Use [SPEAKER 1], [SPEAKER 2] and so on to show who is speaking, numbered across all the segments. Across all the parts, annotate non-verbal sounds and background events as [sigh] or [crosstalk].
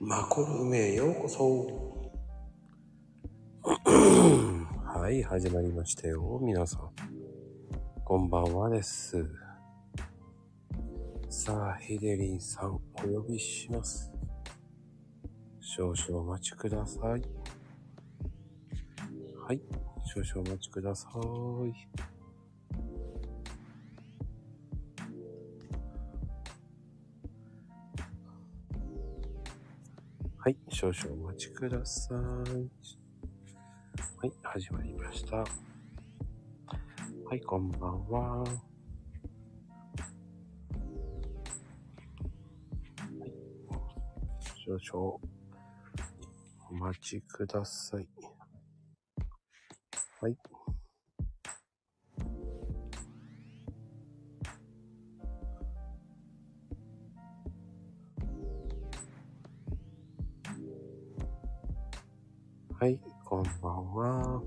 [SPEAKER 1] マコルームへようこそ。 [coughs] はい、始まりましたよ、皆さん。こんばんはです。さあ、ヒデリンさん、お呼びします。少々お待ちください。はい、少々お待ちください。はい、少々お待ちください。はい、始まりました。はい、こんばんは。はい、少々お待ちください。はい。はい、こんばんは。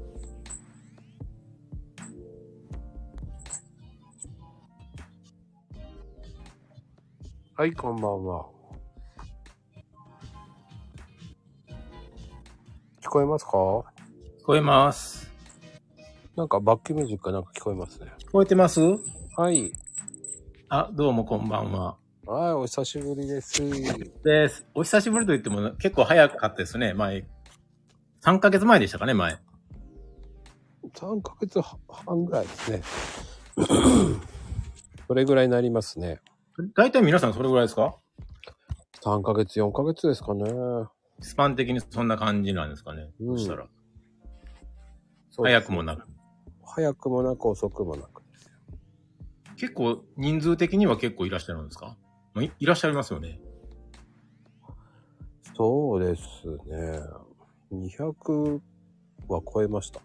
[SPEAKER 1] はい、こんばんは。聞こえますか
[SPEAKER 2] 聞こえます。
[SPEAKER 1] なんかバックミュージックかなんか聞こえますね。
[SPEAKER 2] 聞こえてます
[SPEAKER 1] はい。
[SPEAKER 2] あ、どうもこんばんは。
[SPEAKER 1] はい、お久しぶりです。
[SPEAKER 2] です。お久しぶりと言っても結構早かったですね、前。3ヶ月前でしたかね、前。
[SPEAKER 1] 3ヶ月半ぐらいですね。 [clears throat] それぐらいになりますね。
[SPEAKER 2] 大体皆さんそれぐらいですか
[SPEAKER 1] 3ヶ月、4ヶ月ですかね。
[SPEAKER 2] スパン的にそんな感じなんですかね。
[SPEAKER 1] うん
[SPEAKER 2] そしたら。
[SPEAKER 1] そう
[SPEAKER 2] 早くもなく。
[SPEAKER 1] 早くもなく遅くもなく。
[SPEAKER 2] 結構、人数的には結構いらっしゃるんですかまあいいらっしゃいますよね。
[SPEAKER 1] そうですね。200は超えました。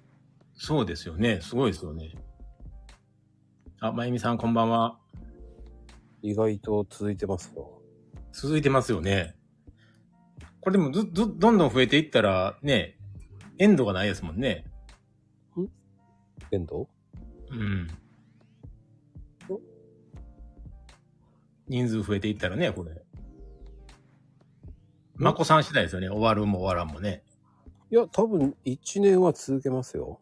[SPEAKER 2] そうですよね。すごいですよね。あ、まゆみさんこんばんは。
[SPEAKER 1] 意外と続いてますよ。
[SPEAKER 2] 続いてますよね。これでもず、ず、どんどん増えていったら、ね、エンドがないですもんね。
[SPEAKER 1] 遠藤
[SPEAKER 2] うん。人数増えていったらね、これ。まこさん次第ですよね。終わるも終わらんもね。
[SPEAKER 1] いや、多分1年は続けますよ。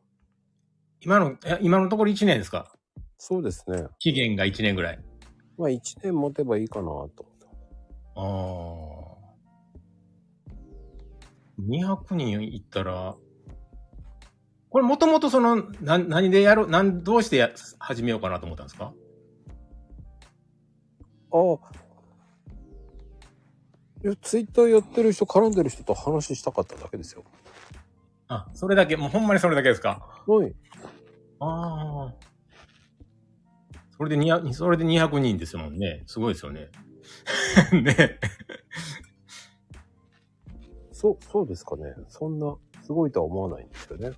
[SPEAKER 2] 今の、え今のところ1年ですか
[SPEAKER 1] そうですね。
[SPEAKER 2] 期限が1年ぐらい。
[SPEAKER 1] まあ1年持てばいいかなと。
[SPEAKER 2] ああ。200人いったら、これもともとその、な、何でやろう、なん、どうしてや始めようかなと思ったんですか
[SPEAKER 1] ああ。いや、ツイッターやってる人、絡んでる人と話したかっただけですよ。
[SPEAKER 2] あ、それだけ、もうほんまにそれだけですか
[SPEAKER 1] はい。
[SPEAKER 2] ああ。それで200、それで200人ですもんね。すごいですよね。 [laughs] ね。
[SPEAKER 1] そう、そうですかね。そんな、すごいとは思わないんですよね。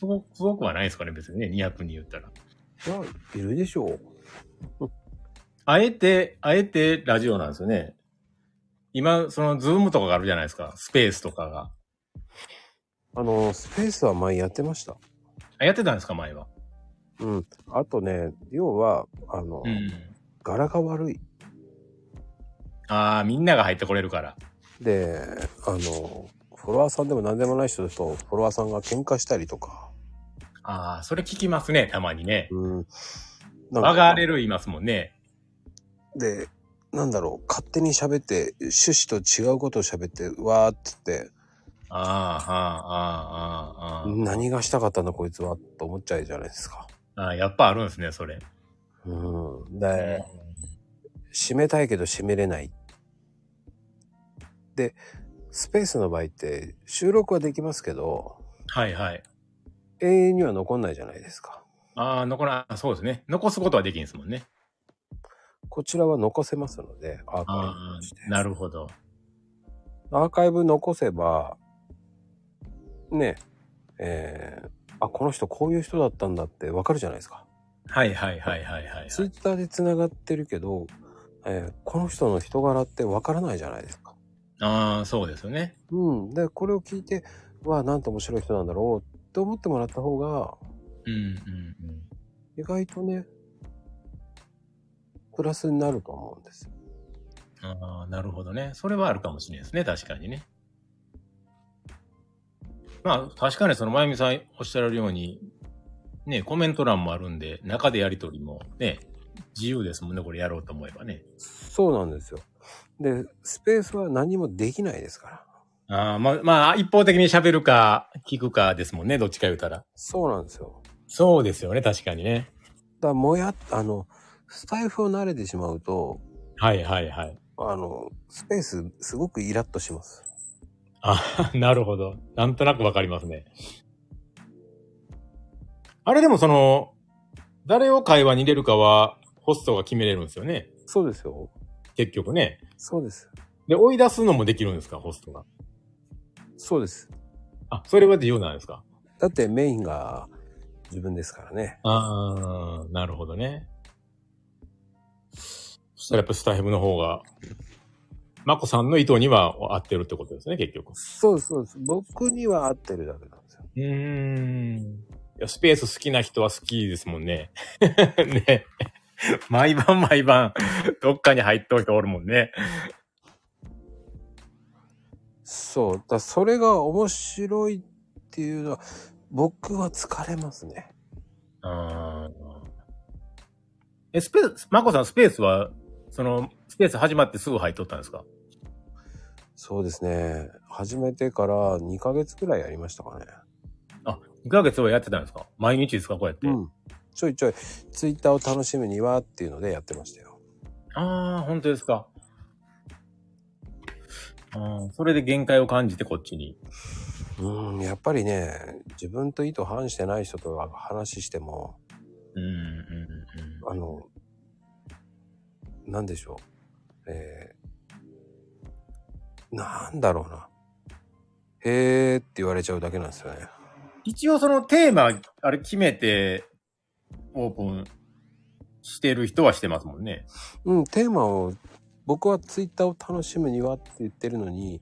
[SPEAKER 2] すごすごくはないですかね、別にね。200人言ったら。
[SPEAKER 1] いや、いるでしょう。
[SPEAKER 2] あえて、あえてラジオなんですよね。今、そのズームとかがあるじゃないですか。スペースとかが。
[SPEAKER 1] あの、スペースは前やってました。
[SPEAKER 2] あやってたんですか、前は。
[SPEAKER 1] うん。あとね、要は、あの、
[SPEAKER 2] うん。
[SPEAKER 1] 柄が悪い。
[SPEAKER 2] ああ、みんなが入ってこれるから。
[SPEAKER 1] で、あの、フォロワーさんでも何でもない人とフォロワーさんが喧嘩したりとか。
[SPEAKER 2] ああ、それ聞きますね、たまにね。
[SPEAKER 1] うん。なん
[SPEAKER 2] 我がれる言いますもんね。
[SPEAKER 1] で、なんだろう、勝手に喋って、趣旨と違うことを喋って、わーっつって、
[SPEAKER 2] ああ、ああ、ああ、あ
[SPEAKER 1] 何がしたかったんだこいつは、と思っちゃうじゃないですか。
[SPEAKER 2] あ。ああ、やっぱあるんですね、それ。
[SPEAKER 1] うん。で、締めたいけど締めれない。で、スペースの場合って、収録はできますけど、
[SPEAKER 2] はいはい。
[SPEAKER 1] 永遠には残んないじゃないですか。
[SPEAKER 2] ああ、残ら、あそうですね。残すことはできんですもんね。
[SPEAKER 1] こちらは残せますので、アーカイブ
[SPEAKER 2] あ
[SPEAKER 1] として
[SPEAKER 2] あ、なるほど。
[SPEAKER 1] アーカイブ残せば、ね、えー、あ、この人こういう人だったんだってわかるじゃないですか。
[SPEAKER 2] はいはいはいはいはい。
[SPEAKER 1] ツイッターで繋がってるけど、えーこの人の人柄ってわからないじゃないですか。
[SPEAKER 2] ああ、そうですよね。
[SPEAKER 1] うん。で、これを聞いて、わあ、なんて面白い人なんだろうって思ってもらった方が、
[SPEAKER 2] うんうん
[SPEAKER 1] 意外とね、プラスになると思うんですよ。
[SPEAKER 2] うん。ああ、なるほどね。それはあるかもしれないですね。確かにね。まあ、確かにその、まゆみさんおっしゃられるように、ね、コメント欄もあるんで、中でやりとりもね、自由ですもんね、これやろうと思えばね。
[SPEAKER 1] そうなんですよ。で、スペースは何もできないですから。
[SPEAKER 2] ああ、まあ、まあ、一方的に喋るか、聞くかですもんね、どっちか言うたら。
[SPEAKER 1] そうなんですよ。
[SPEAKER 2] そうですよね、確かにね。
[SPEAKER 1] だからもやっ、あの、スタイフを慣れてしまうと、
[SPEAKER 2] はいはいはい。
[SPEAKER 1] あの、スペースすごくイラッとします。
[SPEAKER 2] あ [laughs] なるほど。なんとなくわかりますね。あれでもその、誰を会話に入れるかは、ホストが決めれるんですよね。
[SPEAKER 1] そうですよ。
[SPEAKER 2] 結局ね。
[SPEAKER 1] そうです。
[SPEAKER 2] で、追い出すのもできるんですか、ホストが。
[SPEAKER 1] そうです。
[SPEAKER 2] あ、それは自由なんですか。
[SPEAKER 1] だってメインが自分ですからね。
[SPEAKER 2] あー、なるほどね。そしたらやっぱスタイフの方が、マコさんの意図には合ってるってことですね、結局。
[SPEAKER 1] そうです、そうです。僕には合ってるだけなんですよ。
[SPEAKER 2] うーん。いや、スペース好きな人は好きですもん [laughs] ね。ね。毎晩毎晩、どっかに入っとる人おるもんね。
[SPEAKER 1] そう。だからそれが面白いっていうのは、僕は疲れますね。
[SPEAKER 2] あえ、スペース、マコさんスペースは、その、スペース始まってすぐ入っとったんですか
[SPEAKER 1] そうですね。始めてから2ヶ月くらいやりましたかね。
[SPEAKER 2] ?2 ヶ月はやってたんですか毎日ですかこうやって。
[SPEAKER 1] うん。ちょいちょい、ツイッターを楽しむにはっていうのでやってましたよ。
[SPEAKER 2] ああ、本当ですか。ああ、それで限界を感じてこっちに。
[SPEAKER 1] うん、やっぱりね、自分と意図反してない人とは話しても、
[SPEAKER 2] うん、うん、
[SPEAKER 1] あの、なんでしょう。えー、なんだろうな。へーって言われちゃうだけなんですよね。
[SPEAKER 2] 一応そのテーマ、あれ決めて、オープンしてる人はしてますもんね。
[SPEAKER 1] うん、テーマを、僕はツイッターを楽しむにはって言ってるのに、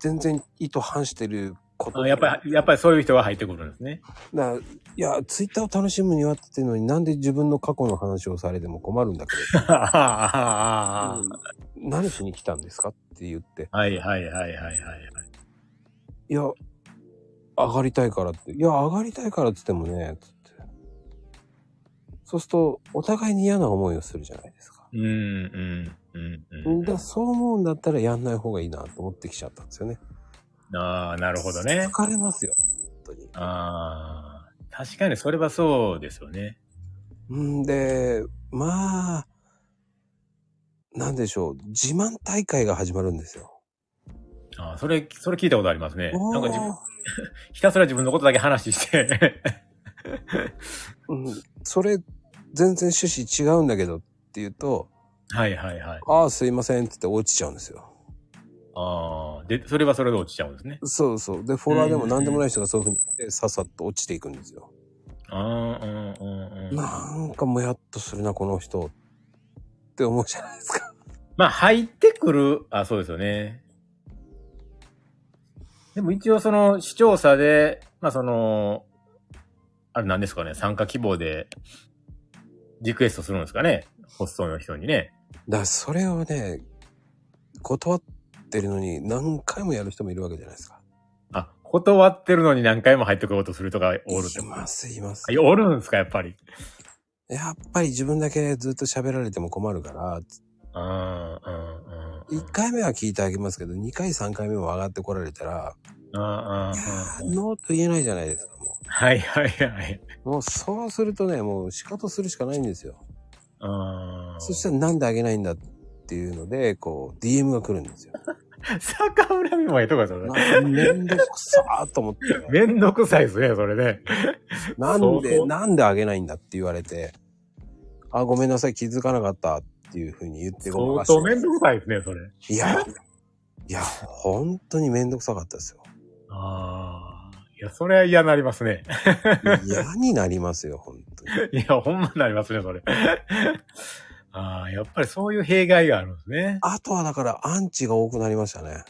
[SPEAKER 1] 全然意図反してること。
[SPEAKER 2] あやっぱり、やっぱりそういう人が入ってくるんですね。
[SPEAKER 1] な、いや、ツイッターを楽しむにはって言ってるのに、なんで自分の過去の話をされても困るんだけど。
[SPEAKER 2] [laughs] は
[SPEAKER 1] うん何しに来たんですかって言って。
[SPEAKER 2] いはいはいはいはい。
[SPEAKER 1] いや、上がりたいからって。いや、上がりたいからって言ってもね、つって。そうすると、お互いに嫌な思いをするじゃないですか。
[SPEAKER 2] うん、うん、うん、
[SPEAKER 1] だ
[SPEAKER 2] う
[SPEAKER 1] からそう思うんだったらやんない方がいいなと思ってきちゃったんですよね。
[SPEAKER 2] ん。ああ、なるほどね。
[SPEAKER 1] 疲れますよ。本当に。
[SPEAKER 2] ああ、確かにそれはそうですよね。
[SPEAKER 1] うんで、まあ、なんでしょう。自慢大会が始まるんですよ。
[SPEAKER 2] ああ、それ、それ聞いたことありますね。
[SPEAKER 1] おー
[SPEAKER 2] なんか自分、ひたすら自分のことだけ話して。 [laughs]
[SPEAKER 1] うん、それ、全然趣旨違うんだけどって言うと、
[SPEAKER 2] はいはいはい。
[SPEAKER 1] ああ、すいませんって言って落ちちゃうんですよ。
[SPEAKER 2] ああ、で、それはそれで落ちちゃうんですね。
[SPEAKER 1] そうそう。で、フォロワーでも何でもない人がそういうふうに言って、さっさと落ちていくんですよ。
[SPEAKER 2] ああ、うんうんうん。
[SPEAKER 1] なんかもやっとするな、この人。って思うじゃないですか。
[SPEAKER 2] まあ、入ってくる、あ、そうですよね。でも一応その視聴者で、まあその、あれなんですかね、参加希望でリクエストするんですかね、ホストの人にね。
[SPEAKER 1] だからそれをね、断ってるのに何回もやる人もいるわけじゃないですか。
[SPEAKER 2] あ、断ってるのに何回も入ってくようとするとかおるって
[SPEAKER 1] い
[SPEAKER 2] こと
[SPEAKER 1] ま。す、います
[SPEAKER 2] あ。いやおるんですか、やっぱり。
[SPEAKER 1] やっぱり自分だけずっと喋られても困るから、
[SPEAKER 2] うん、うん、うん。
[SPEAKER 1] 1回目は聞いてあげますけど、2回、3回目も上がってこられたら、
[SPEAKER 2] ああ、ああ。
[SPEAKER 1] ノーと言えないじゃないですか、も
[SPEAKER 2] はいはいはい。
[SPEAKER 1] う。もうそうするとね、もう仕方するしかないんですよ。
[SPEAKER 2] ああ。
[SPEAKER 1] そしたらなんであげないんだっていうので、こう、DM が来るんですよ。
[SPEAKER 2] 逆恨みもええとかそれ。
[SPEAKER 1] なめんどくさーと思って、
[SPEAKER 2] [laughs] めんどくさいですね、それね。
[SPEAKER 1] なん
[SPEAKER 2] そう
[SPEAKER 1] で、
[SPEAKER 2] そう
[SPEAKER 1] なんであげないんだって言われて、あ、ごめんなさい、気づかなかったっていうふうに言ってごま
[SPEAKER 2] 相
[SPEAKER 1] かし
[SPEAKER 2] 当めんどくさいですね、それ。
[SPEAKER 1] て。いや、いや、本当にめんどくさかった
[SPEAKER 2] [laughs]
[SPEAKER 1] ですよ。
[SPEAKER 2] ああ。いや、それは嫌になりますね。 [laughs]
[SPEAKER 1] 嫌になりますよ、本当に。
[SPEAKER 2] いや、ほんまになりますね、それ。 [laughs] ああ、やっぱりそういう弊害があるんですね。
[SPEAKER 1] あとはだから、アンチが多くなりましたね。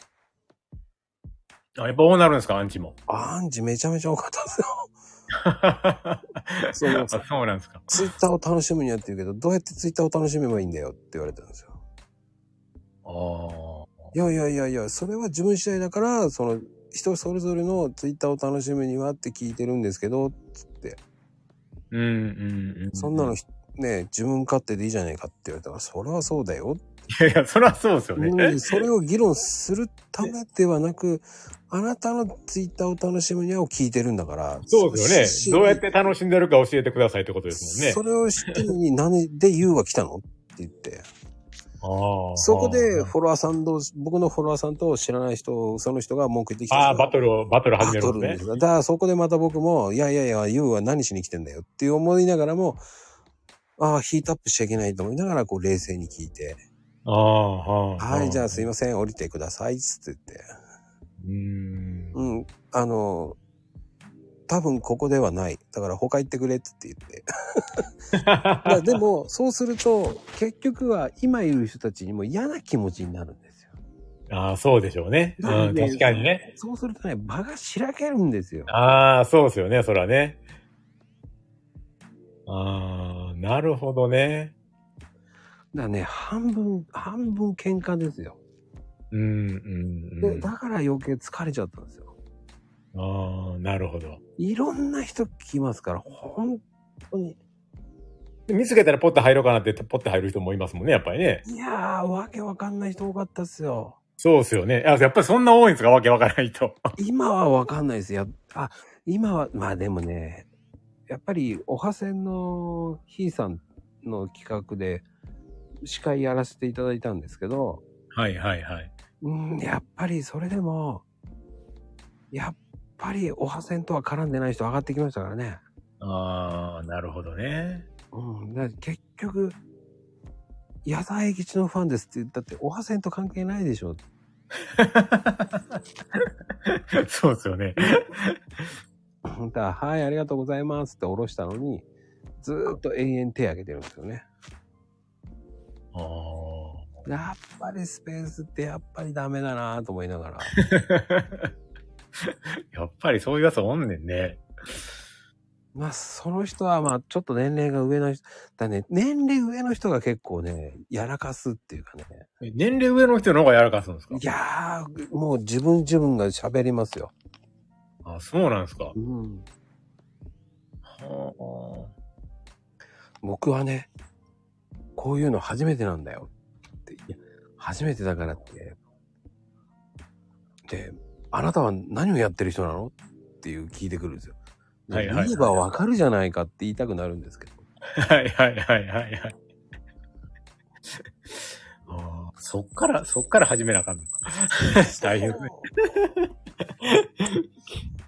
[SPEAKER 2] あ、やっぱこうなるんですか、アンチも。
[SPEAKER 1] アンチめちゃめちゃ多かったですよ。
[SPEAKER 2] あ
[SPEAKER 1] [laughs]
[SPEAKER 2] [laughs]
[SPEAKER 1] そうなんです
[SPEAKER 2] そうなんですか。
[SPEAKER 1] ツイッターを楽しむにはって言うけど、どうやってツイッターを楽しめばいいんだよって言われたんですよ。
[SPEAKER 2] あ
[SPEAKER 1] いやいやいやいや、それは自分次第だから、その、人それぞれのツイッターを楽しむにはって聞いてるんですけど、つって、
[SPEAKER 2] うんうんうん。
[SPEAKER 1] そんなの
[SPEAKER 2] い
[SPEAKER 1] ひ、ね、自分勝手でいいじゃないかって言われたら、それはそうだよ。
[SPEAKER 2] やいや、そりゃそうですよね。
[SPEAKER 1] うんそれを議論するためではなく、あなたのツイッターを楽しむにはを聞いてるんだから。
[SPEAKER 2] そうです
[SPEAKER 1] し
[SPEAKER 2] よね。どうやって楽しんでるか教えてくださいってことですもんね。
[SPEAKER 1] それを知ってるのに、何で YOU は来たのって言って。
[SPEAKER 2] ああ
[SPEAKER 1] そこで、フォロワーさんと、僕のフォロワーさんと知らない人、その人が文句言ってきた。
[SPEAKER 2] ああ、バトルを、バトル
[SPEAKER 1] バ
[SPEAKER 2] 始める
[SPEAKER 1] ト
[SPEAKER 2] ん
[SPEAKER 1] ル
[SPEAKER 2] で
[SPEAKER 1] ですす
[SPEAKER 2] ね。
[SPEAKER 1] よ。だからそこでまた僕も、いやいやいや、YOU は何しに来てんだよって思いながらも、ああ、ヒートアップしちゃいけないと思いながら、こう冷静に聞いて、
[SPEAKER 2] ああ、あ
[SPEAKER 1] はい、じゃあすい
[SPEAKER 2] ま
[SPEAKER 1] ません、降りてください、つって言って。
[SPEAKER 2] せん。うん。
[SPEAKER 1] うん、あの、多分ここではない。だから他行ってくれって言っ
[SPEAKER 2] [laughs]
[SPEAKER 1] て。まあでも、そうすると、結局は今いる人たちにも嫌な気持ちになるんですよ。
[SPEAKER 2] ああ、そうでしょうね。うん、
[SPEAKER 1] で
[SPEAKER 2] 確かにね。。
[SPEAKER 1] そうするとね、場がしらけるんですよ。
[SPEAKER 2] ああ、そうですよね、そらね。ああ、なるほどね。
[SPEAKER 1] だからね、半分、半分喧嘩ですよ。
[SPEAKER 2] うん、うん、う
[SPEAKER 1] で
[SPEAKER 2] ん。
[SPEAKER 1] だから余計疲れちゃったんですよ。
[SPEAKER 2] ああ、なるほど。
[SPEAKER 1] いろんな人来ますから、本当に。
[SPEAKER 2] で見つけたらポッと入ろうかなって、ポッと入る人もいますもんね、やっぱりね。
[SPEAKER 1] いやー、わけわかんない人多かったっすよ。
[SPEAKER 2] そうですよね。あやっぱりそんな多いんですかわけわから [laughs] ないと。
[SPEAKER 1] 今はわかんないですよ。あ、今は、まあでもね、やっぱり、おはせんのひーさんの企画で、司会やらせていただいたんですけど、
[SPEAKER 2] はいはいはい。
[SPEAKER 1] うん、やっぱりそれでも、やっぱりおはせんとは絡んでない人上がってきましたからね。
[SPEAKER 2] ああ、なるほどね。 [laughs]
[SPEAKER 1] うん、だから結局、矢沢永吉のファンですって言ったって、おはせんと関係ないでしょ。 [laughs]
[SPEAKER 2] そうですよね。
[SPEAKER 1] だからはい、ありがとうございますって下ろしたのに、ずーっと延々手挙げてるんですよね。
[SPEAKER 2] あ
[SPEAKER 1] やっぱりスペースってやっぱりダメだなぁと思いながら。 [laughs]
[SPEAKER 2] ーやっぱりそういうやつおんねんね。
[SPEAKER 1] まあ、その人はまあ、ちょっと年齢が上の人、だね、年齢上の人が結構ね、やらかすっていうかね。
[SPEAKER 2] え年齢上の人の方がやらかすんですか
[SPEAKER 1] いやー、もう自分自分が喋りますよ。
[SPEAKER 2] あそうなんですか。
[SPEAKER 1] うん。
[SPEAKER 2] は
[SPEAKER 1] 僕はね、こういうの初めてなんだよって。いや、初めてだからって。で、あなたは何をやってる人なのっていう聞いてくるんですよ。
[SPEAKER 2] はいはい
[SPEAKER 1] 見ればわかるじゃないかって言いたくなるんですけど。
[SPEAKER 2] あはいはいはいはいはい。 [laughs] あーそっから、そっから始めなあかんのか。 [laughs] [laughs] 大変ですね。
[SPEAKER 1] [laughs]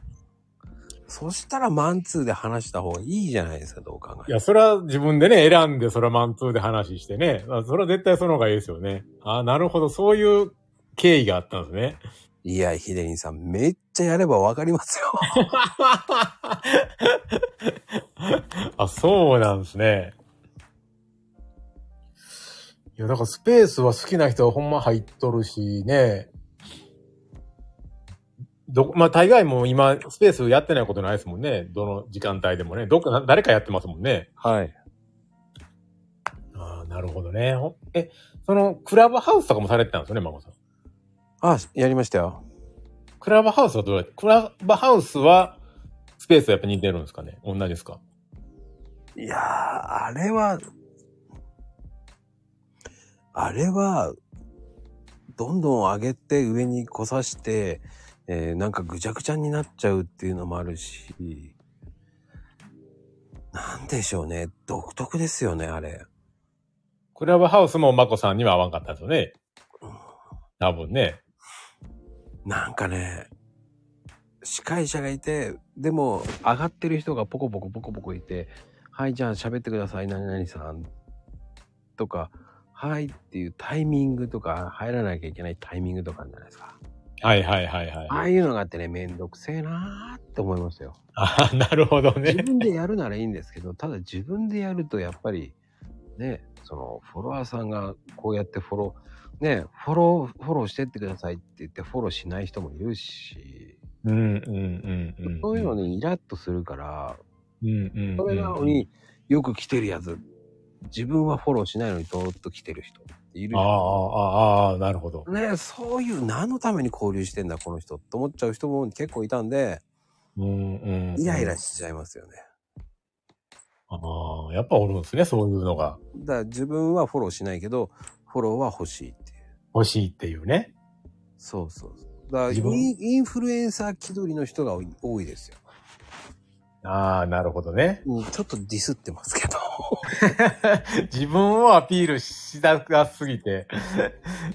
[SPEAKER 1] そしたらマンツーで話した方がいいじゃないですか、どう考
[SPEAKER 2] い
[SPEAKER 1] え
[SPEAKER 2] や、それは自分でね、選んで、それはマンツーで話してね。あそれは絶対その方がいいですよね。あなるほど。そういう経緯があったんですね。
[SPEAKER 1] いや、ヒデリンさん、めっちゃやればわかりますよ。
[SPEAKER 2] あ、そうなんですね。いや、だからスペースは好きな人はほんま入っとるしね。どこ、まあ、大概もう今、スペースやってないことないですもんね。どの時間帯でもね。どっかな、誰かやってますもんね。
[SPEAKER 1] はい。
[SPEAKER 2] ああ、なるほどね。ほえ、その、クラブハウスとかもされてたんですよね、孫さん。
[SPEAKER 1] あ、やりましたよ。
[SPEAKER 2] クラブハウスはどうやって、クラブハウスは、スペースはやっぱ似てるんですかね同じですか
[SPEAKER 1] いやー、あれは、あれは、どんどん上げて上に来さして、えーなんかぐちゃぐちゃになっちゃうっていうのもあるし、なんでしょうね。独特ですよね、あれ。
[SPEAKER 2] クラブハウスもまこさんには合わんかったですよね。多分ね。
[SPEAKER 1] なんかね、司会者がいて、でも上がってる人がポコポコポコポコいて、はい、じゃあ喋ってください、何々さん。とか、はいっていうタイミングとか、入らなきゃいけないタイミングとかあるじゃないですか。
[SPEAKER 2] はいはいはいはい。
[SPEAKER 1] ああいうのがあってね、めんどくせえなーって思いますよ。
[SPEAKER 2] ああ、 [laughs] なるほど
[SPEAKER 1] 自
[SPEAKER 2] ね。
[SPEAKER 1] 分でやるならいいんですけど、ただ自分でやるとやっぱり、ね、そのフォロワーさんがこうやってフォロー、ね、フォロー、フォローしてってくださいって言ってフォローしない人もいるし、
[SPEAKER 2] うんうんうんうん。
[SPEAKER 1] そういうの。にイラッとするから、
[SPEAKER 2] うんうん、うん。
[SPEAKER 1] それなのによく来てるやつ自分はフォローしないのにどーっと来てる人っているじ
[SPEAKER 2] あ
[SPEAKER 1] ゃん
[SPEAKER 2] あ、ああ、なるほど。
[SPEAKER 1] ねえそういう何のために交流してんだこの人と思っちゃう人も結構いたんで
[SPEAKER 2] うん、うん。
[SPEAKER 1] イライラしちゃいますよね
[SPEAKER 2] ああ、やっぱおるんですね、そういうのが。
[SPEAKER 1] だから自分はフォローしないけどフォローは欲しいっていう
[SPEAKER 2] 欲しいっていうね。
[SPEAKER 1] そうそうそうだからイ
[SPEAKER 2] 自分
[SPEAKER 1] ンインフルエンサー気取りの人が多い多いですよ、
[SPEAKER 2] ああ、なるほどね。 [laughs]
[SPEAKER 1] うん、ちょっとディスってますけど
[SPEAKER 2] 自分をアピールしなさすぎて。 [laughs]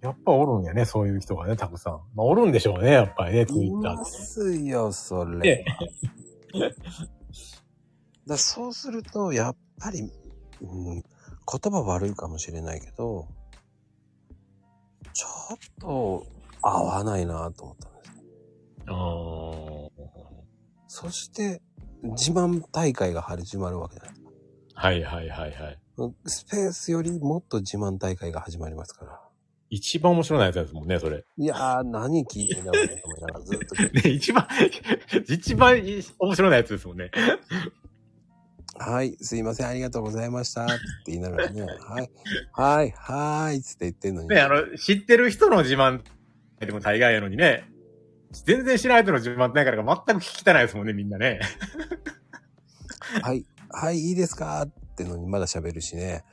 [SPEAKER 2] やっぱおるんやね、そういう人がね、たくさん。まあ、おるんでしょうね、やっぱりね、ツイ
[SPEAKER 1] い
[SPEAKER 2] ッター
[SPEAKER 1] ま
[SPEAKER 2] って。
[SPEAKER 1] すよそれは [laughs] だからそうするとやっぱり、うん、言葉悪いかもしれないけどちょっと合わないなと思ったんです
[SPEAKER 2] あー
[SPEAKER 1] そして自慢大会が始まるわけじゃない
[SPEAKER 2] はいはいはいはい。
[SPEAKER 1] スペースよりもっと自慢大会が始まりますから
[SPEAKER 2] 一番面白いやつですもんね、それ。
[SPEAKER 1] いやー何聞いてんだろうねと思いながらずっと聞いて
[SPEAKER 2] ね、一番、一番い面白いやつですもんね。
[SPEAKER 1] はい、すいません、ありがとうございました。って言いながらね、はい、はい、はい、っつって言ってんのに。
[SPEAKER 2] ね、あの、知ってる人の自慢でも大概やのにね、全然知らない人の自慢ないから全く聞きたないですもんね、みんなね。
[SPEAKER 1] はい、はい、いいですかってのにまだ喋るしね。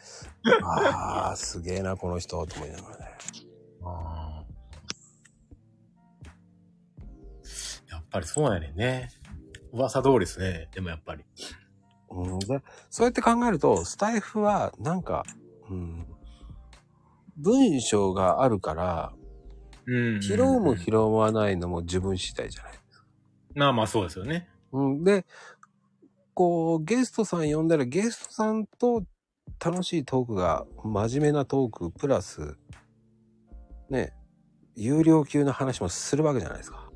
[SPEAKER 1] ああ、すげえな、この人、と思いながらね。
[SPEAKER 2] やっぱりそうやねんね。噂通りですね、でもやっぱり。
[SPEAKER 1] うん、でそうやって考えると、スタイフは、なんか、うん、文章があるから、
[SPEAKER 2] うん
[SPEAKER 1] 拾うも拾わないのも自分次第じゃない。
[SPEAKER 2] まあまあそうですよね。
[SPEAKER 1] うん、で、こう、ゲストさん呼んだら、ゲストさんと楽しいトークが、真面目なトーク、プラス、ね、有料級の話もするわけじゃないですか。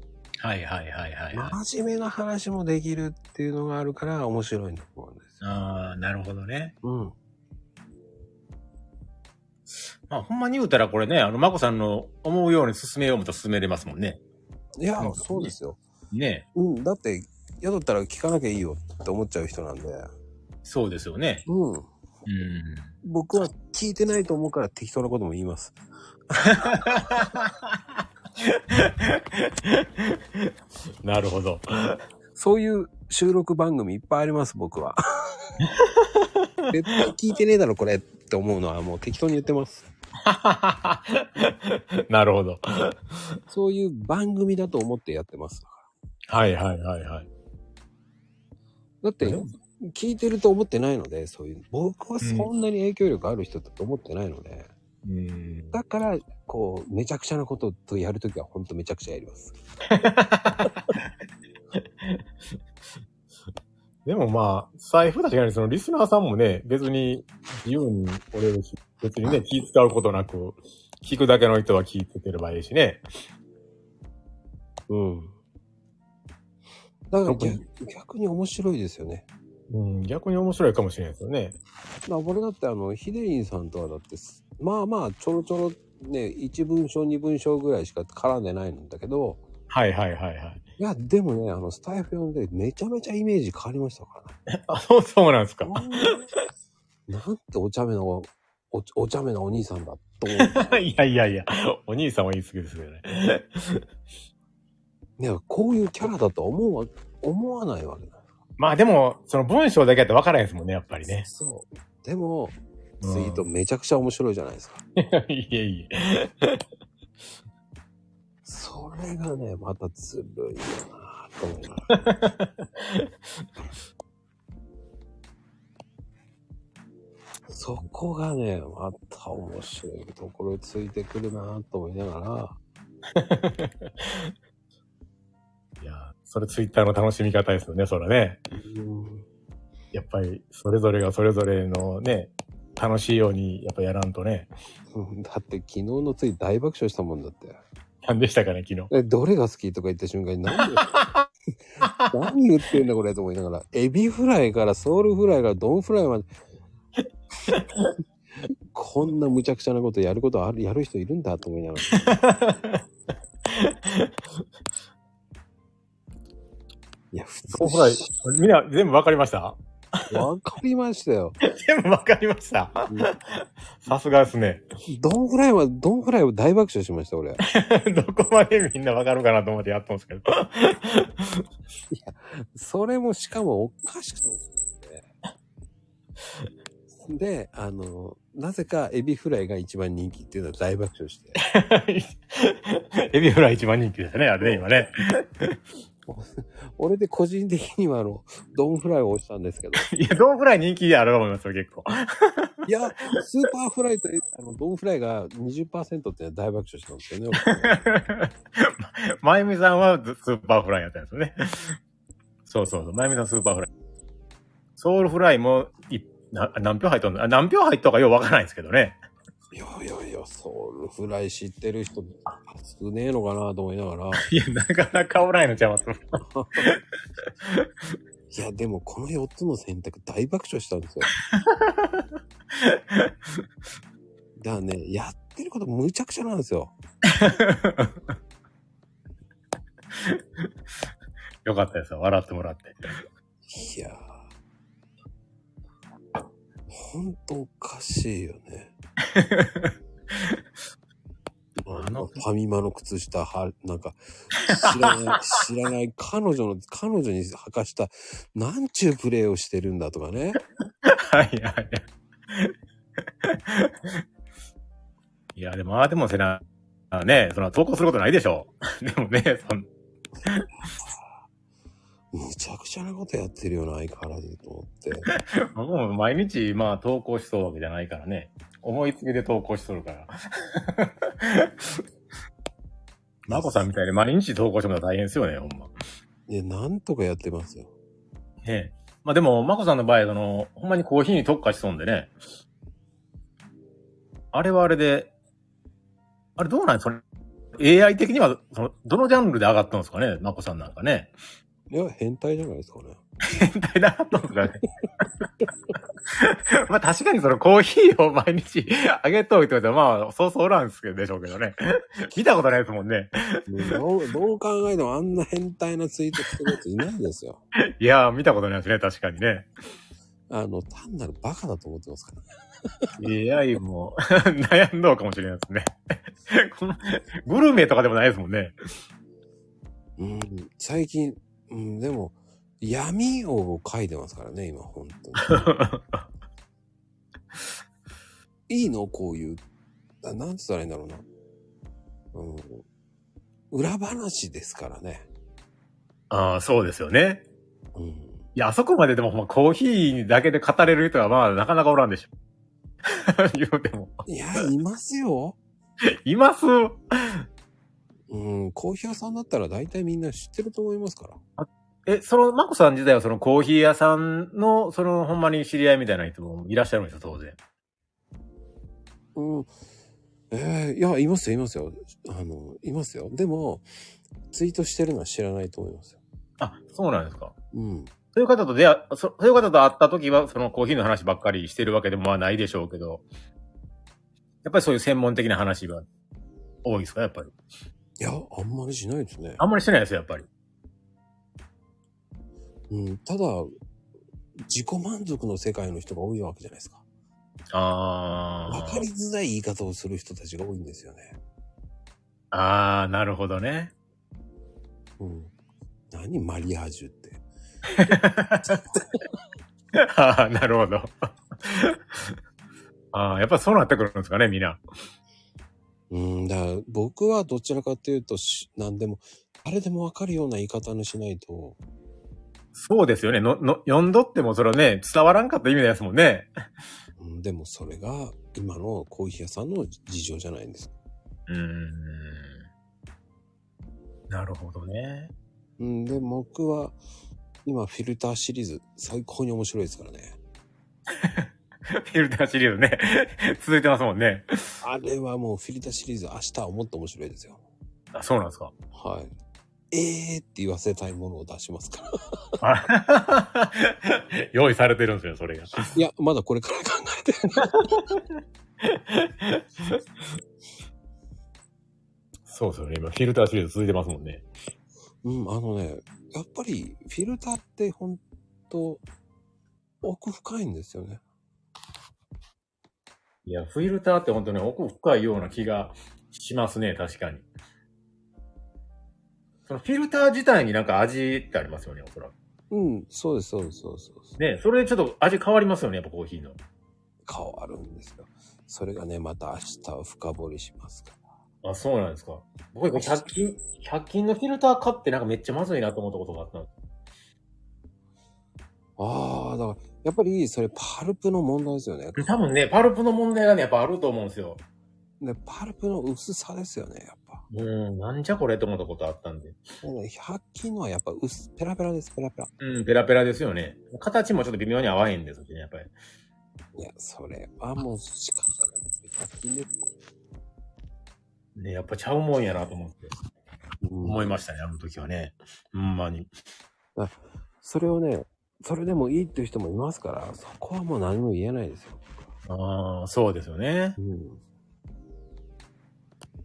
[SPEAKER 2] はいはいはいはい、はい。
[SPEAKER 1] 真面目な話もできるっていうのがあるから面白いと思うんですよ。
[SPEAKER 2] ああ、なるほどね。
[SPEAKER 1] うん。
[SPEAKER 2] まあほんまに言うたらこれね、あの、まこさんの思うように進めようもと進めれますもんね。
[SPEAKER 1] いや、
[SPEAKER 2] うん
[SPEAKER 1] そうですよ。
[SPEAKER 2] ね
[SPEAKER 1] うん。だって、宿ったら聞かなきゃいいよって思っちゃう人なんで。
[SPEAKER 2] そうですよね。
[SPEAKER 1] うん。
[SPEAKER 2] うん。
[SPEAKER 1] 僕は聞いてないと思うから適当なことも言います。
[SPEAKER 2] なるほど。 [laughs]
[SPEAKER 1] そういう収録番組いっぱいあります、僕は。絶対聞いてねえだろ、これって思うのはもう適当に言ってます。
[SPEAKER 2] なるほど。
[SPEAKER 1] そういう番組だと思ってやってます。
[SPEAKER 2] はいはいはいはい。
[SPEAKER 1] だって、聞いてると思ってないので、そういう、僕はそんなに影響力ある人だと思ってないので、
[SPEAKER 2] うん。
[SPEAKER 1] だから、こう、めちゃくちゃなこととやるときはほんとめちゃくちゃやります。
[SPEAKER 2] でもまあ、財布確かにそのリスナーさんもね、別に自由におれるし、別にね、気使うことなく、聞くだけの人は聞いてければいいしね。
[SPEAKER 1] うん。だから
[SPEAKER 2] 特に
[SPEAKER 1] 逆逆に面白いですよね。
[SPEAKER 2] うん、逆に面白いかもしれないですよね。
[SPEAKER 1] まあ、俺だってあの、ヒデリンさんとはだってす、まあまあ、ちょろちょろ、ね、1文章、2文章ぐらいしか絡んでないんだけど、
[SPEAKER 2] はいはいはいはい。
[SPEAKER 1] いや、でもね、あの、スタイフ読んで、めちゃめちゃイメージ変わりましたか。
[SPEAKER 2] あ、そうそうなんですから
[SPEAKER 1] ね。
[SPEAKER 2] [laughs]
[SPEAKER 1] なんてお茶目なお、おお茶目なお兄さんだ、と思う。 [laughs]
[SPEAKER 2] いやいやいや、お兄さんは言い過ぎですけどね。
[SPEAKER 1] ね、こういうキャラだとは思うわ、思わないわけだ。
[SPEAKER 2] まあでも、その文章だけやったら分からないですもんね、やっぱりね。 [laughs]
[SPEAKER 1] そう。でも、ツ
[SPEAKER 2] うん
[SPEAKER 1] イートめちゃくちゃ面白いじゃないですか。
[SPEAKER 2] いえいえ。
[SPEAKER 1] それがね、またずるいよなぁと思いながらそこがね、また面白いところついてくるなぁと思いながら、
[SPEAKER 2] いや、それツイッターの楽しみ方ですよね、それね。
[SPEAKER 1] うん
[SPEAKER 2] やっぱり、それぞれがそれぞれのね、楽しいように、やっぱやらんとね。
[SPEAKER 1] だって昨日のつい大爆笑したもんだって。
[SPEAKER 2] 何でしたかね、昨日。
[SPEAKER 1] えどれが好きとか言った瞬間に何で何言ってんだこれと思いながら、エビフライからソウルフライからドンフライまで。こんな無茶苦茶なことやることある、やる人いるんだと思いながら。いや、普通
[SPEAKER 2] ソウルフライ、みんな全部わかりました
[SPEAKER 1] わかりましたよ。
[SPEAKER 2] 全部わかりました。さすがですね。 [laughs]
[SPEAKER 1] ドンフライは、ドンフライは大爆笑しました、俺。
[SPEAKER 2] どこまでみんなわかるかなと思ってやったんですけど。
[SPEAKER 1] それもしかもおかしくて思って。で、あの、なぜかエビフライが一番人気っていうのは大爆笑して。
[SPEAKER 2] [laughs] エビフライ一番人気ですね、あれね、今ね。
[SPEAKER 1] 俺で個人的にはあの、ドンフライを押したんですけど。
[SPEAKER 2] いや、どんフライ人気あると思いますよ、結構。
[SPEAKER 1] いや、スーパーフライとあのドンフライが20%っていうのは大爆笑したんですよね。
[SPEAKER 2] [laughs] まゆみさんはずスーパーフライやったんですよね。そうそうそう。まゆみさんスーパーフライ。ソウルフライもいな何票入ったんだあ何票入ったかようわからないですけどね。
[SPEAKER 1] いやいやいや、ソウルフライ知ってる人少ねえのかなと思いながら。
[SPEAKER 2] [laughs] いや、なかなかおらんのちゃいます。
[SPEAKER 1] いや、でもこの4つの選択大爆笑したん
[SPEAKER 2] [laughs]
[SPEAKER 1] ですよ。だからね、やってることむちゃくちゃなんですよ。
[SPEAKER 2] よかったですよ。笑ってもらって。
[SPEAKER 1] いやー。ほんとおかしいよ
[SPEAKER 2] [laughs]
[SPEAKER 1] ね。
[SPEAKER 2] あの
[SPEAKER 1] ファミマの靴下は、なんか、知らない、
[SPEAKER 2] [laughs]
[SPEAKER 1] 知らない、彼女の、彼女に履かした、なんちゅうプレーをしてるんだとかね。
[SPEAKER 2] はいはいはい。いや、でも、ああでもせな、あね、その投稿することないでしょう。でもね、そん
[SPEAKER 1] むちゃくちゃなことやってるよな、相変わらずと思って。
[SPEAKER 2] 僕も毎日、まあ、投稿しそうわけじゃないからね。思いつきで投稿しとる [laughs] から。まこさんみたいに毎日投稿してもらったら大変ですよね、ほんま。
[SPEAKER 1] で、なんとかやってますよ。
[SPEAKER 2] ねえまあでも、まこさんの場合、その、ほんまにコーヒーに特化しそうなんでね。あれはあれで、あれどうなんそれ ?AI 的には、その、どのジャンルで上がったんですかねまこさんなんかね。
[SPEAKER 1] いや、変態じゃないですかね。
[SPEAKER 2] 変態だなとかね。 [laughs] まあ確かにそのコーヒーを毎日 [laughs] あげといてもまあそうそうおらんすけどでしょうけどね。 [laughs] 見たことないですもんね。
[SPEAKER 1] どう [laughs] どう考えてもあんな変態なツイートしてるやついないですよ。
[SPEAKER 2] いやー見たことないですね、確かにね。
[SPEAKER 1] あの、単なるバカだと思ってますから。
[SPEAKER 2] AI も [laughs] 悩んどうかもしれないですね。 [laughs] このグルメとかでもないですもんね。
[SPEAKER 1] うん、最近、うん、でも、闇を書いてますからね、今、本当に。いいのこういう。あなんつったらいいんだろうな。うん、裏話ですからね。
[SPEAKER 2] ああ、そうですよね。
[SPEAKER 1] うん、
[SPEAKER 2] いや、あそこまででも、まあ、コーヒーだけで語れる人は、まあ、なかなかおらんでしょ。 [laughs] 言うても。
[SPEAKER 1] いや、いますよ。
[SPEAKER 2] います
[SPEAKER 1] うん、コーヒー屋さんだったら大体みんな知ってると思いますから。
[SPEAKER 2] え、その、マコさん自体はそのコーヒー屋さんの、その、ほんまに知り合いみたいな人もいらっしゃるんですよ、当然。
[SPEAKER 1] うん。えー、いや、いますよ、いますよ。あの、いますよ。でも、ツイートしてるのは知らないと思いますよ。
[SPEAKER 2] あ、そうなんですか。
[SPEAKER 1] うん。
[SPEAKER 2] そういう方と出会、そそういう方と会った時は、そのコーヒーの話ばっかりしてるわけでもまあないでしょうけど、やっぱりそういう専門的な話が多いですか、やっぱり。
[SPEAKER 1] いや、あんまりしないですね。
[SPEAKER 2] あんまりしてないですよ、やっぱり。
[SPEAKER 1] うん。ただ、自己満足の世界の人が多いわけじゃないですか。わ
[SPEAKER 2] あ
[SPEAKER 1] か
[SPEAKER 2] ー
[SPEAKER 1] りづらい言い方をする人たちが多いんですよね。
[SPEAKER 2] あー、なるほどね。
[SPEAKER 1] うん。何マリアージュって。
[SPEAKER 2] ああ、なるほど。 [laughs] ああ、やっぱそうなってくるんですかね、みんな。
[SPEAKER 1] うん、だから僕はどちらかというとし、何でも、誰でもわかるような言い方にしないと、
[SPEAKER 2] そうですよね。の、の、読んどってもそれはね、伝わらんかった意味ですもんね。
[SPEAKER 1] うん、でもそれが今のコーヒー屋さんの事情じゃないんです。
[SPEAKER 2] うーん。なるほど [laughs] ね。
[SPEAKER 1] うん、で、僕は、今、フィルターシリーズ、最高に面白いですからね。
[SPEAKER 2] フィルターシリーズね。 [laughs] 続いてますもんね。
[SPEAKER 1] あれはもう、フィルターシリーズ、明日はもっと面白いですよ。
[SPEAKER 2] あ、そうなんですか。
[SPEAKER 1] はい。えーって言わせたいものを出しますから。
[SPEAKER 2] あ [laughs] 用意されてるんですよ、それが。
[SPEAKER 1] いや、まだこれから考えてる。
[SPEAKER 2] そうですよね。今、フィルターシリーズ続いてますもんね。
[SPEAKER 1] うん、あのね、やっぱり、フィルターって、ほんと、奥深いんですよね。
[SPEAKER 2] いや、フィルターって本当に奥深いような気がしますね、確かに。そのフィルター自体になんか味ってありますよね、おそらく。
[SPEAKER 1] うん、そうです、そうです、そうです。そうです
[SPEAKER 2] ね、それでちょっと味変わりますよね、やっぱコーヒーの。
[SPEAKER 1] 変わるんですよ。それがね、また明日深掘りしますから。
[SPEAKER 2] あ、そうなんですか。僕、100均、100均のフィルター買ってなんかめっちゃまずいなと思ったことがあったんです
[SPEAKER 1] ああ、だから、やっぱりそれパルプの問題ですよね。
[SPEAKER 2] 多分ね、パルプの問題がね、やっぱあると思うんですよ。
[SPEAKER 1] で、パルプの薄さですよね、やっぱ。
[SPEAKER 2] うん、なんじゃこれと思ったことあったんで。
[SPEAKER 1] なので100均のはやっぱ薄、ペラペラです、ペラペラ。
[SPEAKER 2] うん、ペラペラですよね。形もちょっと微妙に合わへんですしね、やっぱり。
[SPEAKER 1] いや、それはもう仕方ないです。100均です。
[SPEAKER 2] ね、やっぱちゃうもんやなと思って。思い
[SPEAKER 1] ま
[SPEAKER 2] ましたね、あの時はね。ほんまに。
[SPEAKER 1] それをね、それでもいいっていう人もいますから、そこはもう何も言えないですよ。
[SPEAKER 2] ああ、そうですよね。
[SPEAKER 1] うん。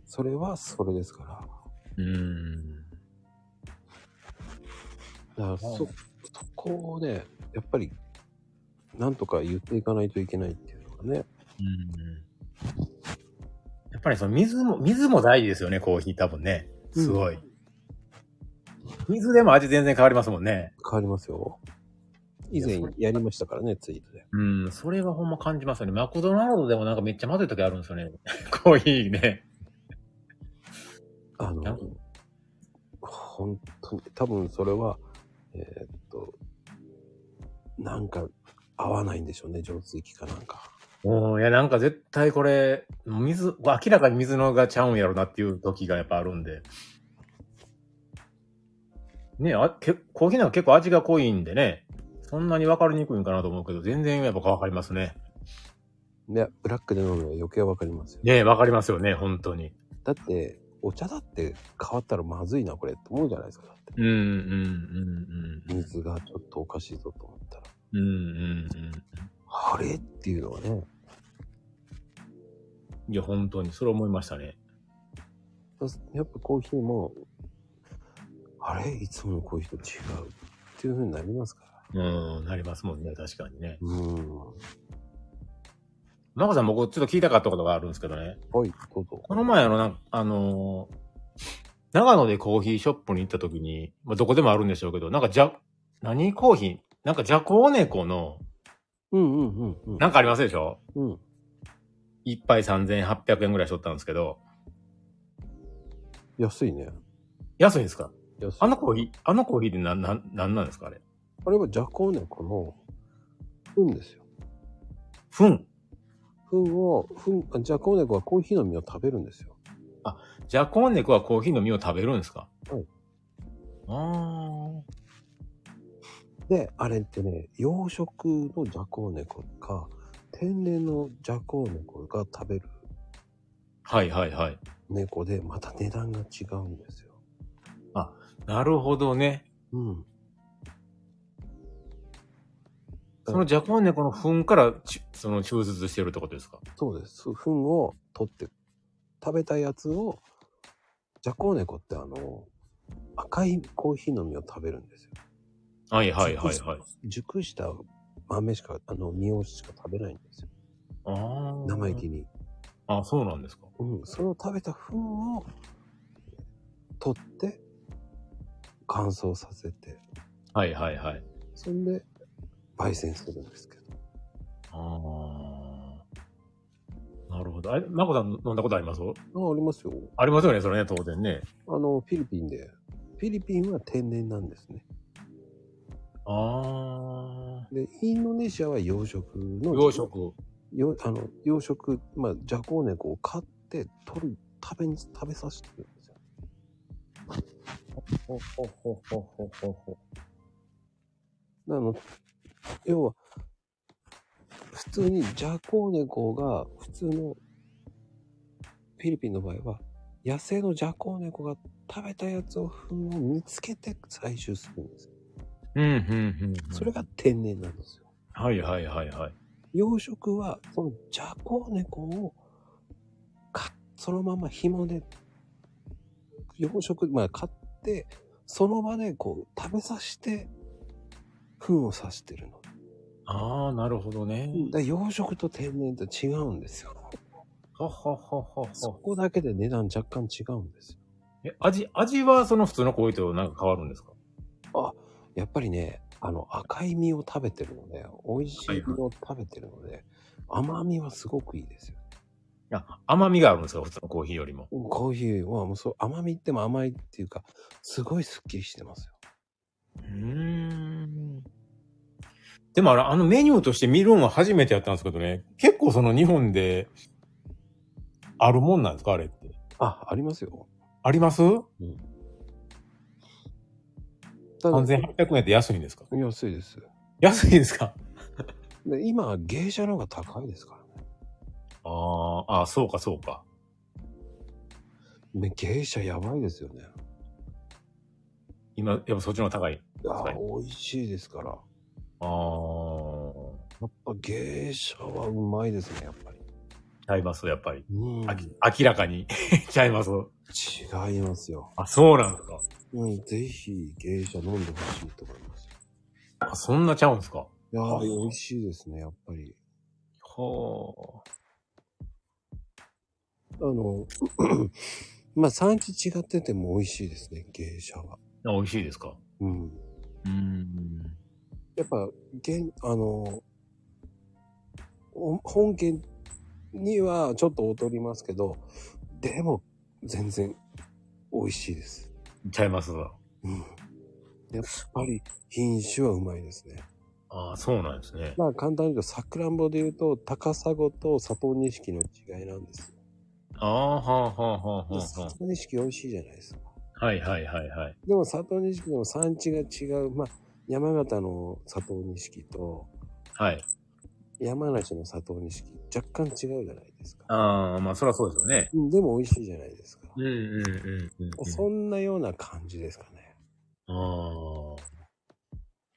[SPEAKER 1] それはそれですから。
[SPEAKER 2] うん。
[SPEAKER 1] だからそ、そこをね、やっぱり、なんとか言っていかないといけないっていうのがね。
[SPEAKER 2] うんやっぱりその水も、水も大事ですよね、コーヒー多分ね。すごい。水でも味全然変わりますもんね。
[SPEAKER 1] 変わりますよ。以前やりましたからね、ツイートで。
[SPEAKER 2] うん、それはほんま感じますよね。マクドナルドでもなんかめっちゃまずい時あるんですよね。 [laughs] コーヒーね。
[SPEAKER 1] あ
[SPEAKER 2] なん
[SPEAKER 1] の
[SPEAKER 2] か、
[SPEAKER 1] 本当に、多分それは、えーっと、なんか、合わないんでしょうね、浄水器かなんか。
[SPEAKER 2] うん、いやなんか絶対これ、水、明らかに水のがちゃうんやろなっていう時がやっぱあるんで。ねあけコーヒーなんか結構味が濃いんでね。そんなに分かりにくいんかなと思うけど、全然やっぱ分かりますね。
[SPEAKER 1] で、ブラックで飲むのは余計わかりますよ。
[SPEAKER 2] ね分かりますよね、本当に。
[SPEAKER 1] だって、お茶だって変わったらまずいな、これって思うじゃないですか。だって
[SPEAKER 2] うんうん
[SPEAKER 1] 水がちょっとおかしいぞと思ったら。
[SPEAKER 2] うんうん。うんうん
[SPEAKER 1] あれっていうのはね。
[SPEAKER 2] うん。いや、本当に、それ思いましたね。
[SPEAKER 1] やっぱコーヒーも、あれいつものコーヒーと違うっていう風になりますから。
[SPEAKER 2] うん、なりますもんね、確かにね。
[SPEAKER 1] うん。
[SPEAKER 2] マコさん、僕、ちょっと聞いたかったことがあるんですけどね。
[SPEAKER 1] はい、どうぞ。
[SPEAKER 2] この前、あの、なんあのー長野でコーヒーショップに行った時に、まあ、どこでもあるんでしょうけど、なんか、じゃ、何コーヒーなんか、じゃこう猫の、
[SPEAKER 1] うんうんうんうん。
[SPEAKER 2] なんかありますでしょ
[SPEAKER 1] うん。
[SPEAKER 2] 一杯3800円ぐらいしとったんですけど、
[SPEAKER 1] 安いね。
[SPEAKER 2] 安いんですか
[SPEAKER 1] 安い。
[SPEAKER 2] あのコーヒー、あのコーヒーってなん、なん、なんなんですかあれ。
[SPEAKER 1] あれはジャコーネコの、糞ですよ。
[SPEAKER 2] ふん。
[SPEAKER 1] 糞を、糞、あジャコーネコはコーヒーの実を食べるんですよ。
[SPEAKER 2] じゃこんねくはコーヒーの実を食べるんですか
[SPEAKER 1] はい。
[SPEAKER 2] あ
[SPEAKER 1] で、あれってね、養殖のジャコーネコか、天然のジャコーネコが食べる
[SPEAKER 2] あ。はいはいはい。
[SPEAKER 1] 猫で、また値段が違うんですよ。
[SPEAKER 2] なるほどね。
[SPEAKER 1] うん。
[SPEAKER 2] そのジャコンネコの糞からち、その抽出してるってことですか
[SPEAKER 1] そうです。糞を取って、食べたやつを、ジャコーネコってあの、赤いコーヒーの実を食べるんですよ。
[SPEAKER 2] はいはいはいはい。
[SPEAKER 1] 熟した豆しか、あの、実をしか食べないんですよ。
[SPEAKER 2] ああ。
[SPEAKER 1] 生意気に。
[SPEAKER 2] あ、そうなんですか。
[SPEAKER 1] うん。それを食べた糞を、取って、乾燥させて、
[SPEAKER 2] はいはいはい。
[SPEAKER 1] そんで、焙煎するんですけど。
[SPEAKER 2] ああ。なるほど。あれ、マコさん飲んだことあります
[SPEAKER 1] あ、ありますよ。
[SPEAKER 2] ありますよね、それね、当然ね。
[SPEAKER 1] あの、フィリピンで。フィリピンは天然なんですね。
[SPEAKER 2] ああ。
[SPEAKER 1] で、インドネシアは養殖の。
[SPEAKER 2] 養殖。
[SPEAKER 1] よあの養殖、まあ、ジャコウネコを飼って取る食べに食べさせてるんですよ。
[SPEAKER 2] ほほほほほほほ。
[SPEAKER 1] あの要は普通にジャコウネコが普通のフィリピンの場合は野生のジャコウネコが食べたやつを糞を見つけて採集するんですよ。
[SPEAKER 2] うん、うん、うん。
[SPEAKER 1] それが天然なんですよ。
[SPEAKER 2] はいはいはいはい。
[SPEAKER 1] 養殖はそのジャコウネコをかそのまま紐で養殖まあ買ってその場でこう食べさせて糞をさしてるの
[SPEAKER 2] ああ、なるほどね。
[SPEAKER 1] だから養殖と天然と違うんですよ。
[SPEAKER 2] はははは
[SPEAKER 1] そ
[SPEAKER 2] は。
[SPEAKER 1] こだけで値段若干違うんですよ。
[SPEAKER 2] え、味、味はその普通の鯉となんか変わるんですか
[SPEAKER 1] やっぱりね、あの赤い実を食べてるので、美味しい実を食べてるので、甘みはすごくいいですよ。
[SPEAKER 2] いや、甘みがあるんですか普通のコーヒーよりも。
[SPEAKER 1] コーヒーはもうそう、甘みっても甘いっていうか、すごいスッキリしてますよ。
[SPEAKER 2] うーん。でもあれ、あのメニューとして見るのは初めてやったんですけどね。結構その日本で、あるもんなんですかあれって。
[SPEAKER 1] あ、ありますよ。
[SPEAKER 2] あります
[SPEAKER 1] ただ
[SPEAKER 2] ?3800 円って安いんですか
[SPEAKER 1] 安いです。
[SPEAKER 2] 安いんですか
[SPEAKER 1] で今、芸者の方が高いですからね。
[SPEAKER 2] あーあー、そうかそうか。
[SPEAKER 1] ね芸者やばいですよね。
[SPEAKER 2] 今、やっぱそっちの方が高い。
[SPEAKER 1] いやー
[SPEAKER 2] はい
[SPEAKER 1] 美味しいですから。
[SPEAKER 2] ああ、
[SPEAKER 1] やっぱ芸者はうまいですね、やっぱり。
[SPEAKER 2] ちゃいます、やっぱり。
[SPEAKER 1] うん
[SPEAKER 2] あき明らかに [laughs] ちゃいます。
[SPEAKER 1] 違いますよ。
[SPEAKER 2] あ、そうなんですか。
[SPEAKER 1] うん、ぜひ芸者飲んでほしいと思います。
[SPEAKER 2] あ、そんなちゃうんですか。
[SPEAKER 1] いや
[SPEAKER 2] あ
[SPEAKER 1] ー美味しいですね、やっぱり。
[SPEAKER 2] ほ
[SPEAKER 1] あの、 [clears throat] まあ、産地違ってても美味しいですね、芸者は。
[SPEAKER 2] う。美味しいですか。
[SPEAKER 1] うん。
[SPEAKER 2] うん。
[SPEAKER 1] やっぱ、現、あの、お本家にはちょっと劣りますけど、でも、全然美味しいです。
[SPEAKER 2] ちゃいます。
[SPEAKER 1] うん。やっぱり、品種はうまいですね。
[SPEAKER 2] ああ、そうなんですね。
[SPEAKER 1] まあ、簡単に言うと、さくらんぼで言うと、高砂と佐藤錦の違いなんですよ。
[SPEAKER 2] ああ、はあ、はあ、はあ、
[SPEAKER 1] で
[SPEAKER 2] はあ
[SPEAKER 1] 佐。藤錦美味しいじゃないですか。
[SPEAKER 2] はい、はい、はい、はい。
[SPEAKER 1] でも、佐藤錦でも産地が違う。まあ、山形の佐藤錦と、
[SPEAKER 2] はい。
[SPEAKER 1] 山梨の佐藤錦、若干違うじゃないですか。
[SPEAKER 2] ああ、まあ、そりゃそうですよね。
[SPEAKER 1] うんでも美味しいじゃないですか。
[SPEAKER 2] うん、うん、うん、うん。
[SPEAKER 1] そんなような感じですかね。
[SPEAKER 2] ああ。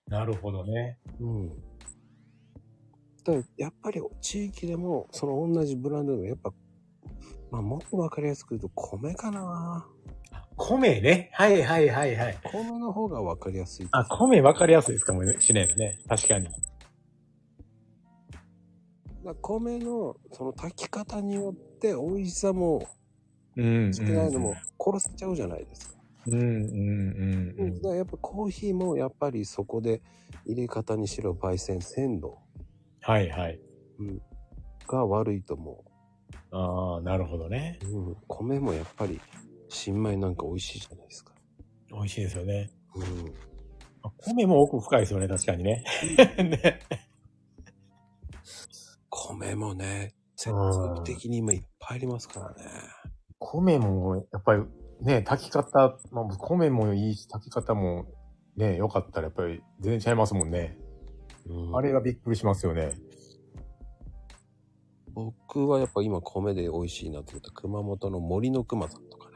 [SPEAKER 2] なるほどね。
[SPEAKER 1] うん。ただやっぱり地域でも、その同じブランドでも、やっぱ、まあもっとわかりやすく言うと米かな
[SPEAKER 2] 米ね。はい、はい、はい、はい。
[SPEAKER 1] 米の方がわかりやすい。
[SPEAKER 2] あ、米分かりやすいですかもしれないですね。確かに。
[SPEAKER 1] だ米のその炊き方によって美味しさも
[SPEAKER 2] うん
[SPEAKER 1] 少ないのも殺せちゃうじゃないですか。
[SPEAKER 2] うんうんう
[SPEAKER 1] うん
[SPEAKER 2] うん
[SPEAKER 1] だ
[SPEAKER 2] ん。
[SPEAKER 1] からやっぱコーヒーもやっぱりそこで入れ方にしろ焙煎鮮度
[SPEAKER 2] はいはい。
[SPEAKER 1] が悪いと思
[SPEAKER 2] ああ、なるほどね。
[SPEAKER 1] う。うん、米もやっぱり新米なんか美味しいじゃないですか。
[SPEAKER 2] 美味しいですよね。
[SPEAKER 1] うん
[SPEAKER 2] あ米も奥深いですよね、確かにね。 [laughs] ね
[SPEAKER 1] 米もね、全国的に今いっぱいありますからね。
[SPEAKER 2] 米も、やっぱりね、炊き方、まあ、米もいいし、炊き方もね、良かったらやっぱり全然ちゃいますもんね。
[SPEAKER 1] うん
[SPEAKER 2] あれがびっくりしますよね。
[SPEAKER 1] 僕はやっぱ今米で美味しいなと思った熊本の森の熊さんとかね。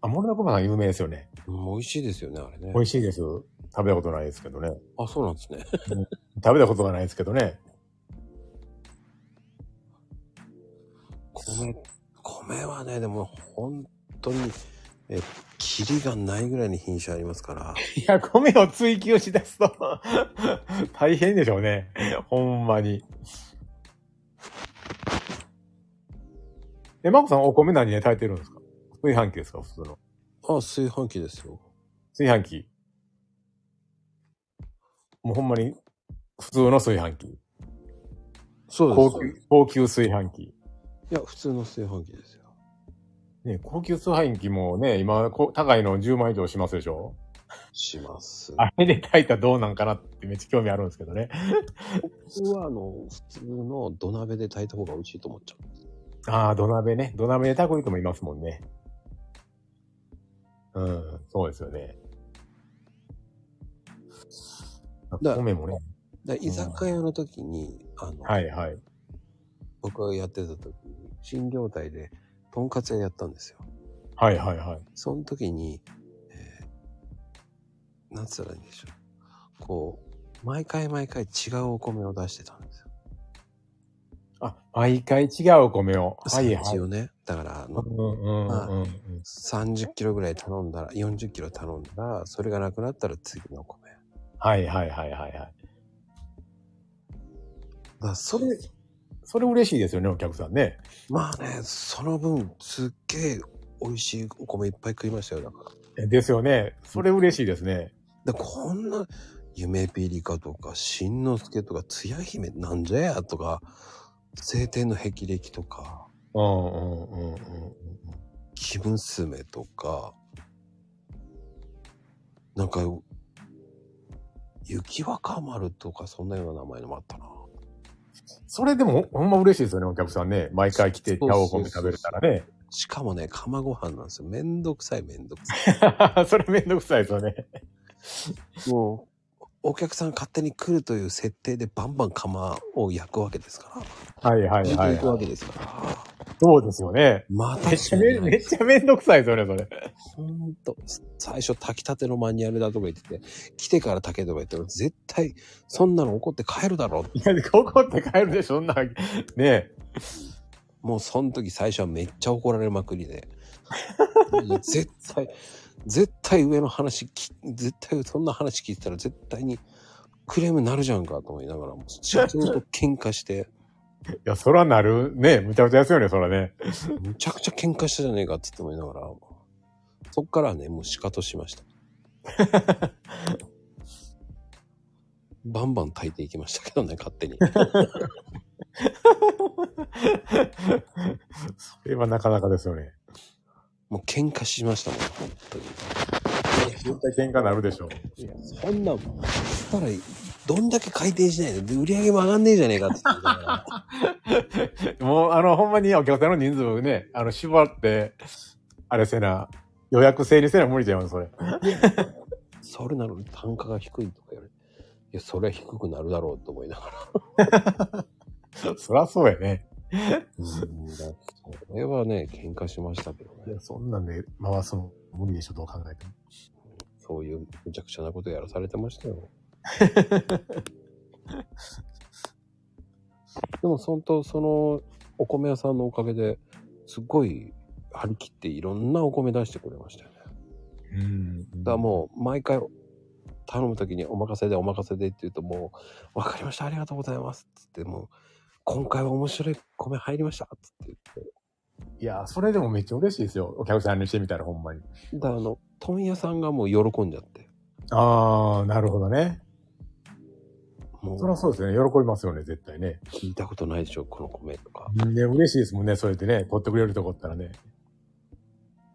[SPEAKER 2] あ、モルダコマさん有名ですよね。
[SPEAKER 1] うん美味しいですよね、あれね
[SPEAKER 2] 美。味しいです。食べたことないですけどね。
[SPEAKER 1] あ、そうなんですね。
[SPEAKER 2] 食べたことがないですけどね。
[SPEAKER 1] 米、米はね、でも本当に、え、キリがないぐらいに品 [laughs] 種ありますから。
[SPEAKER 2] いや、米を追求しだすと、 [laughs] 大変でしょうね。ほんまに。え、マコさんお米何で炊いてるんですか炊飯器ですか普通の。
[SPEAKER 1] あ、炊飯器ですよ。
[SPEAKER 2] 炊飯器。もうほんまに、普通の炊飯器。
[SPEAKER 1] そう
[SPEAKER 2] 高
[SPEAKER 1] です。
[SPEAKER 2] 級、高級炊飯器。
[SPEAKER 1] いや、普通の炊飯器ですよ。
[SPEAKER 2] ね、高級炊飯器もね、今、こ高いの10万以上しますでしょ
[SPEAKER 1] します。
[SPEAKER 2] あれで炊いたらどうなんかなってめっちゃ興味あるんですけどね。
[SPEAKER 1] 僕はあの、普通の土鍋で炊いた方が美味しいと思っちゃう。
[SPEAKER 2] ああ、土鍋ね。土鍋で炊く人もいますもんね。うん、そうですよね。
[SPEAKER 1] だ
[SPEAKER 2] 米もね。
[SPEAKER 1] で居酒屋の時に、あの、
[SPEAKER 2] はいはい。
[SPEAKER 1] 僕がやってた時に、新業態で、とんかつ屋やったんですよ。
[SPEAKER 2] はいはいはい。
[SPEAKER 1] その時に、えー、なんつったらいいんでしょう。こう、毎回毎回違うお米を出してたんですよ。
[SPEAKER 2] あ、毎回違うお米を。はいはい。
[SPEAKER 1] 一
[SPEAKER 2] うん
[SPEAKER 1] 応ね。だから、あ
[SPEAKER 2] う
[SPEAKER 1] の、
[SPEAKER 2] んうんうんうん。
[SPEAKER 1] 30キロぐらい頼んだら、40キロ頼んだら、それがなくなったら次のお米。
[SPEAKER 2] はいはいはいはいはい。
[SPEAKER 1] からそれ、
[SPEAKER 2] それ嬉しいですよね、お客さんね。
[SPEAKER 1] まあね、その分、すっげえ美味しいお米いっぱい食いましたよ。だから、
[SPEAKER 2] えですよね。それ嬉しいですね。
[SPEAKER 1] でこんな、夢ピリカとか、しんのすけとか、つや姫なんじゃやとか、青天の霹靂とか、
[SPEAKER 2] うんうんうんうん。
[SPEAKER 1] 生娘とか、なんか、雪若丸とか、そんなような名前のもあったな。
[SPEAKER 2] それでもほんま嬉しいですよね、お客さんね。毎回来て、
[SPEAKER 1] そ
[SPEAKER 2] タ
[SPEAKER 1] うそう
[SPEAKER 2] オコン食べれたらね。
[SPEAKER 1] しかもね、釜ご飯なんですよ。めんどくさいめんどくさ
[SPEAKER 2] [laughs] それめんどくさいですよね。 [laughs]
[SPEAKER 1] い。もう、お客さん勝手に来るという設定でバンバン釜を焼くわけですから。
[SPEAKER 2] はいはい
[SPEAKER 1] ずっと
[SPEAKER 2] は
[SPEAKER 1] 行
[SPEAKER 2] い
[SPEAKER 1] く。わけですから。
[SPEAKER 2] そうですよね。
[SPEAKER 1] また
[SPEAKER 2] めっちゃめめっちゃめんどくさいですよね、それ。
[SPEAKER 1] ほんと、最初炊きたてのマニュアルだとか言ってて、来てから炊けとか言ったら、絶対、そんなの怒って帰るだろう。
[SPEAKER 2] いや、怒って帰るでしょ、そんな。ねえ。
[SPEAKER 1] もうその時最初はめっちゃ怒られまくりで。もう絶対、絶対上の話き、絶対そんな話聞いてたら絶対にクレームになるじゃんかと思いながら、もう社長と喧嘩して、
[SPEAKER 2] いや、そらなる。ねえ、むちゃくちゃですよね、そらね。
[SPEAKER 1] むちゃくちゃ喧嘩したじゃねえかって思いながら、そっからはね、もう仕方しました。バンバン炊いていきましたけどね、勝手に。
[SPEAKER 2] それはなかなかですよね。
[SPEAKER 1] もう喧嘩しましたもん、本当に。
[SPEAKER 2] 絶対喧嘩なるでしょ。
[SPEAKER 1] いや、そんなん、そしたら、どんだけ回転しないので、売り上げも上がんねえじゃねえかって言ってたから
[SPEAKER 2] もう、あの、ほんまにお客さんの人数をね、あの、縛って、あれせな、予約制にせな無理じゃん、それ。 [laughs]
[SPEAKER 1] それなのに単価が低いとか言われて。いや、それは低くなるだろうと思いながら。
[SPEAKER 2] そらそうやね。
[SPEAKER 1] うん、だってそれはね、喧嘩しましたけど
[SPEAKER 2] い
[SPEAKER 1] ね
[SPEAKER 2] や、。そんなんで回すの無理でしょ、どう考えても。
[SPEAKER 1] そういうむちゃくちゃなことやらされてましたよ。 [laughs] でも、本当その、お米屋さんのおかげで、すっごい張り切っていろんなお米出してくれましたよね。
[SPEAKER 2] うん。
[SPEAKER 1] だからもう毎回頼む時に「お任せでお任せで」って言うともう「分かりましたありがとうございます」っつってもう「今回は面白い米入りました」っつって言っ
[SPEAKER 2] いや、それでもめっちゃ嬉しいですよ。お客さんにしてみたら、ほんまに。
[SPEAKER 1] てだからあの問屋さんがもう喜んじゃって
[SPEAKER 2] あー、なるほどね。
[SPEAKER 1] もう
[SPEAKER 2] そりゃそうですよね。喜びますよね、絶対ね。
[SPEAKER 1] 聞いたことないでしょこの米とか
[SPEAKER 2] ね、嬉しいですもんね、そうやってね、取ってくれるとこったらね。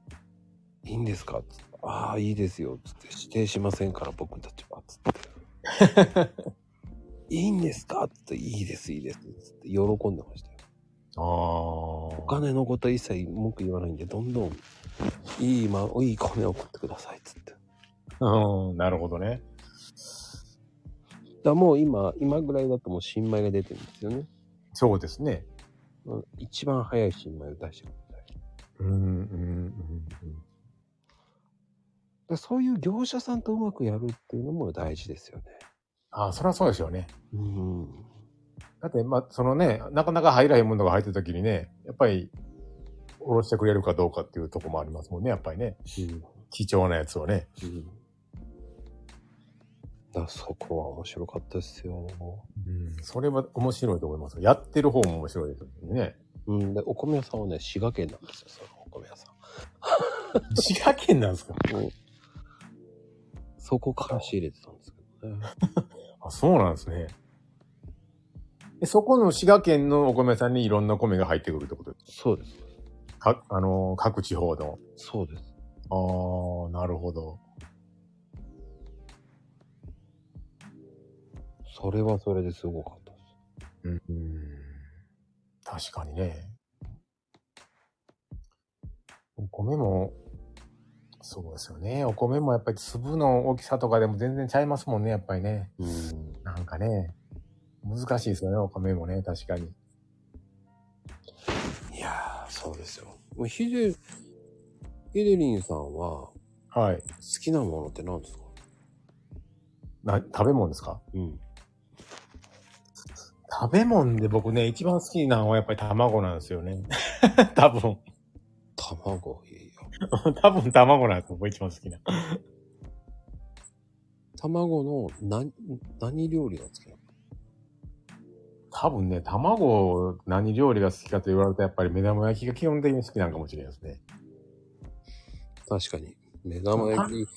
[SPEAKER 1] 「いいんですか?」っつって「ああいいですよ」っつって「指定しませんから僕たちは」っつって
[SPEAKER 2] [laughs]
[SPEAKER 1] 「いいんですか?」っつって「いいですいいです」っつって喜んでましたよ
[SPEAKER 2] あー。お
[SPEAKER 1] お金のこと一切文句言わないんでどんどんいい,、ま、いい米を送ってくださいっつって。
[SPEAKER 2] うん、なるほどね。
[SPEAKER 1] だからもう今、今ぐらいだともう新米が出てるんですよね。
[SPEAKER 2] そうですね。
[SPEAKER 1] うん一番早い新米を出してください。
[SPEAKER 2] うん、うん、
[SPEAKER 1] でそういう業者さんとうまくやるっていうのも大事ですよね。
[SPEAKER 2] ああ、そりゃそうですよね。
[SPEAKER 1] うん。
[SPEAKER 2] だって、まあ、そのね、なかなか入らへんものが入った時にね、やっぱり、おろしてくれるかどうかっていうとこもありますもんね、やっぱりね。
[SPEAKER 1] うん。
[SPEAKER 2] 貴重なやつをね。
[SPEAKER 1] うん。だからそこは面白かったですよ。
[SPEAKER 2] うん、それは面白いと思いますよ。やってる方も面白いですよね。
[SPEAKER 1] うん。で、お米屋さんはね、滋賀県なんですよ、そのお米屋さん。
[SPEAKER 2] 滋賀県なんですか
[SPEAKER 1] そこから仕入れてたんですけどね。
[SPEAKER 2] あ、そうなんですね。えそこの滋賀県のお米屋さんにいろんな米が入ってくるってことです
[SPEAKER 1] そうです。
[SPEAKER 2] かかあのー、各地方の。
[SPEAKER 1] そうです。
[SPEAKER 2] ああ、なるほど。
[SPEAKER 1] それはそれですごかったです。
[SPEAKER 2] うん。確かにね。お米も、そうですよね。お米もやっぱり粒の大きさとかでも全然ちゃいますもんね、やっぱりね。
[SPEAKER 1] うん。
[SPEAKER 2] なんかね、難しいですよね、お米もね、確かに。
[SPEAKER 1] いやー、そうですよ。もうヒデ、ヒデリンさんは好
[SPEAKER 2] はい。
[SPEAKER 1] きなものって何ですか
[SPEAKER 2] な、食べ物ですか
[SPEAKER 1] うん。
[SPEAKER 2] 食べ物で僕ね、一番好きなのはやっぱり卵なんですよね。 [laughs] 多分。
[SPEAKER 1] 卵、いいよ。
[SPEAKER 2] 多分卵なんですよ、僕一番好きな。
[SPEAKER 1] 卵の何、何料理が好きなの
[SPEAKER 2] 多分ね、卵、何料理が好きかと言われると、やっぱり目玉焼きが基本的に好きなんかもしれないですね。
[SPEAKER 1] 確かに。目玉焼き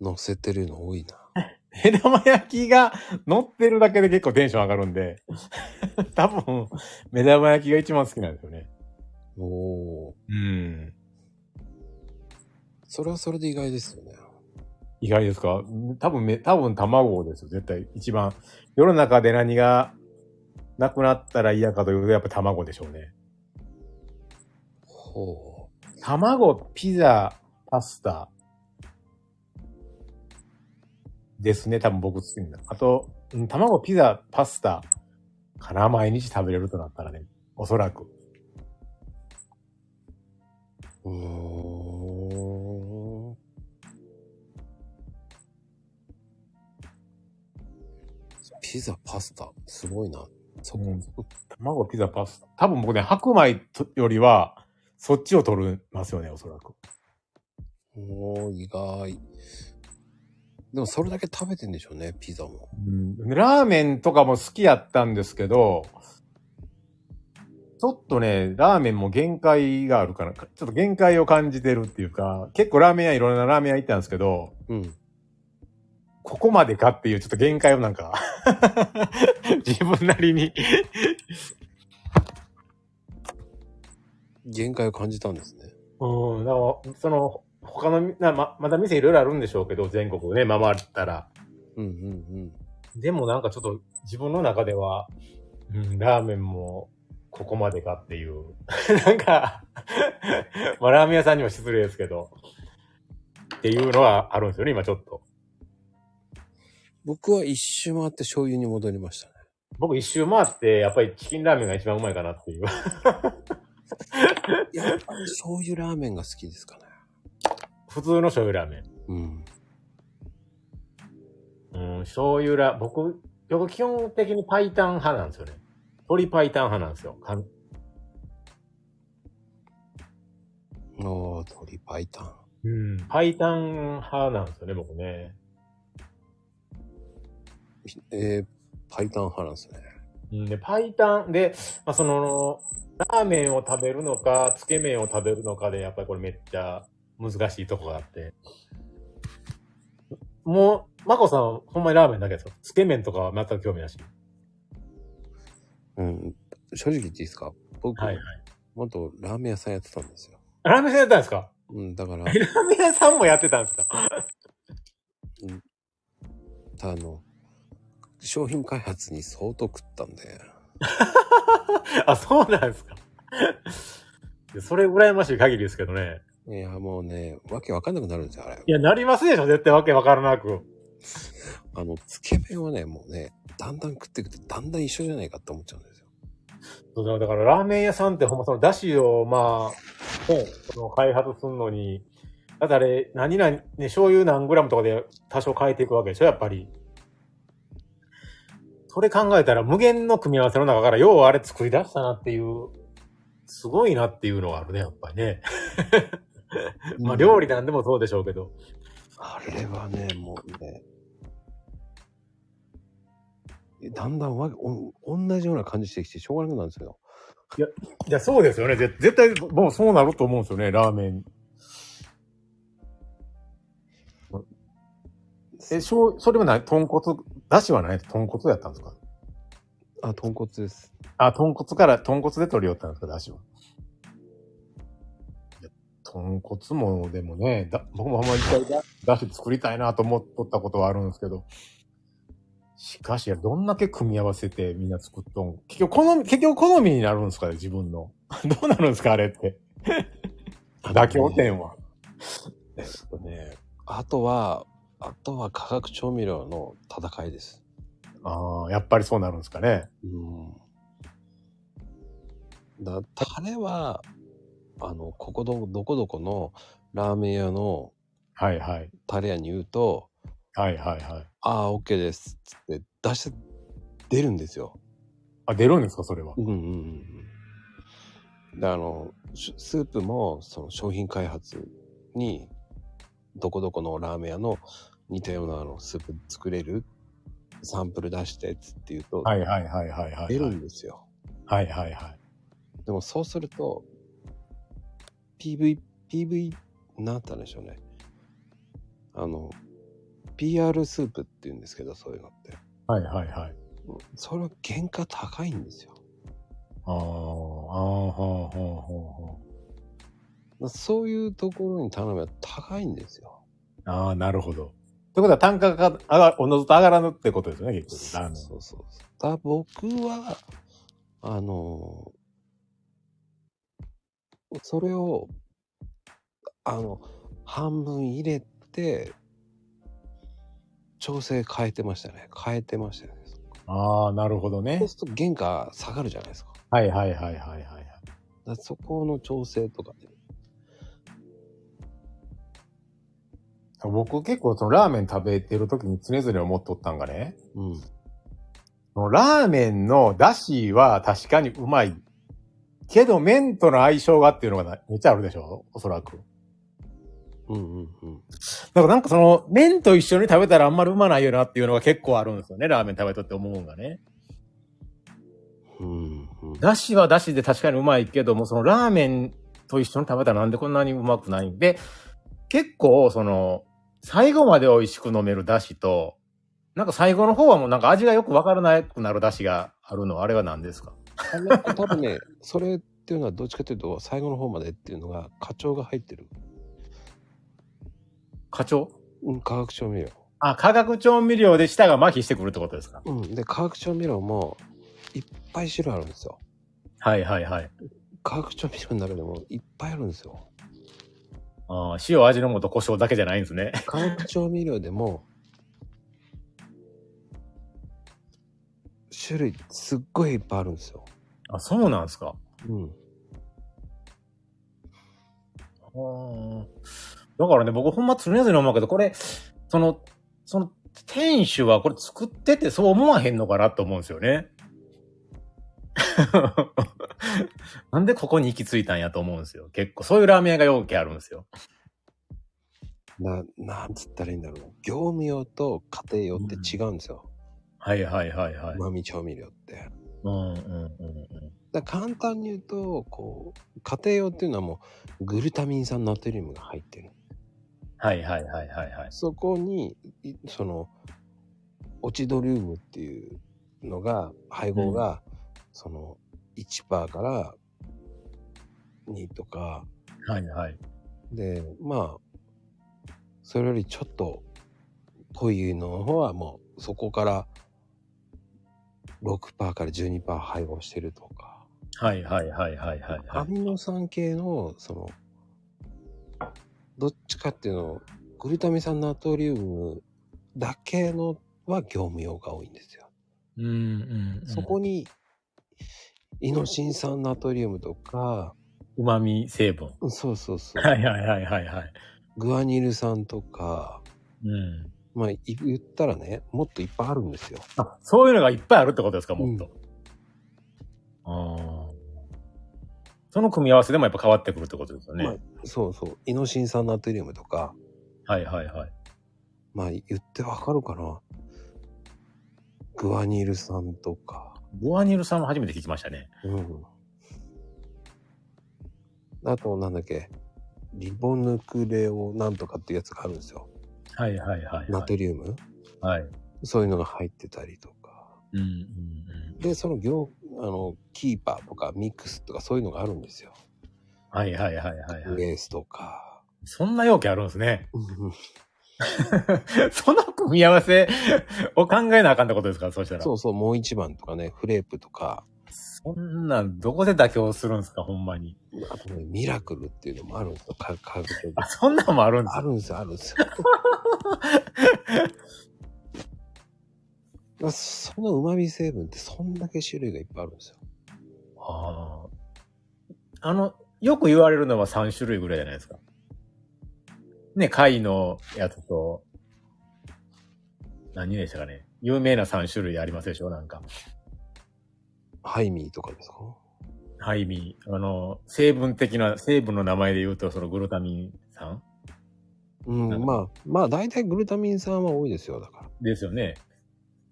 [SPEAKER 1] 乗せてるの多いな。
[SPEAKER 2] 目玉焼きが乗ってるだけで結構テンション上がるん [laughs] で、多分、目玉焼きが一番好きなんですよね。
[SPEAKER 1] おおー。
[SPEAKER 2] うん。
[SPEAKER 1] それはそれで意外ですよね。
[SPEAKER 2] 意外ですか多分め、多分卵ですよ、絶対。一番。世の中で何がなくなったら嫌かというと、やっぱ卵でしょうね。
[SPEAKER 1] ほう。
[SPEAKER 2] 卵、ピザ、パスタ。ですね、多分僕好きな。あと、うん卵、ピザ、パスタから毎日食べれるとなったらね、おそらく。
[SPEAKER 1] うーん。ピザ、パスタ、すごいな。そこ、
[SPEAKER 2] うん卵、ピザ、パスタ。多分僕ね、白米とよりは、そっちを取りますよね、おそらく。
[SPEAKER 1] おー、意外。でもそれだけ食べてんでしょうね、ピザも。
[SPEAKER 2] うんラーメンとかも好きやったんですけど、ちょっとね、ラーメンも限界があるから、ちょっと限界を感じてるっていうか、結構ラーメン屋、いろんなラーメン屋行ったんですけど、
[SPEAKER 1] うん。
[SPEAKER 2] ここまでかっていうちょっと限界をなん [laughs] か、自分なりに。
[SPEAKER 1] 限界を感じたんですね。
[SPEAKER 2] うん、だから、その、他のみ、なま、まだ店いろいろあるんでしょうけど、全国ね、回ったら。
[SPEAKER 1] うんうん
[SPEAKER 2] でもなんかちょっと自分の中では、うん、ラーメンもここまでかっていう。 [laughs] なんか、まあラーメン屋さんにも失礼ですけど、っていうのはあるんですよね、今ちょっと。
[SPEAKER 1] 僕は一周回って醤油に戻りましたね。
[SPEAKER 2] 僕一周回って、やっぱりチキンラーメンが一番うまいかなっていう。 [laughs]
[SPEAKER 1] やっぱり醤油ラーメンが好きですかね。
[SPEAKER 2] 普通の醤油ラーメン。
[SPEAKER 1] うん。
[SPEAKER 2] うん、醤油ラ、僕、僕基本的にパイタン派なんですよね。鶏パイタン派なんですよ。かん
[SPEAKER 1] おー、鶏白湯。
[SPEAKER 2] うん、パイタン派なんですよね、僕ね。
[SPEAKER 1] えー、白湯派なんですね。
[SPEAKER 2] うんで、パイタンで、まあ、その、ラーメンを食べるのか、つけ麺を食べるのかで、やっぱりこれめっちゃ難しいとこがあって。もう、まこさんはほんまにラーメンだけですよ。つけ麺とかは全く興味なし。
[SPEAKER 1] うん。正直言っていいですか僕、
[SPEAKER 2] はいはい。
[SPEAKER 1] 元ラーメン屋さんやってたんですよ。
[SPEAKER 2] ラーメン屋さんやったんですか
[SPEAKER 1] うん、だ
[SPEAKER 2] [laughs]
[SPEAKER 1] から、
[SPEAKER 2] ラーメン屋さんもやってたんですか
[SPEAKER 1] あの、商品開発に相当食ったんで。
[SPEAKER 2] あ、そうなんですか。それ羨ましい限りですけどね。
[SPEAKER 1] いや、もうね、わけわかんなくなるんですよ、あれ
[SPEAKER 2] い。や、なりますでしょ、絶対わけわからなく。
[SPEAKER 1] あの、つけ麺はね、もうね、だんだん食っていくと、だんだん一緒じゃないかって思っちゃうんですよ。
[SPEAKER 2] そうだだからラーメン屋さんってほんまその出汁をまあ、ね、その開発するのに、だってあれ、何々、ね、醤油何グラムとかで多少変えていくわけでしょ、やっぱり。それ考えたら無限の組み合わせの中から、ようあれ作り出したなっていう、すごいなっていうのがあるね、やっぱりね。まあ料理なんでもそうでしょうけど。
[SPEAKER 1] あれはね、もうね、だんだんわけ、お同じような感じしてきて、しょうがなくなるんですよ。
[SPEAKER 2] いや、そうですよね。ぜ絶対、もうそうなると思うんですよね、ラーメン。え、しょう、それはない、豚骨、だしはない豚骨やったんですか
[SPEAKER 1] あ、豚骨です。
[SPEAKER 2] あ、豚骨から、豚骨で取り寄ったんですか、だしは。いや豚骨も、でもね、だ [laughs] 僕もあんまり一回だだし作りたいなと思っとったことはあるんですけど。しかし、どんだけ組み合わせてみんな作っとん結局、好み、結局好みになるんですかね、自分の。 [laughs] どうなるんですか、あれって。妥協点は。
[SPEAKER 1] あとね、あとは、あとは化学調味料の戦いです。
[SPEAKER 2] ああ、やっぱりそうなるんですかね。
[SPEAKER 1] うん。だ、タレは、あの、ここど、どこどこのラーメン屋の
[SPEAKER 2] はいはい。
[SPEAKER 1] タレ屋に言うと、
[SPEAKER 2] はいはいはい。
[SPEAKER 1] ああ、OK です。つって出して、出るんですよ。
[SPEAKER 2] あ、出るんですか、それは。
[SPEAKER 1] うんうんうんうん。で、あの、しスープも、その商品開発に、どこどこのラーメン屋の似たようなあのスープ作れるサンプル出してっつって言うと、
[SPEAKER 2] はいはいはいはいはい。
[SPEAKER 1] 出るんですよ。
[SPEAKER 2] はいはいはい。
[SPEAKER 1] でもそうすると、PV、PV、なんたんでしょうね。あの、PR スープって言うんですけど、そういうのって。
[SPEAKER 2] はいはいはい。
[SPEAKER 1] それは原価高いんですよ。
[SPEAKER 2] あーあー、ほうほうほうほう。
[SPEAKER 1] そういうところに頼めば高いんですよ。
[SPEAKER 2] ああ、なるほど。ってことは単価が上が、おのずと上がらぬってことですね、結局。
[SPEAKER 1] そ
[SPEAKER 2] ラー
[SPEAKER 1] う
[SPEAKER 2] メン。
[SPEAKER 1] そうそう。だ僕は、あのそれを、あの、半分入れて、調整変えてましたね。変えてましたね。
[SPEAKER 2] ああ、なるほど
[SPEAKER 1] そう
[SPEAKER 2] ね。
[SPEAKER 1] すると原価下がるじゃないですか。だか
[SPEAKER 2] はいはいはいはいはい。
[SPEAKER 1] らそこの調整とかね。
[SPEAKER 2] 僕結構そのラーメン食べてる時に常々思っとったんがね、
[SPEAKER 1] うん。
[SPEAKER 2] そのラーメンの出汁は確かにうまい。けど麺との相性がっていうのがなめっちゃあるでしょおそらく。
[SPEAKER 1] うんうんうん。
[SPEAKER 2] だからなんかその麺と一緒に食べたらあんまりうまないよなっていうのが結構あるんですよね。ラーメン食べとって思うんがね。
[SPEAKER 1] うん [laughs] うん。
[SPEAKER 2] だしはだしで確かにうまいけども、そのラーメンと一緒に食べたらなんでこんなにうまくないんで、結構その、最後まで美味しく飲めるだしと、なんか最後の方はもうなんか味がよくわからなくなるだしがあるの、あれは何ですか
[SPEAKER 1] あの多分ね、それっていうのはどっちかというと、最後の方までっていうのが、課長が入ってる。
[SPEAKER 2] 課長
[SPEAKER 1] うん、化学調味料。
[SPEAKER 2] あ、化学調味料で舌が麻痺してくるってことですか
[SPEAKER 1] うん、で化学調味料もいっぱい種類あるんですよ
[SPEAKER 2] はいはいはい。
[SPEAKER 1] 化学調味料の中でもいっぱいあるんですよ
[SPEAKER 2] あー塩、味の素、胡椒だけじゃないんですね。
[SPEAKER 1] 化学調味料でも種類すっごいいっぱいあるんですよ
[SPEAKER 2] あ、そうなんですか
[SPEAKER 1] うん
[SPEAKER 2] うんだからね、僕ほんま常々思うけど、これ、その、その、店主はこれ作っててそう思わへんのかなと思うんですよね。 [laughs] なんでここに行き着いたんやと思うんですよ。結構、そういうラーメン屋が容器あるんですよ。
[SPEAKER 1] ななんつったらいいんだろう業務用と家庭用って違うんですよ。
[SPEAKER 2] はいはいはいはいう
[SPEAKER 1] まみ調味料って
[SPEAKER 2] うんうんうん
[SPEAKER 1] だから簡単に言うとこう家庭用っていうのはもうグルタミン酸ナトリウムが入ってる
[SPEAKER 2] はいはいはいはいはい。
[SPEAKER 1] そこに、いその、オチドリウムっていうのが、配合が、その、1%から2とか、
[SPEAKER 2] はいはい。
[SPEAKER 1] で、まあ、それよりちょっと、濃いのの方はもう、そこから、6%から12%配合してるとか、
[SPEAKER 2] はいはいはいはいはいは
[SPEAKER 1] ア
[SPEAKER 2] い。
[SPEAKER 1] ミノ酸系の、その、どっちかっていうの、グルタミン酸ナトリウムだけのは業務用が多いんですよ。
[SPEAKER 2] うんうん、うん。
[SPEAKER 1] そこに、イノシン酸ナトリウムとか、
[SPEAKER 2] 旨味成分。
[SPEAKER 1] そうそうそう、
[SPEAKER 2] はいはいはいはいはい。
[SPEAKER 1] グアニル酸とか、
[SPEAKER 2] うん。
[SPEAKER 1] まあい言ったらね、もっといっぱいあるんですよ。
[SPEAKER 2] あ、そういうのがいっぱいあるってことですか、もっと。ああ。その組み合わせでもやっぱ変わってくるってことですよね。
[SPEAKER 1] まあそうそう、イノシン酸ナトリウムとか、
[SPEAKER 2] はいはいはい。
[SPEAKER 1] まあ言ってわかるかな。グアニル酸とか、
[SPEAKER 2] ボアニルさんも初めて聞きましたね。
[SPEAKER 1] うん。あと、なんだっけ、リボヌクレオなんとかっていうやつがあるんですよ。
[SPEAKER 2] はいはいはい、
[SPEAKER 1] ナ
[SPEAKER 2] は
[SPEAKER 1] トリウム
[SPEAKER 2] い。はい。
[SPEAKER 1] そういうのが入ってたりとか。
[SPEAKER 2] うんうんうん。
[SPEAKER 1] で、その業、あの、キーパーとかミックスとかそういうのがあるんですよ。
[SPEAKER 2] はいはいはいはい、
[SPEAKER 1] ウ
[SPEAKER 2] はい。
[SPEAKER 1] エースとか。
[SPEAKER 2] そんな容器あるんですね。 [laughs] その組み合わせ [laughs] を考えなあかんってことですか、そうしたら。
[SPEAKER 1] そうそう、もう一番とかね、フレープとか、
[SPEAKER 2] そんなん、どこで妥協するんですか、ほんまに。
[SPEAKER 1] あとね、ミラクルっていうのもあるんですよ。科科学的に
[SPEAKER 2] あ、そんなんもあるんです
[SPEAKER 1] あ
[SPEAKER 2] か
[SPEAKER 1] るんですよ、あるんです [laughs] よ。まあその旨味成分ってそんだけ種類がいっぱいあるんですよ。
[SPEAKER 2] ああ。あの、よく言われるのは3種類ぐらいじゃないですか。ね、貝のやつと、何でしたかね。有名な3種類ありますでしょなんか。
[SPEAKER 1] ハイミーとかですか
[SPEAKER 2] ハイミー。あの、成分的な、成分の名前で言うと、そのグルタミン酸
[SPEAKER 1] うん、
[SPEAKER 2] なんか
[SPEAKER 1] まあ、まあ大体グルタミン酸は多いですよ、だから。
[SPEAKER 2] ですよね。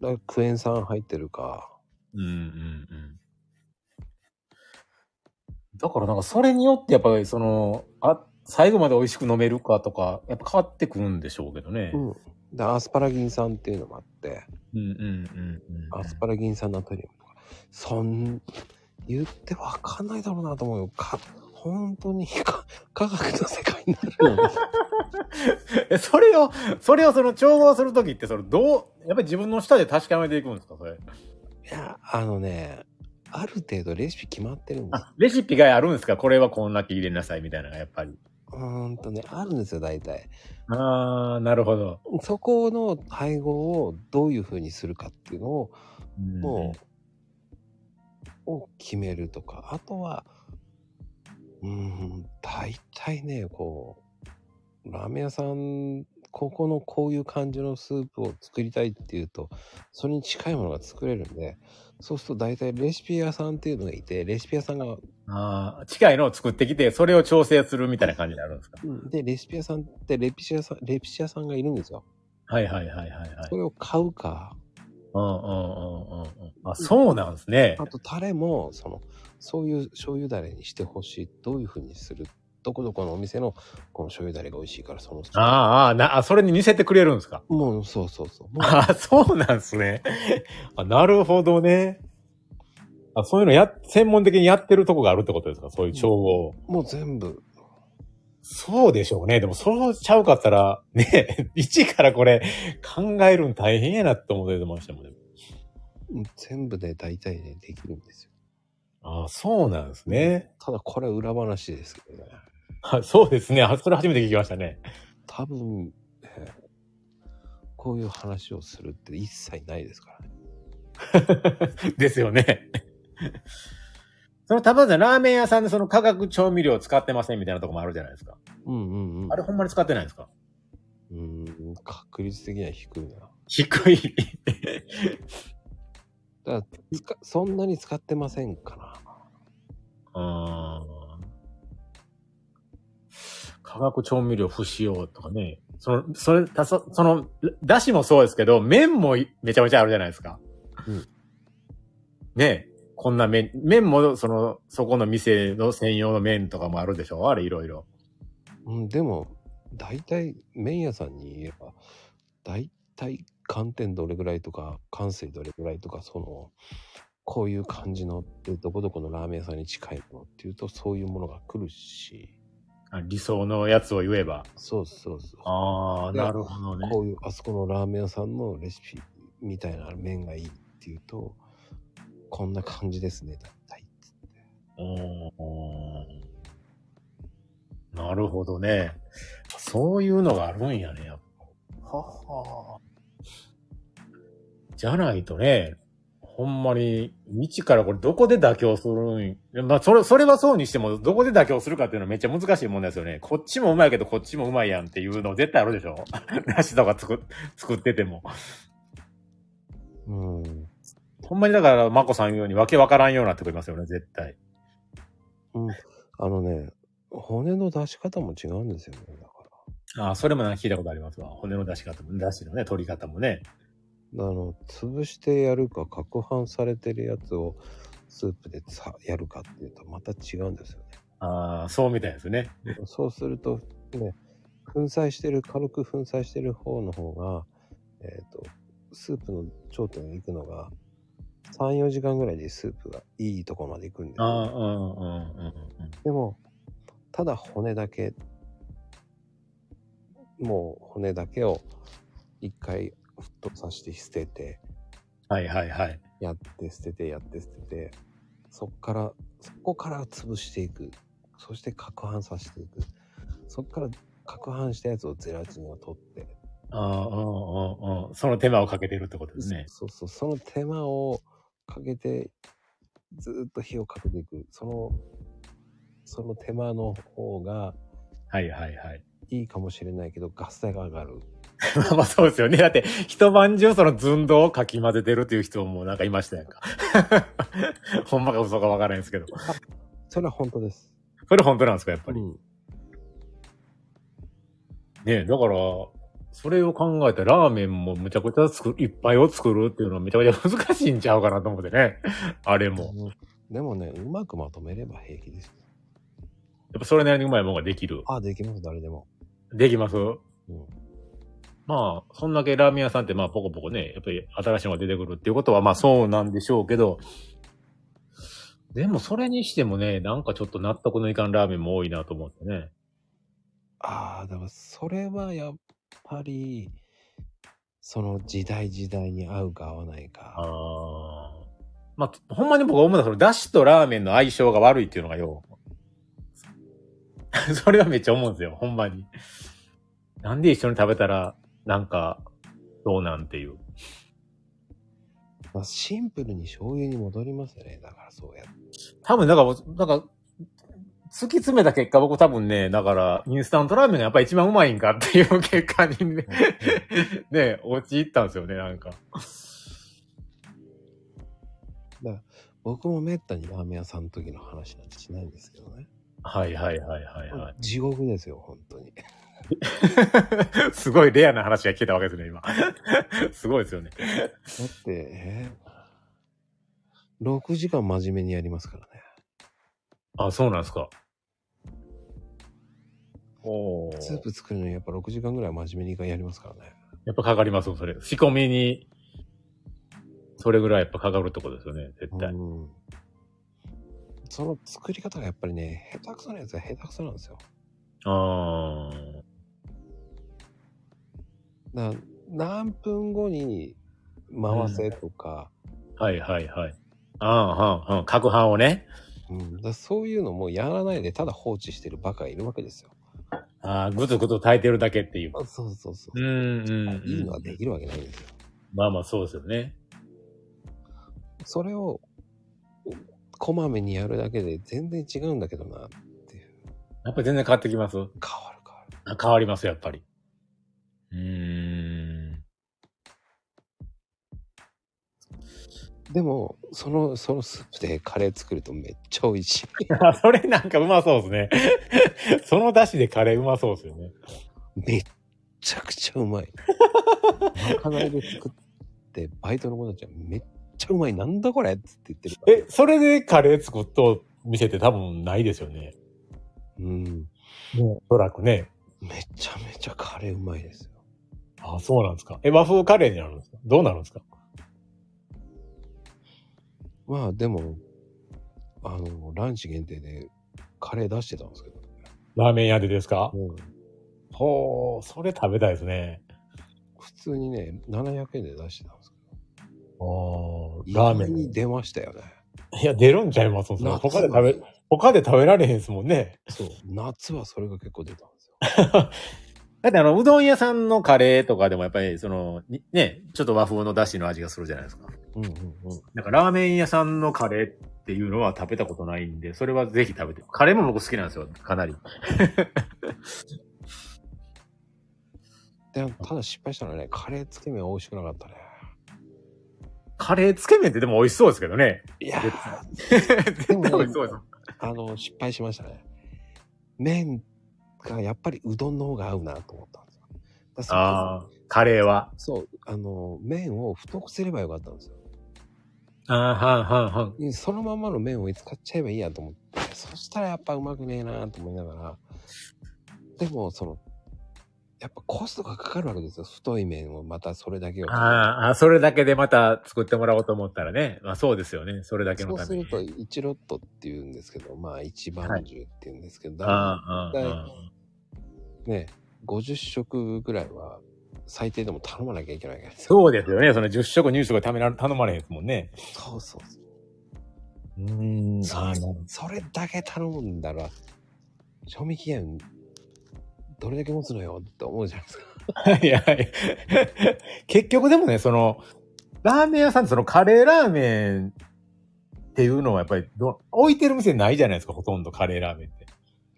[SPEAKER 1] だからクエン酸入ってるか。
[SPEAKER 2] うんうんうん。だからなんかそれによってやっぱりその、あ、最後まで美味しく飲めるかとか、やっぱ変わってくるんでしょうけどね。
[SPEAKER 1] うん。で、アスパラギン酸っていうのもあって、
[SPEAKER 2] うんうんうんうん。
[SPEAKER 1] アスパラギン酸ナトリウムとか、そん、言ってわかんないだろうなと思うよ。か、本当に [laughs] か科学の世界になるよね。
[SPEAKER 2] え、それを、それをその調合するときって、それどう、やっぱり自分の舌で確かめていくんですか、それ。
[SPEAKER 1] いや、あのね、ある程度レシピ決まってるんです
[SPEAKER 2] あ、レシピがあるんですかこれはこんなけ入れなさいみたいなのがやっぱり。
[SPEAKER 1] うーんとね、あるんですよ、大体。
[SPEAKER 2] あー、なるほど。
[SPEAKER 1] そこの配合をどういう風にするかっていうのを、
[SPEAKER 2] うん
[SPEAKER 1] もう、を決めるとか、あとは、うーん、大体ね、こう、ラーメン屋さん、ここのこういう感じのスープを作りたいっていうと、それに近いものが作れるんで、そうすると大体レシピ屋さんっていうのがいて、レシピ屋さんが、
[SPEAKER 2] あー近いのを作ってきて、それを調整するみたいな感じになるんですか
[SPEAKER 1] で、レシピ屋さんってレピシアさん、レピシアさんがいるんですよ。
[SPEAKER 2] はいはいはいはいはい。
[SPEAKER 1] それを買うか、
[SPEAKER 2] うんうんうんうんうん。あ、そうなんですね
[SPEAKER 1] あ。とタレもそのそういう醤油だれにしてほしいどういうふうにするどこどこのお店のこの醤油だれが美味しいからその
[SPEAKER 2] あーあー、な、あ、それに似せてくれるんですか
[SPEAKER 1] もうそうそうそうも
[SPEAKER 2] あーそうなんですね。あ、なるほどね。あ、そういうのや、専門的にやってるとこがあるってことですかそういう調合を。
[SPEAKER 1] うもう全部
[SPEAKER 2] そうでしょうね。でも、そうちゃうかったら、ね、 [laughs] 一からこれ、考えるの大変やなって思ってましたもんね。
[SPEAKER 1] うん全部で大体ねできるんですよ
[SPEAKER 2] ああ、そうなんですね。
[SPEAKER 1] ただこれは裏話ですけどね
[SPEAKER 2] あそうですね。あそれ初めて聞きましたね。 [laughs]
[SPEAKER 1] 多分、えーこういう話をするって一切ないですからね
[SPEAKER 2] ですよね。 [laughs] その、たまにラーメン屋さんでその化学調味料を使ってませんみたいなとこもあるじゃないですか。
[SPEAKER 1] うんうんうん
[SPEAKER 2] あれほんまに使ってないんですか
[SPEAKER 1] うん確率的には低いなだか
[SPEAKER 2] 低い。
[SPEAKER 1] らつかそんなに使ってませんかな
[SPEAKER 2] あー化学調味料不使用とかね。その、それ、たそ、その、だしもそうですけど、麺もいめちゃめちゃあるじゃないですか。
[SPEAKER 1] うん
[SPEAKER 2] ねえこんな麺、麺も、その、そこの店の専用の麺とかもあるでしょあれ、いろいろ。
[SPEAKER 1] うん、でも、大体、麺屋さんに言えば、大体、寒天どれぐらいとか、寒水どれぐらいとか、その、こういう感じの、でどこどこのラーメン屋さんに近いものっていうと、そういうものが来るし、
[SPEAKER 2] あ理想のやつを言えば。
[SPEAKER 1] そうそうそう。
[SPEAKER 2] ああ、
[SPEAKER 1] いや
[SPEAKER 2] なるほどね。
[SPEAKER 1] こういう、あそこのラーメン屋さんのレシピみたいな麺がいいっていうと、こんな感じですね、大体。
[SPEAKER 2] おーなるほどね。そういうのがあるんやね、やっぱ。ははじゃないとね、ほんまに、未知からこれどこで妥協するんまあ、それ、それはそうにしても、どこで妥協するかっていうのはめっちゃ難しい問題ですよね。こっちもうまいけど、こっちもうまいやんっていうの絶対あるでしょ [laughs] なしとか作っ、作ってても。
[SPEAKER 1] うん。
[SPEAKER 2] ほんまにだから、まこさん言うように、わけわからんようになってくりますよね、絶対。
[SPEAKER 1] あのね、骨の出し方も違うんですよね、だから。
[SPEAKER 2] ああ、それもなんか聞いたことありますわ。骨の出し方も、出しのね、取り方もね。
[SPEAKER 1] あの潰してやるか攪拌されてるやつをスープでさやるかっていうとまた違うんですよ
[SPEAKER 2] ああ、そうみたいですね。
[SPEAKER 1] ね。そうするとね粉砕してる軽く粉砕してる方の方が、えっとスープの頂点に行くのが34時間ぐらいでスープがいいところまで行くんです
[SPEAKER 2] ああ、うん
[SPEAKER 1] よ、
[SPEAKER 2] うんうん
[SPEAKER 1] でもただ骨だけもう骨だけを一回沸騰させて捨てて
[SPEAKER 2] はいはいはい。
[SPEAKER 1] やって捨ててやって捨ててそっからそこから潰していくそして攪拌させていくそっから攪拌したやつをゼラチンを取って、
[SPEAKER 2] ああ、うんうんうん。その手間をかけてるってことですね。
[SPEAKER 1] そうそうその手間をかけてずーっと火をかけていくそのその手間の方が
[SPEAKER 2] はいはいはい。 [laughs]
[SPEAKER 1] いいかもしれないけどガス代が上がる [laughs]
[SPEAKER 2] まあまあそうですよね。だって、一晩中その寸胴をかき混ぜてるっていう人もなんかいましたやんか。 [laughs] ほんまか嘘かわからないんですけど。
[SPEAKER 1] それは本当です
[SPEAKER 2] それ本当なんですか、やっぱり。
[SPEAKER 1] うん
[SPEAKER 2] ねだから、それを考えたら、ラーメンもむちゃくちゃ作る、いっぱいを作るっていうのはめちゃくちゃ難しいんちゃうかなと思ってね。あれも。
[SPEAKER 1] でもね、うまくまとめれば平気です。
[SPEAKER 2] やっぱそれなりにうまいもんができる。
[SPEAKER 1] ああ、できます、誰でも。
[SPEAKER 2] できます
[SPEAKER 1] うん、
[SPEAKER 2] まあ、そんだけラーメン屋さんってまあ、ポコポコね、やっぱり新しいのが出てくるっていうことはまあ、そうなんでしょうけど、でもそれにしてもね、なんかちょっと納得のいかんラーメンも多いなと思ってね。
[SPEAKER 1] ああ、だからそれはやっぱり、その時代時代に合うか合わない
[SPEAKER 2] あ
[SPEAKER 1] か。
[SPEAKER 2] あ。まあ、ほんまに僕は思うのは、その、だしとラーメンの相性が悪いっていうのがよう。 [laughs] それはめっちゃ思うんですよ、ほんまに。なんで一緒に食べたら、なんか、どうなんていう。
[SPEAKER 1] まあ、シンプルに醤油に戻りますね。だからそうやって。
[SPEAKER 2] 多分、だから、なんか、突き詰めた結果、僕多分ね、だから、インスタントラーメンがやっぱ一番うまいんかっていう結果にね、ね、陥ったんですよね、なんか。
[SPEAKER 1] 僕もめったにラーメン屋さんの時の話なんてしないんですけどね。
[SPEAKER 2] はいはいはいはいはい。
[SPEAKER 1] 地獄ですよ、本当に。
[SPEAKER 2] すごいレアな話が聞けたわけですね、今。すごいですよね。
[SPEAKER 1] だって、えー、6時間真面目にやりますからね。
[SPEAKER 2] あ、そうなんですか。おお。
[SPEAKER 1] スープ作るのにやっぱ6時間ぐらい真面目に一回やりますからね。
[SPEAKER 2] やっぱかかりますもん、それ。仕込みに、それぐらいやっぱかかるってことですよね、絶対。
[SPEAKER 1] うん。その作り方がやっぱりね、下手くそなやつは下手くそなんですよ。
[SPEAKER 2] あ
[SPEAKER 1] な何分後に回せとか、
[SPEAKER 2] あ。はいはいはい。ああ、はん、はん。攪拌をね。
[SPEAKER 1] うんだからそういうのもやらないでただ放置してるバカがいるわけですよ。
[SPEAKER 2] ああ、ぐつぐつ炊いてるだけっていう。
[SPEAKER 1] あそうそうそうう。
[SPEAKER 2] ん、うんうん。
[SPEAKER 1] いいのはできるわけないんですよ。
[SPEAKER 2] まあまあそうですよね。
[SPEAKER 1] それをこまめにやるだけで全然違うんだけどな。
[SPEAKER 2] やっぱり全然変わってきます。
[SPEAKER 1] 変わる変わる。
[SPEAKER 2] あ変わります、やっぱり。うーん。
[SPEAKER 1] でも、その、そのスープでカレー作るとめっちゃ美味しい。 [laughs]
[SPEAKER 2] あ、 [laughs] それなんかうまそうですね。 [laughs] その出汁でカレーうまそうですよね。
[SPEAKER 1] めっちゃくちゃうまい。まかないで作って、バイトの子たちはめっちゃうまい。なんだこれっつって言ってるから。
[SPEAKER 2] え、それでカレー作っと店って多分ないですよね。
[SPEAKER 1] うん。
[SPEAKER 2] おそらくね。
[SPEAKER 1] めちゃめちゃカレーうまいですよ。
[SPEAKER 2] あ、そうなんですか。え、和風カレーになるんですかどうなるんですか
[SPEAKER 1] まあでも、あの、ランチ限定でカレー出してたんですけど。
[SPEAKER 2] ラーメン屋でですか
[SPEAKER 1] うん
[SPEAKER 2] ほう、それ食べたいですね。
[SPEAKER 1] 普通にね、700円で出してたんですけ
[SPEAKER 2] おー
[SPEAKER 1] ど。
[SPEAKER 2] ラーメ
[SPEAKER 1] 意外
[SPEAKER 2] ン
[SPEAKER 1] に。出ましたよね。
[SPEAKER 2] いや、出るんちゃいますもんそれ
[SPEAKER 1] 夏
[SPEAKER 2] 他で食べ、他で食べられへんですもんね。
[SPEAKER 1] そう。夏はそれが結構出たんですよ。
[SPEAKER 2] だってあの、うどん屋さんのカレーとかでもやっぱり、その、にね、ちょっと和風の出汁の味がするじゃないですか。
[SPEAKER 1] うんうんうん。
[SPEAKER 2] なんかラーメン屋さんのカレーっていうのは食べたことないんで、それはぜひ食べて。カレーも僕好きなんですよ、かなり。
[SPEAKER 1] で、ただ失敗したのはね、カレーつけ麺は美味しくなかったね。
[SPEAKER 2] カレーつけ麺ってでも美味しそうですけどね。
[SPEAKER 1] いや
[SPEAKER 2] 絶
[SPEAKER 1] ー、
[SPEAKER 2] 絶対
[SPEAKER 1] も
[SPEAKER 2] 美
[SPEAKER 1] ね
[SPEAKER 2] 味しそうです。
[SPEAKER 1] あの、失敗しましたね。麺がやっぱりうどんの方が合うなと思ったんですよ。だから
[SPEAKER 2] ああ、カレーは。
[SPEAKER 1] そこそう、あの、麺を太くすればよかったんですよ。
[SPEAKER 2] ああ、はんはんはん。
[SPEAKER 1] でそのままの麺を使っちゃえばいいやと思って、そしたらやっぱうまくねえなと思いながら、でも、その、やっぱコストがかかるわけですよ。太い麺をまたそれだけを。
[SPEAKER 2] ああ、それだけでまた作ってもらおうと思ったらね。まあそうですよね。それだけ
[SPEAKER 1] そ
[SPEAKER 2] の
[SPEAKER 1] う
[SPEAKER 2] た
[SPEAKER 1] す
[SPEAKER 2] めに。
[SPEAKER 1] ると、1ロットって言うんですけど、まあ、1番重って言うんですけど、
[SPEAKER 2] ああ、あ
[SPEAKER 1] だい
[SPEAKER 2] あああ。
[SPEAKER 1] ね、50食ぐらいは最低でも頼まなきゃいけないわけですよ。
[SPEAKER 2] そうですよね。その10食入手がためら頼まれへんですもんね。
[SPEAKER 1] そうそうそう
[SPEAKER 2] うーん
[SPEAKER 1] それそれだけ頼むんだら、賞味期限、どれだけ持つのよって思うじゃないですか。[laughs]
[SPEAKER 2] [laughs] はいはい。 [laughs] 結局でもね、その、ラーメン屋さんってそのカレーラーメンっていうのはやっぱりど、置いてる店ないじゃないですか、ほとんどカレーラーメンって。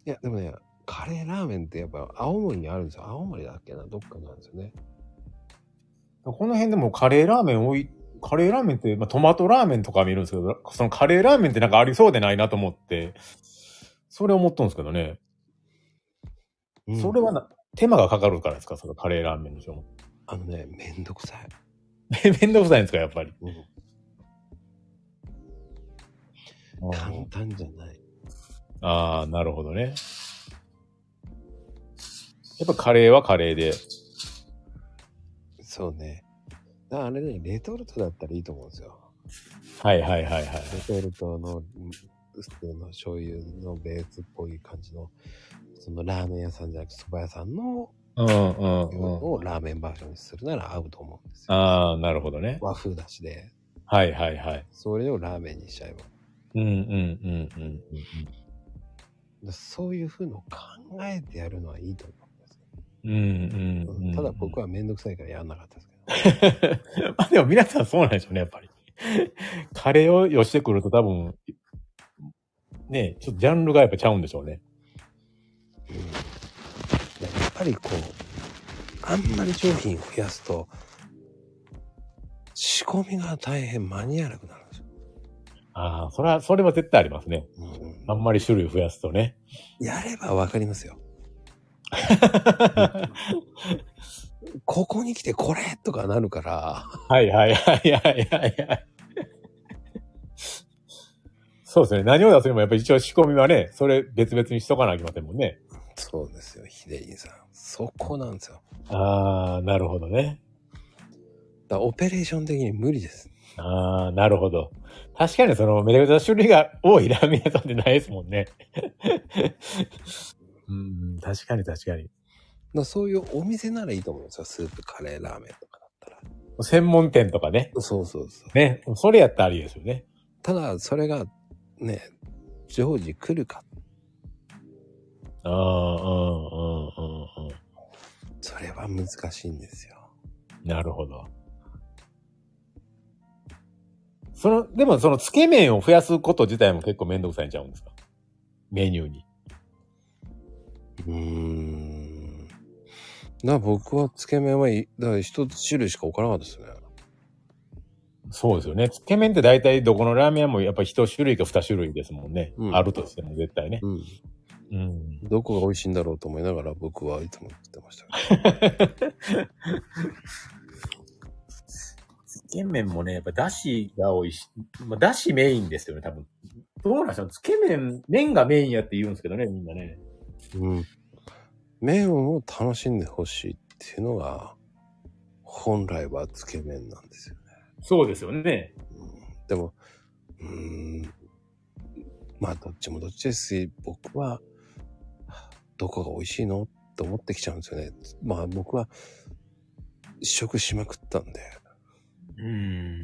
[SPEAKER 1] いや、でもね、カレーラーメンってやっぱ青森にあるんですよ。青森だっけな、どっかなんですよね。
[SPEAKER 2] この辺でもカレーラーメン多い、カレーラーメンって、まあ、トマトラーメンとか見るんですけど、そのカレーラーメンってなんかありそうでないなと思って、それ思ったんですけどね。
[SPEAKER 1] うん
[SPEAKER 2] それはな、手間がかかるからですかそのカレーラーメンにしても。 [laughs]
[SPEAKER 1] あのね、めんどくさい。
[SPEAKER 2] めんどくさいんですかやっぱり。
[SPEAKER 1] うん
[SPEAKER 2] あー
[SPEAKER 1] 簡単じゃない。
[SPEAKER 2] あー、なるほどね。やっぱカレーはカレーで。
[SPEAKER 1] そうね。だからあれね、レトルトだったらいいと思うんですよ。
[SPEAKER 2] はいはいはいはい。
[SPEAKER 1] レトルトの、うん普通の醤油のベースっぽい感じの、そのラーメン屋さんじゃなくて、蕎麦屋さんの
[SPEAKER 2] うんうんうん。
[SPEAKER 1] をラーメンバージョンにするなら合うと思うんですよ。
[SPEAKER 2] ああ、なるほどね。
[SPEAKER 1] 和風だしで、
[SPEAKER 2] はいはいはい。
[SPEAKER 1] それをラーメンにしちゃえば。
[SPEAKER 2] うんうんうんうんうん。
[SPEAKER 1] だそういう風のを考えてやるのはいいと思うんですよ。
[SPEAKER 2] うんうんうん、
[SPEAKER 1] ただ僕
[SPEAKER 2] は。
[SPEAKER 1] はめんどくさいからやんなかったですけど。
[SPEAKER 2] まあでも皆さんそうなんでしょうね、やっぱり。 [laughs] カレーを寄してくると多分、ねちょっとジャンルがやっぱちゃうんでしょうね。
[SPEAKER 1] やっぱりこう、あんまり商品を増やすと、仕込みが大変間に合わなくなるんですよ。
[SPEAKER 2] ああ、それは、それは絶対ありますね。
[SPEAKER 1] うん
[SPEAKER 2] あんまり種類増やすとね。
[SPEAKER 1] やればわかりますよ。ここに来てこれとかなるから、
[SPEAKER 2] はいはいはいはいはいはい。そうですね。何を出すにもやっぱり一応仕込みはね、それ別々にしとかなきゃいけませんもんね。
[SPEAKER 1] そうですよ、ひでりんさん。そこなんですよ。
[SPEAKER 2] ああ、なるほどね。
[SPEAKER 1] だからオペレーション的に無理です。
[SPEAKER 2] ああ、なるほど。確かにそのめちゃくちゃ種類が多いラーメン屋さんってないですもんね。 [laughs] うん、確かに確かに。
[SPEAKER 1] だからそういうお店ならいいと思うんですよ。スープ、カレー、ラーメンとかだったら。
[SPEAKER 2] 専門店とかね。
[SPEAKER 1] そうそうそう。
[SPEAKER 2] ね。それやったらありですよね。
[SPEAKER 1] ただ、それが、ね、常時来るか。
[SPEAKER 2] ああ、うん、うん、うん、う
[SPEAKER 1] それは難しいんですよ。
[SPEAKER 2] ん。なるほど。その、でもそのつけ麺を増やすこと自体も結構めんどくさいんちゃうんですかメニューに。
[SPEAKER 1] うーん。な、僕はつけ麺はい、だから一つ種類しか置かなかったですね。
[SPEAKER 2] そうですよね。つけ麺って大体どこのラーメン屋もやっぱ一種類か二種類ですもんね。
[SPEAKER 1] うん
[SPEAKER 2] あるとしても絶対ね。
[SPEAKER 1] うん。
[SPEAKER 2] うん。
[SPEAKER 1] どこが美味しいんだろうと思いながら僕はいつも食ってましたけ
[SPEAKER 2] つけ麺もね、やっぱだしが美味しい。まあ、だしメインですよね、多分。どうなんでしょうつけ麺、麺がメインやって言うんですけどね、みんなね。
[SPEAKER 1] ど。うん。麺を楽しんでほしいっていうのが、本来はつけ麺なんですよね。
[SPEAKER 2] そうですよね。
[SPEAKER 1] うん、でも、うーん。まあ、どっちもどっちですし、僕は、どこが美味しいのって思ってきちゃうんですよね。まあ、僕は、試食しまくったんで。
[SPEAKER 2] うん。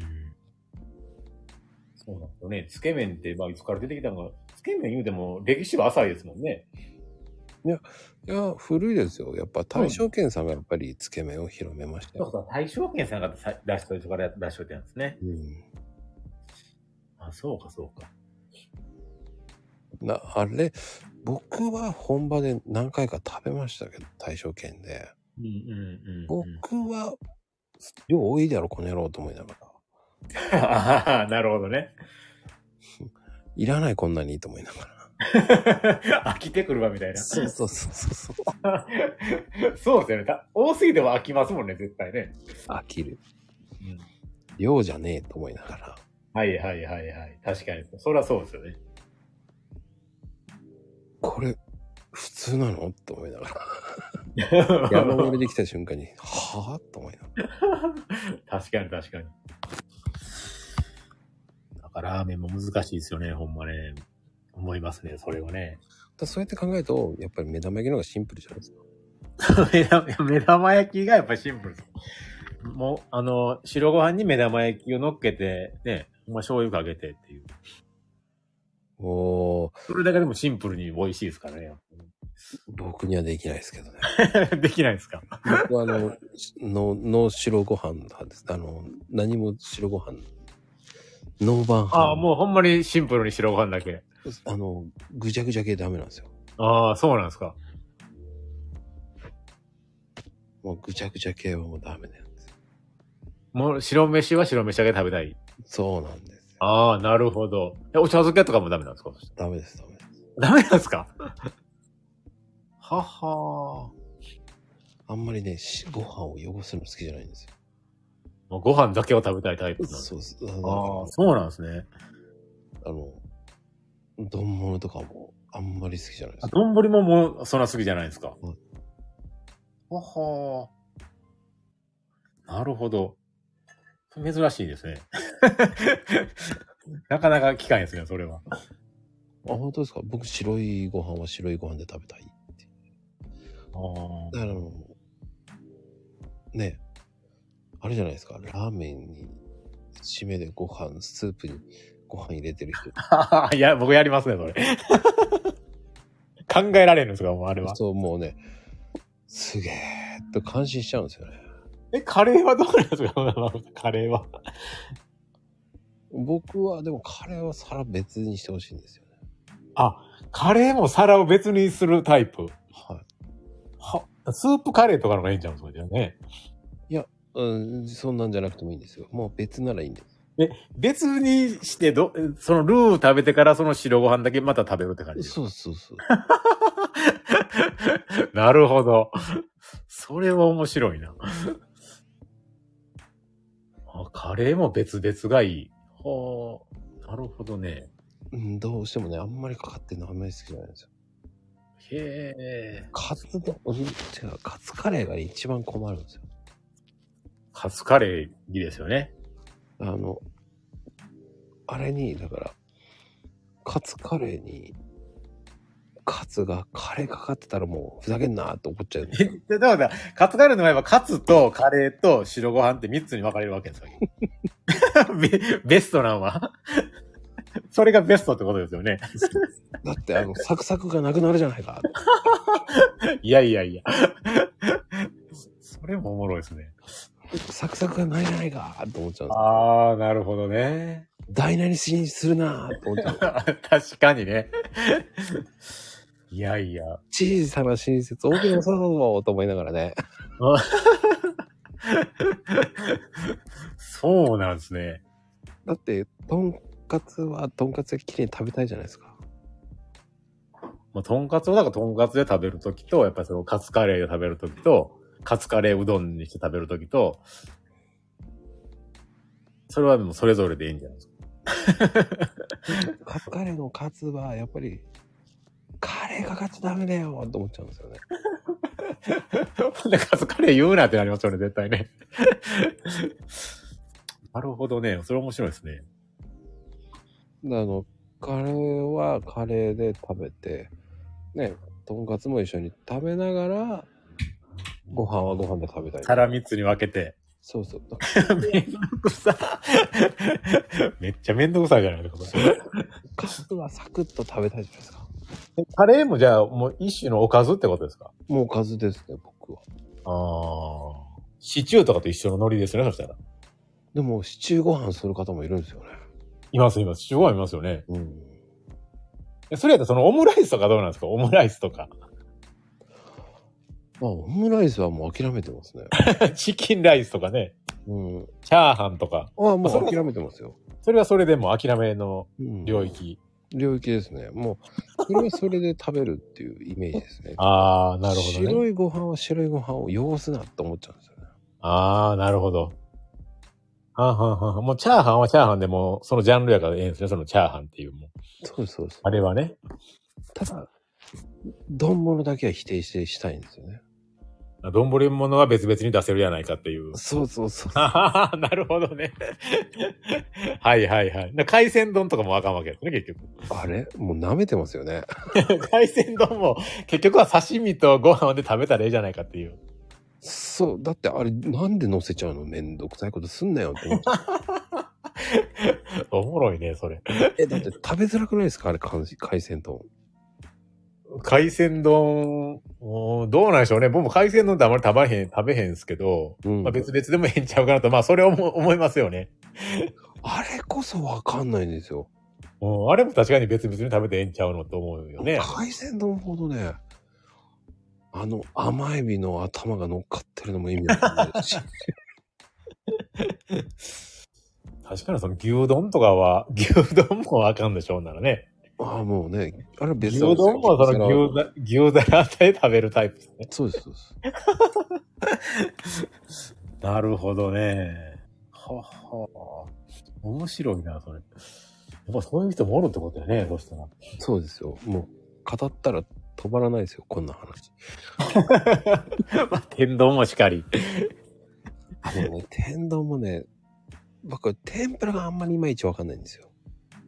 [SPEAKER 2] そうなんですよね。つけ麺って、まあ、いつから出てきたのが、つけ麺言うても歴史は浅いですもんね。
[SPEAKER 1] いや、古いですよ。やっぱ大正圏さんがやっぱりつけ麺を広めました
[SPEAKER 2] そう
[SPEAKER 1] よ。
[SPEAKER 2] そう、大正圏さんがさ出しといてから出しといてなんですね。
[SPEAKER 1] うん。
[SPEAKER 2] あ、そうか、そうか。
[SPEAKER 1] な、あれ、僕は本場で何回か食べましたけど、大正圏で。
[SPEAKER 2] うんうんうん、うん。
[SPEAKER 1] 僕は、量多いだろ、この野郎と思いながら。
[SPEAKER 2] あ [laughs] あ、なるほどね。
[SPEAKER 1] いらない、こんなにと思いながら。
[SPEAKER 2] 飽きてくるわ、みたいな。 [laughs]
[SPEAKER 1] そうそうそうそうそう。
[SPEAKER 2] そうですよね。た多すぎても飽きますもんね、絶対ね。
[SPEAKER 1] 飽きる。量じゃねえと思いながら。
[SPEAKER 2] はいはいはいはい。確かに。それはそうですよね。
[SPEAKER 1] これ、普通なのと思いながら。
[SPEAKER 2] [laughs]
[SPEAKER 1] 山盛りできた瞬間に、はぁと思いながら。
[SPEAKER 2] 確かに確かに。だからラーメンも難しいですよね、ほんまね。思いますね、それはね。
[SPEAKER 1] だそうやって考えると、やっぱり目玉焼きの方がシンプルじゃないですか。
[SPEAKER 2] 目玉 [laughs] 目玉焼きがやっぱシンプルです。もう、あの、白ご飯に目玉焼きを乗っけて、ね、ほんま醤油かけてっていう。
[SPEAKER 1] おー、
[SPEAKER 2] それだけでもシンプルに美味しいですからね。
[SPEAKER 1] 僕にはできないですけどね。
[SPEAKER 2] [laughs] できないですか
[SPEAKER 1] 僕はあの、 [laughs] しの、の白ご飯派です。あの、何も白ご飯。ノーバン派。
[SPEAKER 2] ああ、もうほんまにシンプルに白ご飯だけ。
[SPEAKER 1] う。あの、ぐちゃぐちゃ系ダメなんですよ。
[SPEAKER 2] ああ、そうなんですか。
[SPEAKER 1] もうぐちゃぐちゃ系はもうダメなんですよ。
[SPEAKER 2] もう白飯は白飯だけ食べたい。
[SPEAKER 1] そうなんですよ。
[SPEAKER 2] ああ、なるほど。え、お茶漬けとかもダメなんですか
[SPEAKER 1] ダメです、ダメです。
[SPEAKER 2] ダメなんですかはは
[SPEAKER 1] あんまりね、しご飯を汚すの好きじゃないんですよ。
[SPEAKER 2] もうご飯だけを食べたいタイプなんです。
[SPEAKER 1] そうです。あ
[SPEAKER 2] ああ
[SPEAKER 1] の、、
[SPEAKER 2] そうなんですね。
[SPEAKER 1] あの丼物とかもあんまり好きじゃないです
[SPEAKER 2] あ
[SPEAKER 1] か。
[SPEAKER 2] 丼ももう、そんな好きじゃないですか。
[SPEAKER 1] うん
[SPEAKER 2] ははーなるほど。珍しいですね。 [laughs] なかなか機会ですね、それは。
[SPEAKER 1] あ、本当ですか僕白いご飯は白いご飯で食べたい。
[SPEAKER 2] あー
[SPEAKER 1] だからあの、ね、あれじゃないですか。ラーメンに、締めでご飯、スープにご飯入れてる人。
[SPEAKER 2] あ [laughs] ーいや、僕やりますね、それ。考えられるんですか、もうあれは。
[SPEAKER 1] そう、もうね、すげえと感心しちゃうんですよね。
[SPEAKER 2] え、カレーはどうなんですか、 [laughs] カレーは。
[SPEAKER 1] 僕は、でもカレーは皿別にしてほしいんですよね。
[SPEAKER 2] あ、カレーも皿を別にするタイプ。
[SPEAKER 1] はい。
[SPEAKER 2] は、スープカレーとかの方がいいんじゃうん、それじゃね。
[SPEAKER 1] うん、そんなんじゃなくてもいいんですよ。もう別ならいいんです。
[SPEAKER 2] え、別にしてど、そのルーを食べてからその白ご飯だけまた食べるって感じ。
[SPEAKER 1] そうそうそう。
[SPEAKER 2] [laughs] なるほど。それは面白いな。あカレーも別々がいい。はあ、なるほどね。
[SPEAKER 1] うん、どうしてもね、あんまりかかってるのあんまり好きじゃないんですよ。
[SPEAKER 2] へえ。
[SPEAKER 1] カツの、うん違う、カツカレーが一番困るんですよ。
[SPEAKER 2] カツカレーいいですよね。
[SPEAKER 1] あの、あれに、だから、カツカレーに、カツがカレーかかってたらもうふざけんなって怒っちゃうんですよ。
[SPEAKER 2] で、だから、カツカレーの場合は、カツとカレーと白ご飯って3つに分かれるわけですよ。 [laughs] ベベストなんは。それがベストってことですよね。
[SPEAKER 1] だって、あの、サクサクがなくなるじゃないか。
[SPEAKER 2] いやいやいや。そ [laughs] れもおもろいですね。
[SPEAKER 1] サクサクがないじゃないかって思っちゃうんですよ。
[SPEAKER 2] あー、なるほどね。 [laughs]
[SPEAKER 1] 台無しにするなって思っちゃう。
[SPEAKER 2] 確かにね。いやいや。
[SPEAKER 1] 小さな親切、大きなさそうと思いながらね。
[SPEAKER 2] そうなんですね。
[SPEAKER 1] だって、とんかつは、とんかつがきれいに食べたいじゃないですか。
[SPEAKER 2] まあ、とんかつを、だからとんかつで食べるときと、やっぱりそのカツカレーで食べるときと、カツカレーうどんにして食べるときと、それはもうそれぞれでいいんじゃないですか。
[SPEAKER 1] カツカレーのカツは、やっぱり、カレーかかっちゃダメだよと思っちゃうんですよね。
[SPEAKER 2] なん [laughs] でカツカレー言うなってなりますよね、絶対ね。 [laughs] なるほどね。それ面白いですね。
[SPEAKER 1] あの、カレーはカレーで食べて、ね、とんかつも一緒に食べながら、ご飯はご飯で食べたい。
[SPEAKER 2] 皿3つに分けて。
[SPEAKER 1] そうそう。
[SPEAKER 2] めんどくさ。 [laughs] めっちゃめんどくさいじゃないですか、これ
[SPEAKER 1] カツはサクッと食べたいじゃないですか。
[SPEAKER 2] カレーもじゃあ、もう一種のおかずってことですか
[SPEAKER 1] もうおかずですね、僕は。
[SPEAKER 2] ああ。シチューとかと一緒のノリですよね、そしたら。
[SPEAKER 1] でも、シチューご飯する方もいるんですよね。
[SPEAKER 2] います、います。シチューご飯いますよね。
[SPEAKER 1] うん。
[SPEAKER 2] えそれやったらそのオムライスとかどうなんですかオムライスとか。 [laughs]
[SPEAKER 1] まあ、オムライスはもう諦めてますね。
[SPEAKER 2] チキンライスとかね。
[SPEAKER 1] うん。
[SPEAKER 2] チャーハンとか。
[SPEAKER 1] ああ、もう諦めてますよ。
[SPEAKER 2] それはそれでもう諦めの
[SPEAKER 1] うん
[SPEAKER 2] 領域。。
[SPEAKER 1] 領域ですね。もう、それはそれで食べるっていうイメージですね
[SPEAKER 2] ああ、なるほどね。
[SPEAKER 1] 白いご飯は白いご飯を汚すなって思っちゃうんですよね。
[SPEAKER 2] ああ、なるほど。はんはんはんはんもうチャーハンはチャーハンでもうそのジャンルやからええんですね。そのチャーハンっていうもう。
[SPEAKER 1] そうそうそう。
[SPEAKER 2] あれはね。
[SPEAKER 1] ただ、丼物だけは否定してしたいんですよね。
[SPEAKER 2] 丼物は別々に出せるやないかっていう。
[SPEAKER 1] そうそうそう。
[SPEAKER 2] あ [laughs] あ、なるほどね。はいはいはい。な海鮮丼とかもあかんわけですね、結局。 [laughs]
[SPEAKER 1] あれもう舐めてますよね。
[SPEAKER 2] 海鮮丼も結局は刺身とご飯で食べたらええじゃないかっていう。
[SPEAKER 1] そう。だってあれ、なんで乗せちゃうのめんどくさいことすんなよって思っ [laughs] ちゃう。
[SPEAKER 2] おもろいね、それ。
[SPEAKER 1] え、だって食べづらくないですかあれ、海海鮮丼。
[SPEAKER 2] 海鮮丼、おーどうなんでしょうね。僕も海鮮丼ってあまり食べへん、食べへんすけど、
[SPEAKER 1] うん
[SPEAKER 2] まあ別々でもええんちゃうかなと、まあそれは思思いますよね。
[SPEAKER 1] あれこそわかんないんですよ。
[SPEAKER 2] うん、あれも確かに別々に食べてええんちゃうのと思うよね。
[SPEAKER 1] 海鮮丼ほどね、あの甘エビの頭が乗っかってるのも意味わかんないです
[SPEAKER 2] [laughs]
[SPEAKER 1] し。
[SPEAKER 2] 確かにその牛丼とかは、牛丼もあかんでしょうならね。
[SPEAKER 1] ああ、もうね、あれは別
[SPEAKER 2] 牛
[SPEAKER 1] なんですよ
[SPEAKER 2] 丼もその牛だ牛だらで食べるタイプですね。
[SPEAKER 1] そうです、そうです。
[SPEAKER 2] なるほどね。はは。面白いな、それ。やっぱそういう人もおるってことだよね、そしたら。
[SPEAKER 1] そうですよ。もう、語ったら止まらないですよ、こんな話。
[SPEAKER 2] まあ、天丼もしかり。
[SPEAKER 1] あのね、天丼もね、僕、天ぷらがあんまりいまいちわかんないんですよ。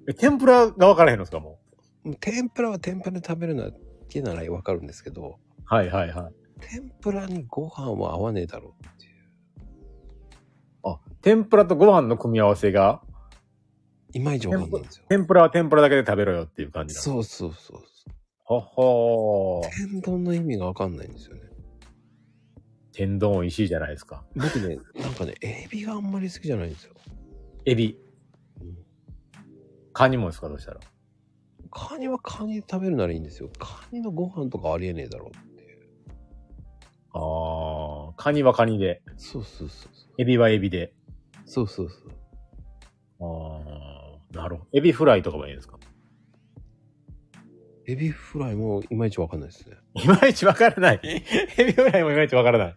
[SPEAKER 2] え天ぷらが分からへんのですか、も
[SPEAKER 1] もう天ぷらは天ぷらで食べるのだけならわかるんですけど、
[SPEAKER 2] う。はいはいはい。
[SPEAKER 1] 天ぷらにご飯は合わねえだろうっていう。
[SPEAKER 2] あ、天ぷらとご飯の組み合わせが、
[SPEAKER 1] いまいちわかんないん
[SPEAKER 2] [laughs]
[SPEAKER 1] ですよ。
[SPEAKER 2] 天ぷらは天ぷらだけで食べろよっていう感じなの。
[SPEAKER 1] そうそうそうそう。
[SPEAKER 2] ははー。
[SPEAKER 1] 天丼の意味がわかんないんですよね。
[SPEAKER 2] 天丼美味しいじゃないですか。
[SPEAKER 1] 僕ね、なんかね、エビがあんまり好きじゃないんですよ。
[SPEAKER 2] エビ
[SPEAKER 1] うん。
[SPEAKER 2] カニもですか、どうしたら。
[SPEAKER 1] カニはカニで食べるならいいんですよ。カニのご飯とかありえねえだろうっていう。
[SPEAKER 2] あー。カニはカニで、
[SPEAKER 1] そうそうそうそう。
[SPEAKER 2] エビはエビで。
[SPEAKER 1] そうそうそう。
[SPEAKER 2] あー。なるほど。エビフライとかもいいですか [laughs]
[SPEAKER 1] エビフライもいまいちわかんないですね。
[SPEAKER 2] いまいちわからない。エビフライもいまいちわからない。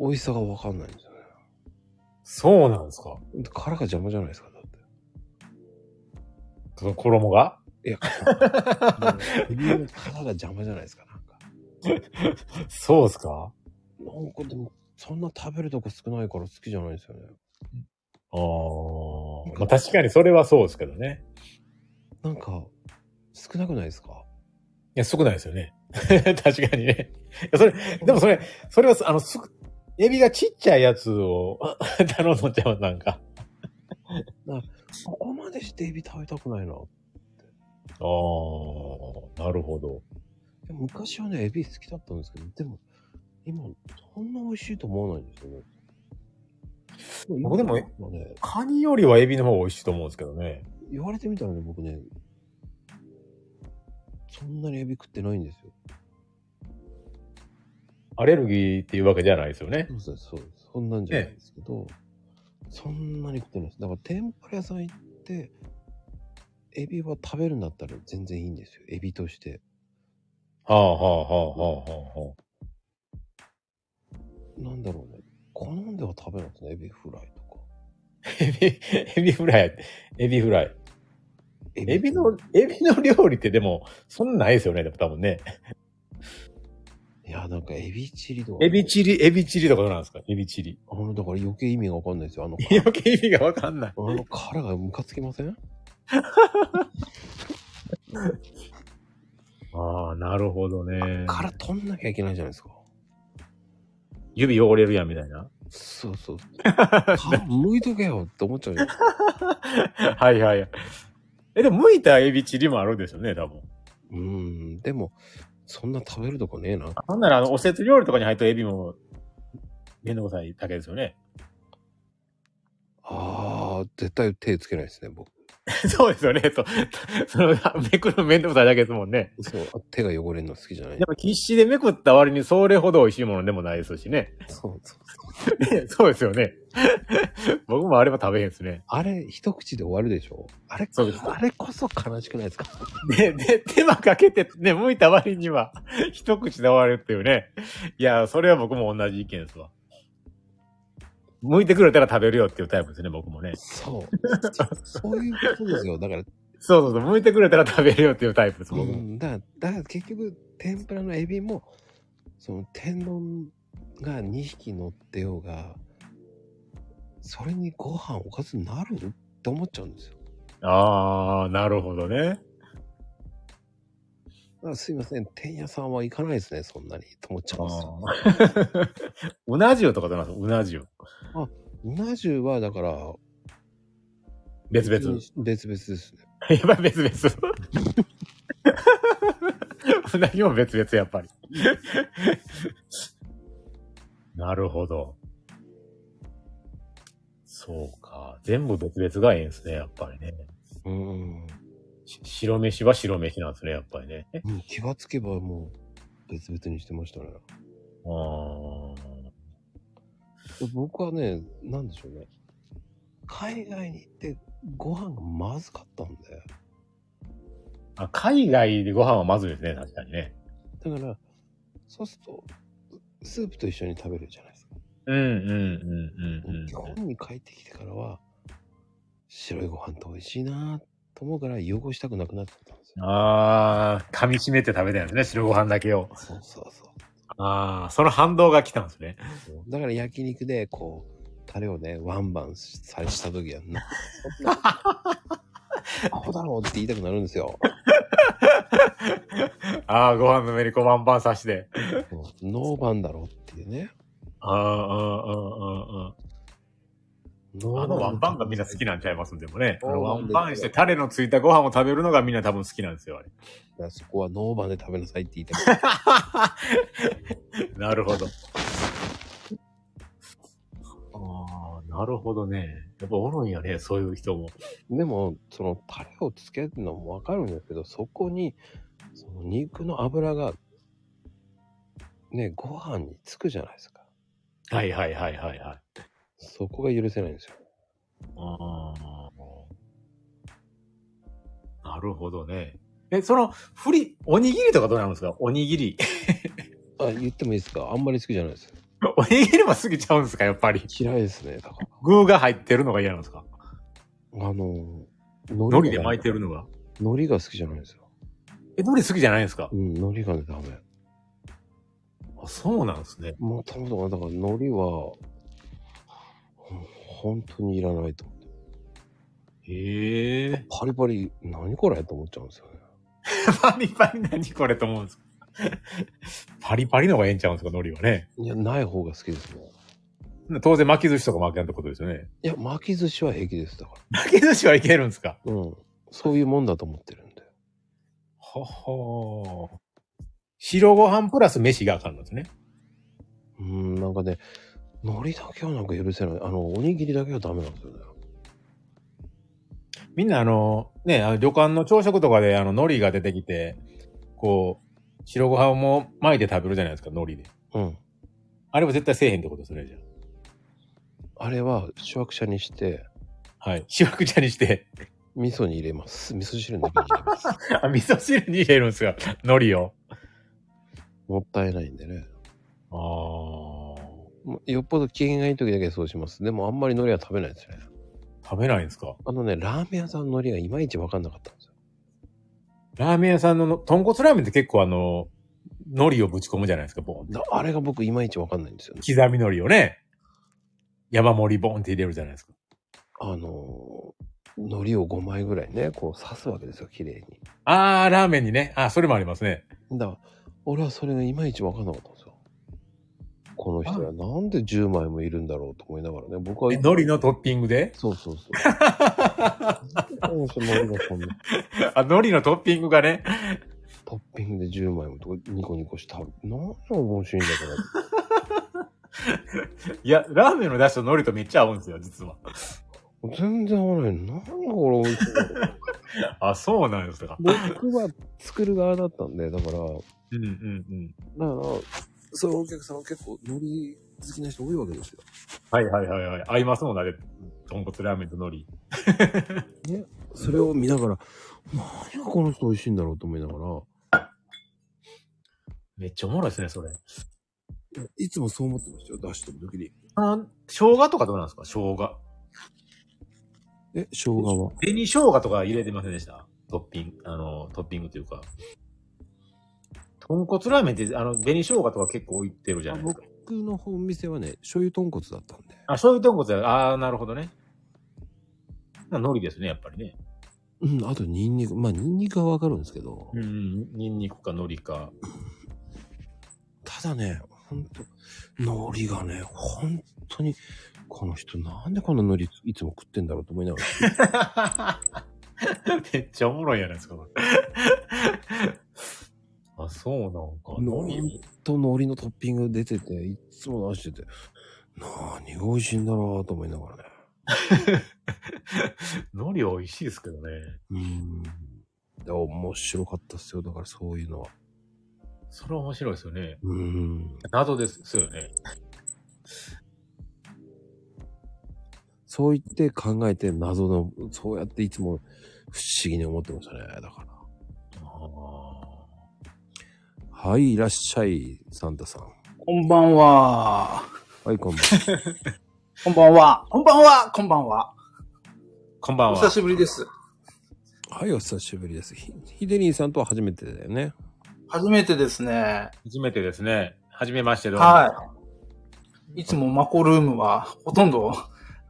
[SPEAKER 1] 美味しさがわかんないんですよ
[SPEAKER 2] そうなんですか
[SPEAKER 1] ね。殻が邪魔じゃないですか、だって。
[SPEAKER 2] その衣が
[SPEAKER 1] いや、 [laughs] エビの殻が邪魔じゃないですか、なんか。
[SPEAKER 2] そうですか
[SPEAKER 1] なんかでも、そんな食べるとこ少ないから好きじゃないですよね。
[SPEAKER 2] あー。まあ確かにそれはそうですけどね。
[SPEAKER 1] なんか、少なくないですか
[SPEAKER 2] いや、少ないですよね。 [laughs] 確かにね。いや、それ、でもそれ、それは、あの、すぐ、エビがちっちゃいやつを [laughs] あ頼んじゃう、なんか。
[SPEAKER 1] ここまでしてエビ食べたくないな。
[SPEAKER 2] ああ、なるほど。
[SPEAKER 1] でも昔はね、エビ好きだったんですけど、でも、今、そんな美味しいと思わないんですよね。
[SPEAKER 2] 僕でも
[SPEAKER 1] 今はね、
[SPEAKER 2] カニよりはエビの方が美味しいと思うんですけどね。
[SPEAKER 1] 言われてみたらね、僕ね、そんなにエビ食ってないんですよ。
[SPEAKER 2] アレルギーっていうわけじゃないですよね。
[SPEAKER 1] そうそうそう。そんなんじゃないんですけど、そんなに食ってないです。だから天ぷら屋さん行って、エビは食べるんだったら全然いいんですよ。エビとして。
[SPEAKER 2] はあはあはあはあはあはあ。
[SPEAKER 1] なんだろうね。好んでは食べないですね。エビフライとか。
[SPEAKER 2] エビ、エビフライ、エビフライ。
[SPEAKER 1] エ
[SPEAKER 2] エビの、エビの料理ってでも、そんなんないですよね、でも多分ね。
[SPEAKER 1] いや、なんかエビチリとか。
[SPEAKER 2] エビチリ、エビチリとかどうなんですかエビチリ。
[SPEAKER 1] あの、だから余計意味がわかんないですよ。あの、
[SPEAKER 2] 余計意味がわかんない。
[SPEAKER 1] あの殻がムカつきません
[SPEAKER 2] ああ、なるほどね
[SPEAKER 1] 殻取んなきゃいけないじゃないですか。
[SPEAKER 2] 指汚れるやんみたいな。
[SPEAKER 1] そうそう。殻剥いとけよって思っちゃうじゃないですか。
[SPEAKER 2] はいはい。え、でも剥いたエビチリもあるでしょうね、多分。
[SPEAKER 1] うーん。でも、そんな食べるとこねえな。
[SPEAKER 2] なんなら、あの、おせつ料理とかに入ったエビも、めんどくさいだけですよね。
[SPEAKER 1] ああ、絶対手つけないですね、僕。
[SPEAKER 2] [laughs] そうですよね、と。その、めくるのめんどくさいだけですもんね。
[SPEAKER 1] そう、あ手が汚れるの好きじゃない
[SPEAKER 2] や。っぱ必死でめくった割にそれほど美味しいものでもないですしね。
[SPEAKER 1] そうそうそう。
[SPEAKER 2] ねそうですよね。 [laughs] 僕もあれは食べへんですね。
[SPEAKER 1] あれ、一口で終わるでしょあれ、
[SPEAKER 2] そうです
[SPEAKER 1] あれこそ悲しくないですか
[SPEAKER 2] で、で、手間かけて、ね、剥いた割には、 [laughs] 一口で終わるっていうね。いや、それは僕も同じ意見ですわ。剥いてくれたら食べるよっていうタイプですね、僕もね。
[SPEAKER 1] そう。そういうことですよ。だから、
[SPEAKER 2] そうそうそう、剥いてくれたら食べるよっていうタイプです、
[SPEAKER 1] う
[SPEAKER 2] 僕も。
[SPEAKER 1] ん、だからだから結局、天ぷらのエビも、その天丼が2匹乗ってようが、それにご飯おかずになるって思っちゃうんですよ。
[SPEAKER 2] あー、なるほど
[SPEAKER 1] だ
[SPEAKER 2] ね。
[SPEAKER 1] からすいません、天屋さんは行かないですね、そんなに。と思っちゃ
[SPEAKER 2] あ
[SPEAKER 1] うんですよ。
[SPEAKER 2] ー [laughs] うな重とかどうなんですかうな重。
[SPEAKER 1] うな重は、だから、
[SPEAKER 2] 別々。
[SPEAKER 1] 別々ですね。
[SPEAKER 2] やっぱり別 [laughs] 々。うなぎも別々、やっぱり。なるほど。そうか。全部別々がええんですね、やっぱりね。
[SPEAKER 1] うん。
[SPEAKER 2] し白飯は白飯なんですね、やっぱりね。
[SPEAKER 1] もう気がつけばもう別々にしてましたね。
[SPEAKER 2] あー
[SPEAKER 1] 僕はね、なんでしょうね。海外に行ってご飯がまずかったんで、
[SPEAKER 2] あ海外でご飯はまずいですね、確かにね。
[SPEAKER 1] だから、そうすると、スープと一緒に食べるじゃないですか。
[SPEAKER 2] うんうんうんうんうん。
[SPEAKER 1] 日本に帰ってきてからは、白いご飯って美味しいなと思うから、汚したくなくなっちゃったんですよ。
[SPEAKER 2] ああ、噛み締めて食べたんですね、白ご飯だけを。
[SPEAKER 1] そうそうそ
[SPEAKER 2] ああ、その反動が来たんですね。
[SPEAKER 1] う。だから焼肉で、こう、タレをね、ワンバンされした時は、
[SPEAKER 2] [laughs]
[SPEAKER 1] な、アホだろうって言いたくなるんですよ。
[SPEAKER 2] ああ、ご飯のめりこバンバン刺して。
[SPEAKER 1] うんノーバンだろうっていうね。
[SPEAKER 2] ああ、ああ、ああ、ああ。あのワンバンがみんな好きなんちゃいますんでもね。あのワンバンしてタレのついたご飯を食べるのがみんな多分好きなんですよ、あれ。
[SPEAKER 1] だからそこはノーバンで食べなさいって言いたくなる。
[SPEAKER 2] なるほど。ああ、なるほどね。やっぱおるんやね、そういう人も。
[SPEAKER 1] でも、そのタレをつけるのもわかるんですけど、そこに、その肉の油が、ね、ご飯につくじゃないですか。
[SPEAKER 2] はいはいはいはいはい。
[SPEAKER 1] そこが許せないんですよ。
[SPEAKER 2] ああ。なるほどね。え、その、ふり、おにぎりとかどうなるんですかおにぎり。 [laughs]
[SPEAKER 1] あ、言ってもいいですかあんまり好きじゃないです。
[SPEAKER 2] おにぎりは過ぎちゃうんですかやっぱり。
[SPEAKER 1] 嫌いですね。だから
[SPEAKER 2] 具が入ってるのが嫌なんですか
[SPEAKER 1] あの、
[SPEAKER 2] 海
[SPEAKER 1] 海
[SPEAKER 2] 苔で巻いてるのが。
[SPEAKER 1] 海苔が好きじゃないんですよ。
[SPEAKER 2] え、海苔好きじゃないんですか
[SPEAKER 1] うん、海苔がね、ダメ。
[SPEAKER 2] あ、そうなんですね。
[SPEAKER 1] もともとが、だから海苔は、ほん本当にいらないと思って。
[SPEAKER 2] へえ。
[SPEAKER 1] パリパリ、何これと思っちゃうんですよね。
[SPEAKER 2] [laughs] パリパリ何これと思うんですか [laughs] パリパリのがええんちゃうんですか海苔はね。
[SPEAKER 1] いや、ない方が好きですね。
[SPEAKER 2] 当然巻き寿司とか巻けんってことですよね。
[SPEAKER 1] いや、巻き寿司は平気です。だか。
[SPEAKER 2] 巻き寿司はいけるんですから
[SPEAKER 1] うん。そういうもんだと思ってるんで。
[SPEAKER 2] ははー白ご飯プラス飯があかんのですね。
[SPEAKER 1] うん、なんかね、海苔だけはなんか許せない。あの、おにぎりだけはダメなんですよね。
[SPEAKER 2] みんなあの、ね、あの旅館の朝食とかであの、海苔が出てきて、こう、白ご飯も巻いて食べるじゃないですか、海苔で。
[SPEAKER 1] うん。
[SPEAKER 2] あれは絶対せえへんってことですね、じゃ
[SPEAKER 1] あれは、主役者にして、
[SPEAKER 2] あ。はい。しわくちゃにして、
[SPEAKER 1] 味噌に入れます。 [laughs] 味噌汁だけに入れます。 [laughs]
[SPEAKER 2] あ、味噌汁に入れるんですか、海苔を。
[SPEAKER 1] もったいないんでね。
[SPEAKER 2] ああ。
[SPEAKER 1] もうよっぽど機嫌がいい時だけそうします。でもあんまり海苔は食べないですね。
[SPEAKER 2] 食べないんですか
[SPEAKER 1] あのね、ラーメン屋さんの海苔がいまいちわかんなかったんですよ。
[SPEAKER 2] ラーメン屋さんのの、豚骨ラーメンって結構あの、海苔をぶち込むじゃないですか、ボーンって。
[SPEAKER 1] だあれが僕いまいちわかんないんですよね。
[SPEAKER 2] 刻み海苔をね、山盛りボーンって入れるじゃないですか。
[SPEAKER 1] あのー、海苔を5枚ぐらいね、こう刺すわけですよ、綺麗に。
[SPEAKER 2] あー、ラーメンにね。あ、それもありますね。
[SPEAKER 1] だから、俺はそれがいまいちわかんなかったんですよ。この人はなんで10枚もいるんだろうと思いながらね、僕は。
[SPEAKER 2] え海苔のトッピングで
[SPEAKER 1] そうそうそう。この人海苔がこんな
[SPEAKER 2] あ、海苔のトッピングがね。
[SPEAKER 1] トッピングで10枚もとかニコニコして食べる。何が面白いんだから。
[SPEAKER 2] いや、ラーメンの出汁と海苔とめっちゃ合うんですよ、実は。
[SPEAKER 1] 全然合わない。何がこれ美味しいんだろう。
[SPEAKER 2] あ、そうなんですか。
[SPEAKER 1] 僕は作る側だったんで、だから、だか
[SPEAKER 2] うんうんうん。
[SPEAKER 1] ら、そのお客さんは結構海苔好きな人多いわけですよ。
[SPEAKER 2] はいはいはいはい。合いますもんね、あれ。豚骨ラーメンと海苔。
[SPEAKER 1] それを見ながら、何がこの人美味しいんだろうと思いながら、
[SPEAKER 2] めっちゃおもろいですね、それ。
[SPEAKER 1] いつもそう思ってましたよ、出してる時に。
[SPEAKER 2] あ生姜とかどうなんですか生姜。
[SPEAKER 1] え、生姜は
[SPEAKER 2] 紅生姜とか入れてませんでしたトッピング、あの、トッピングというか。豚骨ラーメンって、あの、紅生姜とか結構置いてるじゃないですか。
[SPEAKER 1] 僕の本店はね、醤油豚骨だったんで。
[SPEAKER 2] あ、醤油豚骨や。ああー、なるほどね。まあ海苔ですね、やっぱりね。
[SPEAKER 1] うん、あとニンニク。まあ、ニンニクはわかるんですけど、
[SPEAKER 2] うんうん、ニンニクか海苔か。
[SPEAKER 1] ただね、ほんと、海苔がね、ほんとに、この人なんでこんな海苔いつも食ってんだろうと思いながら。
[SPEAKER 2] [laughs] めっちゃおもろいやないですか。これ [laughs] あ、そうなんか。
[SPEAKER 1] 海苔と海苔のトッピング出てて、いつも出してて、何が美味しいんだろうと思いながらね。
[SPEAKER 2] 海苔美味しいですけどね。
[SPEAKER 1] うん。で面白かったっすよ。だからそういうのは。
[SPEAKER 2] それは面白いですよね。
[SPEAKER 1] うん。
[SPEAKER 2] 謎ですよね。
[SPEAKER 1] そう言って考えて謎の、そうやっていつも不思議に思ってましたね。だから。はい、いらっしゃい、サンタさん。
[SPEAKER 3] こんばんは。
[SPEAKER 1] はい、こんばんは。
[SPEAKER 3] こんばんは。こんばんは。こんばんは。
[SPEAKER 2] こんばん
[SPEAKER 3] お
[SPEAKER 2] は。
[SPEAKER 3] 久しぶりです。
[SPEAKER 1] はい、お久しぶりです。ひヒデリンさんとは初めてだよね。
[SPEAKER 3] 初めてですね。
[SPEAKER 2] 初めてですね。初めましてどうも。
[SPEAKER 3] はい。いつもマコルームは、ほとんど、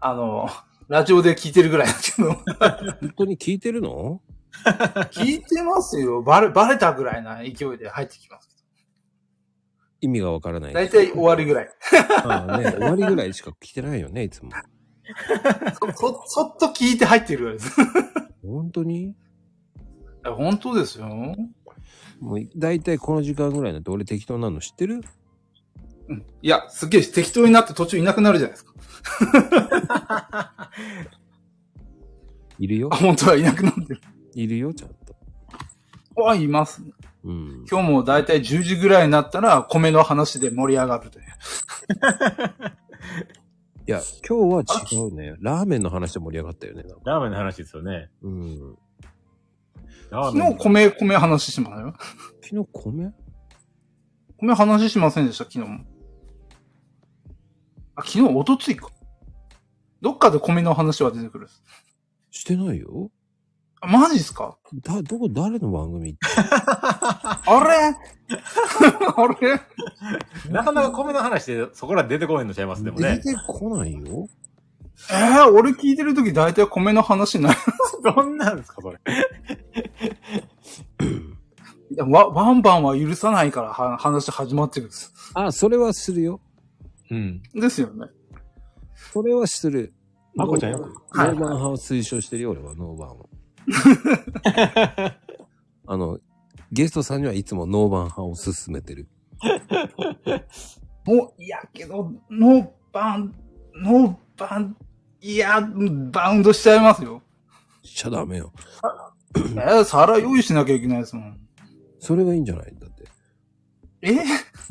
[SPEAKER 3] あの、ラジオで聞いてるぐらいだけど、
[SPEAKER 1] 本当に聞いてるの
[SPEAKER 3] 聞いてますよ。バレ、バレたぐらいな勢いで入ってきます。
[SPEAKER 1] 意味がわからない。
[SPEAKER 3] だいたい終わりぐらい。
[SPEAKER 1] まあね、終わりぐらいしか聞いてないよね、いつも。
[SPEAKER 3] そ、 [laughs] そ、そっと聞いて入ってるぐらいです。
[SPEAKER 1] 本当に
[SPEAKER 3] 本当ですよ。
[SPEAKER 1] もう、だいたいこの時間ぐらいになって俺適当なの知ってる
[SPEAKER 3] うんいや、すっげえ適当になって途中いなくなるじゃないですか。
[SPEAKER 1] いるよ
[SPEAKER 3] あ、。本当はいなくなってる。
[SPEAKER 1] いるよ、ちゃんと。
[SPEAKER 3] はいますね。
[SPEAKER 1] うん。
[SPEAKER 3] 今日もだいたい10時ぐらいになったら、米の話で盛り上がるという。
[SPEAKER 1] いや、今日は違うね。ラーメンの話で盛り上がったよね。なんか
[SPEAKER 2] ラーメンの話ですよね。
[SPEAKER 1] うん。
[SPEAKER 2] ラー
[SPEAKER 3] 昨
[SPEAKER 2] メン。
[SPEAKER 3] 日米、米話しませんよ。
[SPEAKER 1] 昨日米
[SPEAKER 3] 米話しませんでした、昨日も。あ、昨日、おとついか。どっかで米の話は出てくる。
[SPEAKER 1] してないよ。
[SPEAKER 3] あ、マジっすか
[SPEAKER 1] だ、どこ、誰の番組
[SPEAKER 3] あれ [laughs] あれ
[SPEAKER 2] なかなか米の話でそこら出てこへんのちゃいます、でも
[SPEAKER 1] 出
[SPEAKER 2] ね。
[SPEAKER 1] てこないよ。
[SPEAKER 3] えー、俺聞いてるとき大体米の話ない。
[SPEAKER 2] どんなんですか、それ。
[SPEAKER 3] いやわワンバンは許さないからは話始まってるんです。
[SPEAKER 1] あ、それはするよ。
[SPEAKER 2] うん。
[SPEAKER 3] ですよね。
[SPEAKER 1] それはする。
[SPEAKER 2] まこちゃんよく
[SPEAKER 1] ノーバン派を推奨してるよ、俺は、ノーバンを。
[SPEAKER 2] [laughs]
[SPEAKER 1] あの、ゲストさんにはいつもノーバン派を勧めてる。
[SPEAKER 3] もう、いやけど、ノーバン、ノーバン、いや、バウンドしちゃいますよ。
[SPEAKER 1] しちゃダメよ。
[SPEAKER 3] えー、皿用意しなきゃいけないですもん。
[SPEAKER 1] それがいいんじゃないだって。
[SPEAKER 3] えー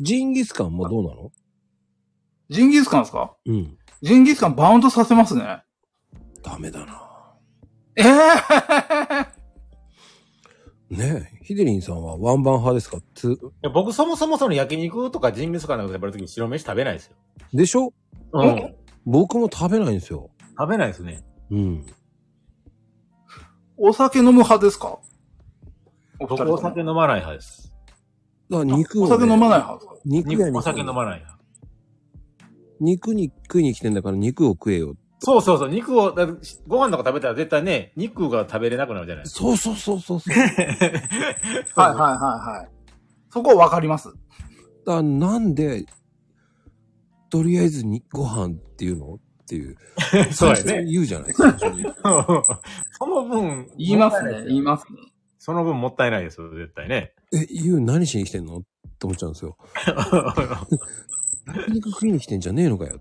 [SPEAKER 1] ジンギスカンもどうなの
[SPEAKER 3] ジンギスカンですか
[SPEAKER 1] うん。
[SPEAKER 3] ジンギスカンバウンドさせますね。
[SPEAKER 1] ダメだな。
[SPEAKER 3] ええー、
[SPEAKER 1] ねえ、ヒデリンさんはワンバン派ですかつ、
[SPEAKER 2] いや僕そもそもその焼肉とかジンギスカンとか食べるとき白飯食べないですよ。
[SPEAKER 1] でしょ
[SPEAKER 2] うんん。
[SPEAKER 1] 僕も食べないんですよ。
[SPEAKER 2] 食べないですね。
[SPEAKER 1] うん。
[SPEAKER 3] [laughs] お酒飲む派ですかお二人
[SPEAKER 2] 僕
[SPEAKER 3] とも
[SPEAKER 2] お酒飲まない派です。
[SPEAKER 1] だから肉を、
[SPEAKER 3] お酒飲まない派ですか
[SPEAKER 1] 肉
[SPEAKER 2] 肉
[SPEAKER 1] や
[SPEAKER 2] お酒飲まない派。
[SPEAKER 1] 肉に食いに来てんだから肉を食えよ。
[SPEAKER 2] そうそうそう。肉を、だってご飯とか食べたら絶対ね、肉が食べれなくなるじゃないです
[SPEAKER 1] そうそうそうそうそう。
[SPEAKER 2] か。
[SPEAKER 3] はいはいはいはい。そこはわかります。
[SPEAKER 1] だなんで、とりあえずにご飯っていうのっていう。
[SPEAKER 2] い。 [laughs] そう
[SPEAKER 1] 最
[SPEAKER 2] や
[SPEAKER 1] 初
[SPEAKER 2] ね。
[SPEAKER 1] 言うじゃないですか。最初に
[SPEAKER 2] [laughs] その分、
[SPEAKER 3] 言います
[SPEAKER 2] もった
[SPEAKER 3] ね
[SPEAKER 2] な。
[SPEAKER 3] 言いますね。
[SPEAKER 2] その分もったいないですよ、絶対ね。 [laughs]
[SPEAKER 1] え、言う何しに来てんのって思っちゃうんですよ。焼肉食いに来てんじゃねえのかよ。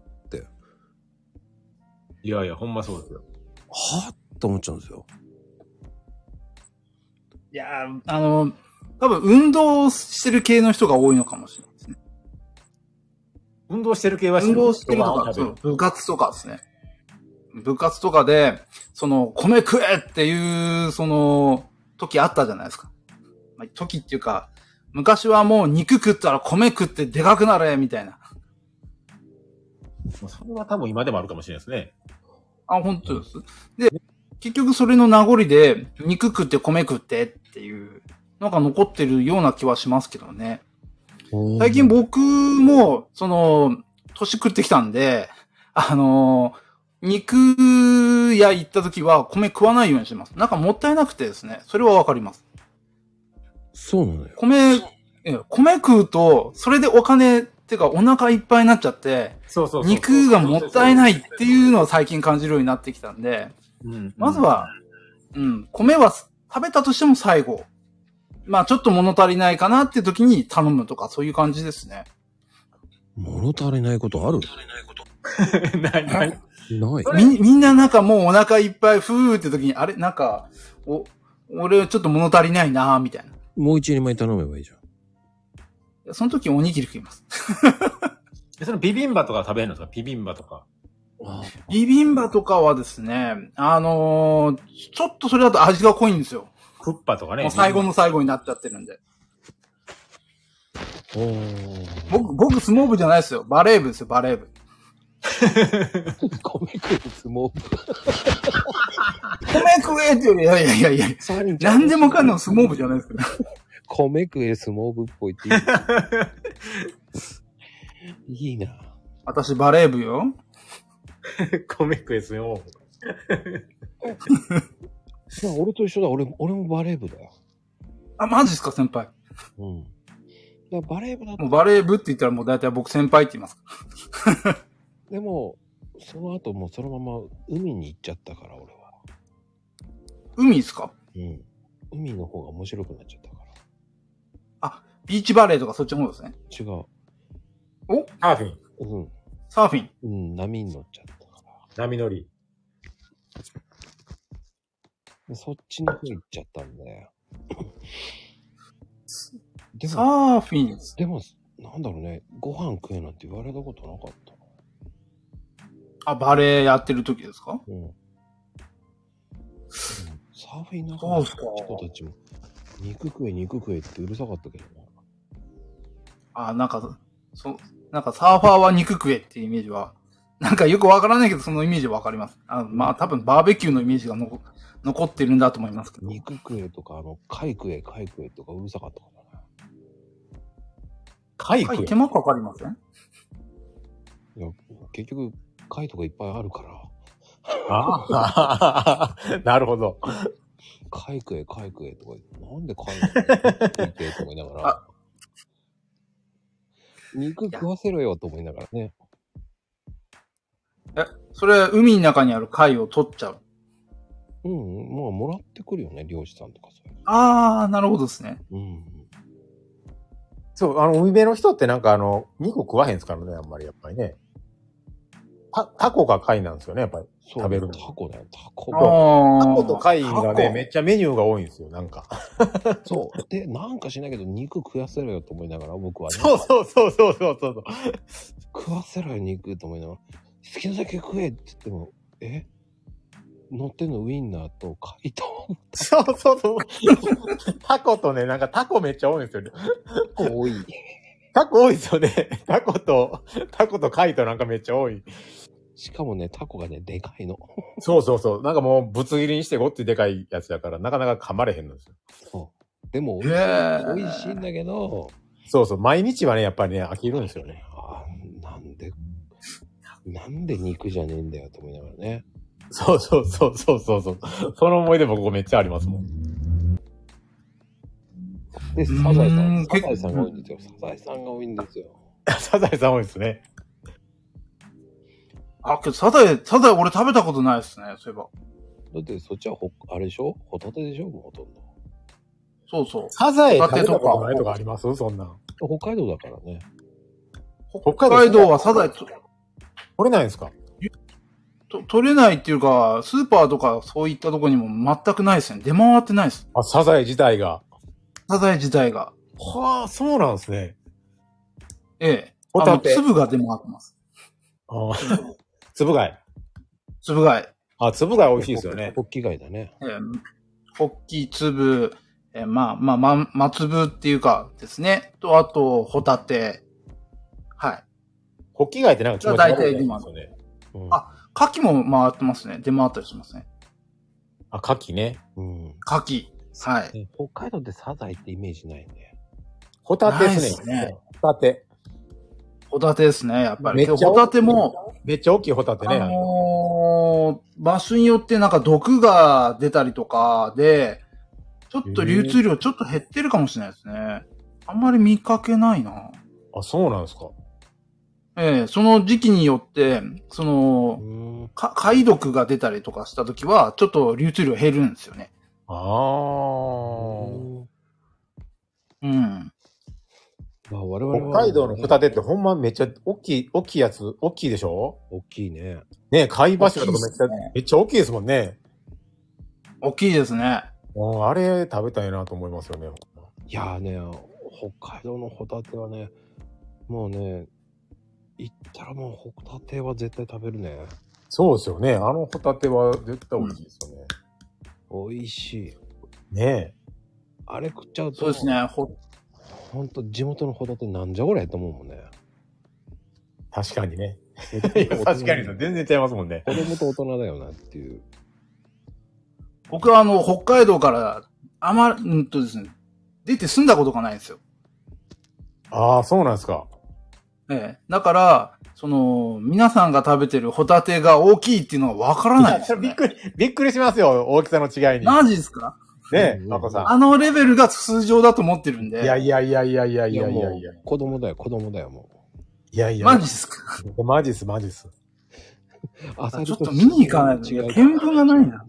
[SPEAKER 2] いやいや、ほんまそうですよ。
[SPEAKER 1] はぁって思っちゃうんですよ。
[SPEAKER 3] いやーあの、多分運動してる系の人が多いのかもしれないですね。
[SPEAKER 2] 運動してる系は
[SPEAKER 3] 運動してると
[SPEAKER 2] ご飯
[SPEAKER 3] か、
[SPEAKER 2] を食
[SPEAKER 3] そ
[SPEAKER 2] べ
[SPEAKER 3] の部活とかですね。部活とかで、その、米食えっていう、その、時あったじゃないですか。まあ時っていうか、昔はもう肉食ったら米食ってでかくなれ、みたいな。
[SPEAKER 2] もうそれは多分今でもあるかもしれないですね。
[SPEAKER 3] あ、本当です。で、結局それの名残で、肉食って米食ってっていう、なんか残ってるような気はしますけどね。最近僕も、その、年食ってきたんで、あの肉屋行った時は米食わないようにしてます。なんかもったいなくてですね。それはわかります。
[SPEAKER 1] そうなのよ。
[SPEAKER 3] 米、え米食うと、それでお金、っていうかお腹いっぱいになっちゃって、
[SPEAKER 2] そうそうそう
[SPEAKER 3] 肉がもったいないっていうのを最近感じるようになってきたんで、
[SPEAKER 2] うん
[SPEAKER 3] まず、は、うん、米はす食べたとしても最後。まあちょっと物足りないかなって時に頼むとかそういう感じですね。
[SPEAKER 1] 物足りないことある
[SPEAKER 2] [laughs] ないない
[SPEAKER 1] ない。
[SPEAKER 3] み、みんななんかもうお腹いっぱい、ふーって時に、あれなんか、お、俺ちょっと物足りないなーみたいな。
[SPEAKER 1] もう一人前頼めばいいじゃん。
[SPEAKER 3] その時おにぎり食います。
[SPEAKER 2] えそのビビンバとか食べるんですかビビンバとか。
[SPEAKER 3] ビビンバとかはですね、あのーちょっとそれだと味が濃いんですよ。
[SPEAKER 2] クッパとかね。
[SPEAKER 3] もう最後の最後になっちゃってるんで。
[SPEAKER 1] おー。
[SPEAKER 3] 僕、僕、相撲部じゃないですよ。バレー部ですよ、バレー部。
[SPEAKER 1] 米食う相撲部。
[SPEAKER 3] 米食えっていうより、いやいやいやいや、何でもかんでも相撲部じゃないですけど。
[SPEAKER 1] 米食え相撲部っぽいっていい。いいな。
[SPEAKER 3] 私、バレー部よ。
[SPEAKER 2] 米食えすよ。
[SPEAKER 1] まあ、俺と一緒だ。俺、俺もバレー部だよ。
[SPEAKER 3] あ、マジですか、先輩。
[SPEAKER 1] うん。だからバレー部だ
[SPEAKER 3] もう
[SPEAKER 1] と、
[SPEAKER 3] バレー部って言ったらもう大体僕先輩って言いますから。
[SPEAKER 1] でも、その後もうそのまま海に行っちゃったから、俺は。
[SPEAKER 3] 海ですか
[SPEAKER 1] うん。海の方が面白くなっちゃったから。
[SPEAKER 3] ビーチバレーとかそっちの方ですね。
[SPEAKER 1] 違う。
[SPEAKER 2] サーフィン、
[SPEAKER 1] うん。
[SPEAKER 3] サーフィン。
[SPEAKER 1] うん、波に乗っちゃったから。
[SPEAKER 2] 波乗り。
[SPEAKER 1] でそっちの方行っちゃったんだよ。で
[SPEAKER 3] サ
[SPEAKER 1] も、
[SPEAKER 3] ーフィン。
[SPEAKER 1] でも、なんだろうね。ご飯食えなんて言われたことなかった。
[SPEAKER 3] あ、バレーやってる時ですか
[SPEAKER 1] うん。でもサーフィン仲
[SPEAKER 3] そ
[SPEAKER 1] 間
[SPEAKER 3] う
[SPEAKER 1] の
[SPEAKER 3] っすか
[SPEAKER 1] 人たちも、肉食え、肉食えってうるさかったけどな。
[SPEAKER 3] あ、なんか、そう、なんかサーファーは肉食えっていうイメージは、なんかよくわからないけど、そのイメージはわかります。あまあ多分バーベキューのイメージが残残ってるんだと思いますけど。
[SPEAKER 1] 肉食えとか、あの、貝食え、貝食えとかうるさかったからな。
[SPEAKER 2] 海
[SPEAKER 3] は
[SPEAKER 2] 食
[SPEAKER 3] い、
[SPEAKER 2] え
[SPEAKER 3] 手。間かかりません
[SPEAKER 1] いや、結局、貝とかいっぱいあるから、
[SPEAKER 2] ああ、 [laughs] なるほど。
[SPEAKER 1] 貝食え、貝食えとか、なんで貝なんだろう食えと思いな
[SPEAKER 3] [laughs]
[SPEAKER 1] がら。肉食わせろよと思いながらね。
[SPEAKER 3] それ、海の中にある貝を取っちゃう。
[SPEAKER 1] うんうん、まあ、もらってくるよね、漁師さんとかそういう
[SPEAKER 3] あー、なるほどですね。
[SPEAKER 1] の。うんうん。
[SPEAKER 2] そう、あの、海辺の人ってなんかあの、肉食わへんすからね、あんまりやっぱりね。タ、タコか貝なんですよね、やっぱり。
[SPEAKER 1] そう
[SPEAKER 2] 食べるの
[SPEAKER 1] タコだよ、タコ
[SPEAKER 3] あ。ー。
[SPEAKER 2] タコと貝が
[SPEAKER 1] タ
[SPEAKER 2] ね、
[SPEAKER 1] コ
[SPEAKER 2] めっちゃメニューが多いんですよ、なんか。
[SPEAKER 1] そう。で、なんかしないけど、肉食わせろよと思いながら、僕はね。
[SPEAKER 2] [laughs] そうそうそうそうそうそう。
[SPEAKER 1] 食わせろよ、肉と思いながら。好きなだけ食えって言っても、え乗ってんのウインナーと貝と、
[SPEAKER 2] そうそうそう。タコとね、なんかタコめっちゃ多いんですよ。
[SPEAKER 1] タコ多い。
[SPEAKER 2] タコ多いですよね。タコと、タコと貝となんかめっちゃ多い。
[SPEAKER 1] しかもね、タコがね、でかいの。
[SPEAKER 2] そうそうそう。なんかもうぶつ切りにしてごっついでかいやつだから、なかなか噛まれへんのですよ。
[SPEAKER 1] そう。でも、
[SPEAKER 3] え
[SPEAKER 1] 美
[SPEAKER 3] ー、
[SPEAKER 1] 味しいんだけど、
[SPEAKER 2] そうそう。毎日はね、やっぱりね、飽きるんですよね。
[SPEAKER 1] あーなんで、なんで肉じゃねえんだよと思いながらね。
[SPEAKER 2] そうそうそうそうそうそう。その思い出僕めっちゃありますもん。
[SPEAKER 1] で、サザエさ、
[SPEAKER 3] うんん
[SPEAKER 1] サザエさんが多いんですよ。サザエさんが多いんですよ。
[SPEAKER 2] サザエさん多いですね。
[SPEAKER 3] あ、けどサザエ、サザエ俺食べたことないですね、そういえば。
[SPEAKER 1] だってそっちはほ、あれでしょホタテでしょもうほとんど。
[SPEAKER 3] そうそう。
[SPEAKER 2] サザエ
[SPEAKER 3] ホタ
[SPEAKER 2] 食
[SPEAKER 3] テ
[SPEAKER 2] べた
[SPEAKER 3] とか
[SPEAKER 2] ことないとかありますそんなん。
[SPEAKER 1] 北海道だからね。
[SPEAKER 2] 北
[SPEAKER 3] 北
[SPEAKER 2] 海
[SPEAKER 3] 海
[SPEAKER 2] 道
[SPEAKER 3] 道はサザエと
[SPEAKER 2] 取れないんですか
[SPEAKER 3] と取れないっていうか、スーパーとかそういったとこにも全くないですね。出回ってないです。
[SPEAKER 2] あ、サザエ自体が。
[SPEAKER 3] サザエ自体が。
[SPEAKER 2] はあ、そうなんですね。
[SPEAKER 3] ええ。
[SPEAKER 2] ホ
[SPEAKER 3] あ
[SPEAKER 2] タ
[SPEAKER 3] の、
[SPEAKER 2] テ。
[SPEAKER 3] 粒が出回ってます。
[SPEAKER 2] あー [laughs] 粒貝。
[SPEAKER 3] 粒貝。
[SPEAKER 2] あ、粒貝美味しいですよ [laughs] ね。
[SPEAKER 1] ホッキ貝だね。
[SPEAKER 3] ええ。ホッキ、粒、ええ、まあ、まあ、ま、ま粒っていうかですね。と、あと、ホタテ。はい。
[SPEAKER 2] ホッキ貝ってなんか気持ち悪いみたいなんですよね。
[SPEAKER 1] うん
[SPEAKER 3] あ牡蠣も回ってますね。出回ったりしますね。
[SPEAKER 2] あ、牡蠣ね。
[SPEAKER 1] うん。
[SPEAKER 3] 牡蠣。はい。
[SPEAKER 1] ね北海道ってサザエってイメージないね。
[SPEAKER 2] ホタテです
[SPEAKER 3] ないっす
[SPEAKER 2] ね
[SPEAKER 3] ね。
[SPEAKER 2] ホタテ。
[SPEAKER 3] ホタテですね、やっぱ
[SPEAKER 2] め
[SPEAKER 3] り。
[SPEAKER 2] っちゃ
[SPEAKER 3] ホタテも、
[SPEAKER 2] めっちゃ大きいホタテね。
[SPEAKER 3] あのー場所によってなんか毒が出たりとかで、ちょっと流通量ちょっと減ってるかもしれないですね。あんまり見かけないな。
[SPEAKER 2] あ、そうなんですか。
[SPEAKER 3] ええその時期によって、その、
[SPEAKER 1] ん。
[SPEAKER 3] か、解毒が出たりとかした時は、ちょっと流通量減るんですよね。
[SPEAKER 2] あ
[SPEAKER 3] うん。
[SPEAKER 1] まあ、我々
[SPEAKER 2] ー。
[SPEAKER 1] は。
[SPEAKER 2] 北海道のホタ
[SPEAKER 1] テ。
[SPEAKER 2] テってほんまめっちゃ大きい、大きいやつ、大きいでしょ
[SPEAKER 1] 大きいね。
[SPEAKER 2] ね貝柱とかめっちゃ、
[SPEAKER 3] 大きいっすね
[SPEAKER 2] めっちゃ大きいですもんね。
[SPEAKER 3] 大きいですね。
[SPEAKER 2] うんあれ食べたいなと思いますよね。
[SPEAKER 1] いやーね、北海道のホタテはね、もうね、行ったらもうホタテは絶対食べるね。
[SPEAKER 2] そうですよね。あのホタテは絶対美味しいですよね。
[SPEAKER 1] 美味しい。
[SPEAKER 2] ね
[SPEAKER 1] あれ食っちゃうと、
[SPEAKER 3] そうです。ね。ほ
[SPEAKER 1] ほんと地元のホタテなんじゃこれと思うもんね。
[SPEAKER 2] [laughs] え。確かにね。 [laughs] 確かにそう。全然ちゃいますもんね。
[SPEAKER 1] 子供と大人だよなっていう。
[SPEAKER 3] 僕はあの、北海道から、あま、うんとですね、出て住んだことがないんですよ。
[SPEAKER 2] ああ、そうなんですか。
[SPEAKER 3] ええ。だから、その、皆さんが食べてるホタテが大きいっていうのはわからないですよ、
[SPEAKER 2] びっ
[SPEAKER 3] ね。
[SPEAKER 2] くり、びっくりしますよ。大きさの違いに。ね
[SPEAKER 3] マジですか
[SPEAKER 2] え、
[SPEAKER 1] うん
[SPEAKER 2] マコさ
[SPEAKER 3] あのレベルが通常だと思ってるん
[SPEAKER 2] ん。
[SPEAKER 3] で。
[SPEAKER 2] いやいやいやいやいやいやい
[SPEAKER 1] も
[SPEAKER 2] や
[SPEAKER 1] う
[SPEAKER 2] いや。い
[SPEAKER 1] 子供だよ、子供だよ、も
[SPEAKER 2] やいや。
[SPEAKER 3] マジですか
[SPEAKER 2] マジっす、マジっす。
[SPEAKER 1] う。アサリ
[SPEAKER 3] ちょっと見に行かないと。
[SPEAKER 1] 違
[SPEAKER 3] 見
[SPEAKER 1] うか
[SPEAKER 3] 分がないな。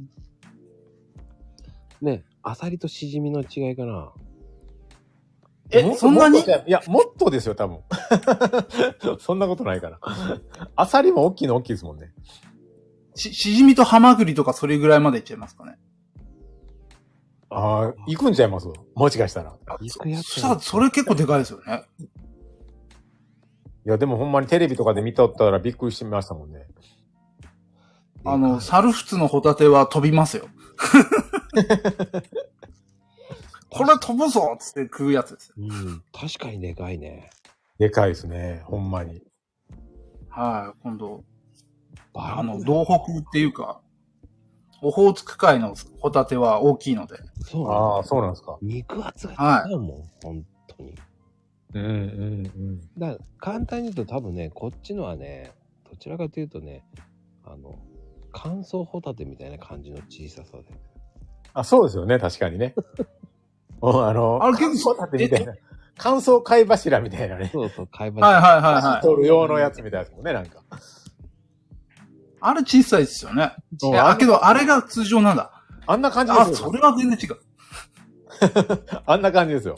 [SPEAKER 1] ね、アサリとシジミの違いかな。
[SPEAKER 2] もっ
[SPEAKER 3] え、
[SPEAKER 2] と
[SPEAKER 3] そんなに
[SPEAKER 2] もっといや、もっとですよ、多分。 [laughs] そんなことないから。アサリも大きいの大きいですもんね。
[SPEAKER 3] し、しじみとハマグリとかそれぐらいまでいっちゃいますかね。
[SPEAKER 2] ああ、行くんちゃいますもしかしたら。
[SPEAKER 1] 行くやつ
[SPEAKER 3] そしたら、それ結構でかいですよね。
[SPEAKER 2] いや、でもほんまにテレビとかで見とったらびっくりしてみましたもんね。
[SPEAKER 3] あの、サルフツのホタテは飛びますよ。これ飛ぶぞっつって食うやつですよ。
[SPEAKER 1] うん、確かにでかいね。
[SPEAKER 2] でかいですね、ほんまに。
[SPEAKER 3] はい、今度、
[SPEAKER 1] バ
[SPEAKER 3] あ
[SPEAKER 1] ラン
[SPEAKER 3] の、
[SPEAKER 1] ス
[SPEAKER 3] 道北っていうか、オホーツク海のホタテは大きいので。
[SPEAKER 1] そうなんだ
[SPEAKER 2] ああ、そうなんですか。
[SPEAKER 1] 肉厚が
[SPEAKER 3] は
[SPEAKER 1] 違うもん、本当に。
[SPEAKER 2] うんうん
[SPEAKER 1] だから簡単に言うと多分ね、こっちのはね、どちらかというとね、あの、乾燥ホタテみたいな感じの小ささで。
[SPEAKER 2] あ、そうですよね、確かにね。 [laughs] うんあの、
[SPEAKER 3] あれ結構
[SPEAKER 2] 乾燥立てみたいな。乾燥貝柱みたいなね。
[SPEAKER 1] そうそう、貝
[SPEAKER 3] はい
[SPEAKER 1] 柱。
[SPEAKER 3] はいはいはい。
[SPEAKER 2] 取る用のやつみたいですもんね、なんか。
[SPEAKER 3] あれ小さいですよね。
[SPEAKER 2] うん
[SPEAKER 3] えあ、けど、あれが通常なんだ。
[SPEAKER 2] あんな感じ
[SPEAKER 3] あ、
[SPEAKER 2] です
[SPEAKER 3] そ
[SPEAKER 2] よ。
[SPEAKER 3] れは全然違う。
[SPEAKER 2] あんな感じですよ。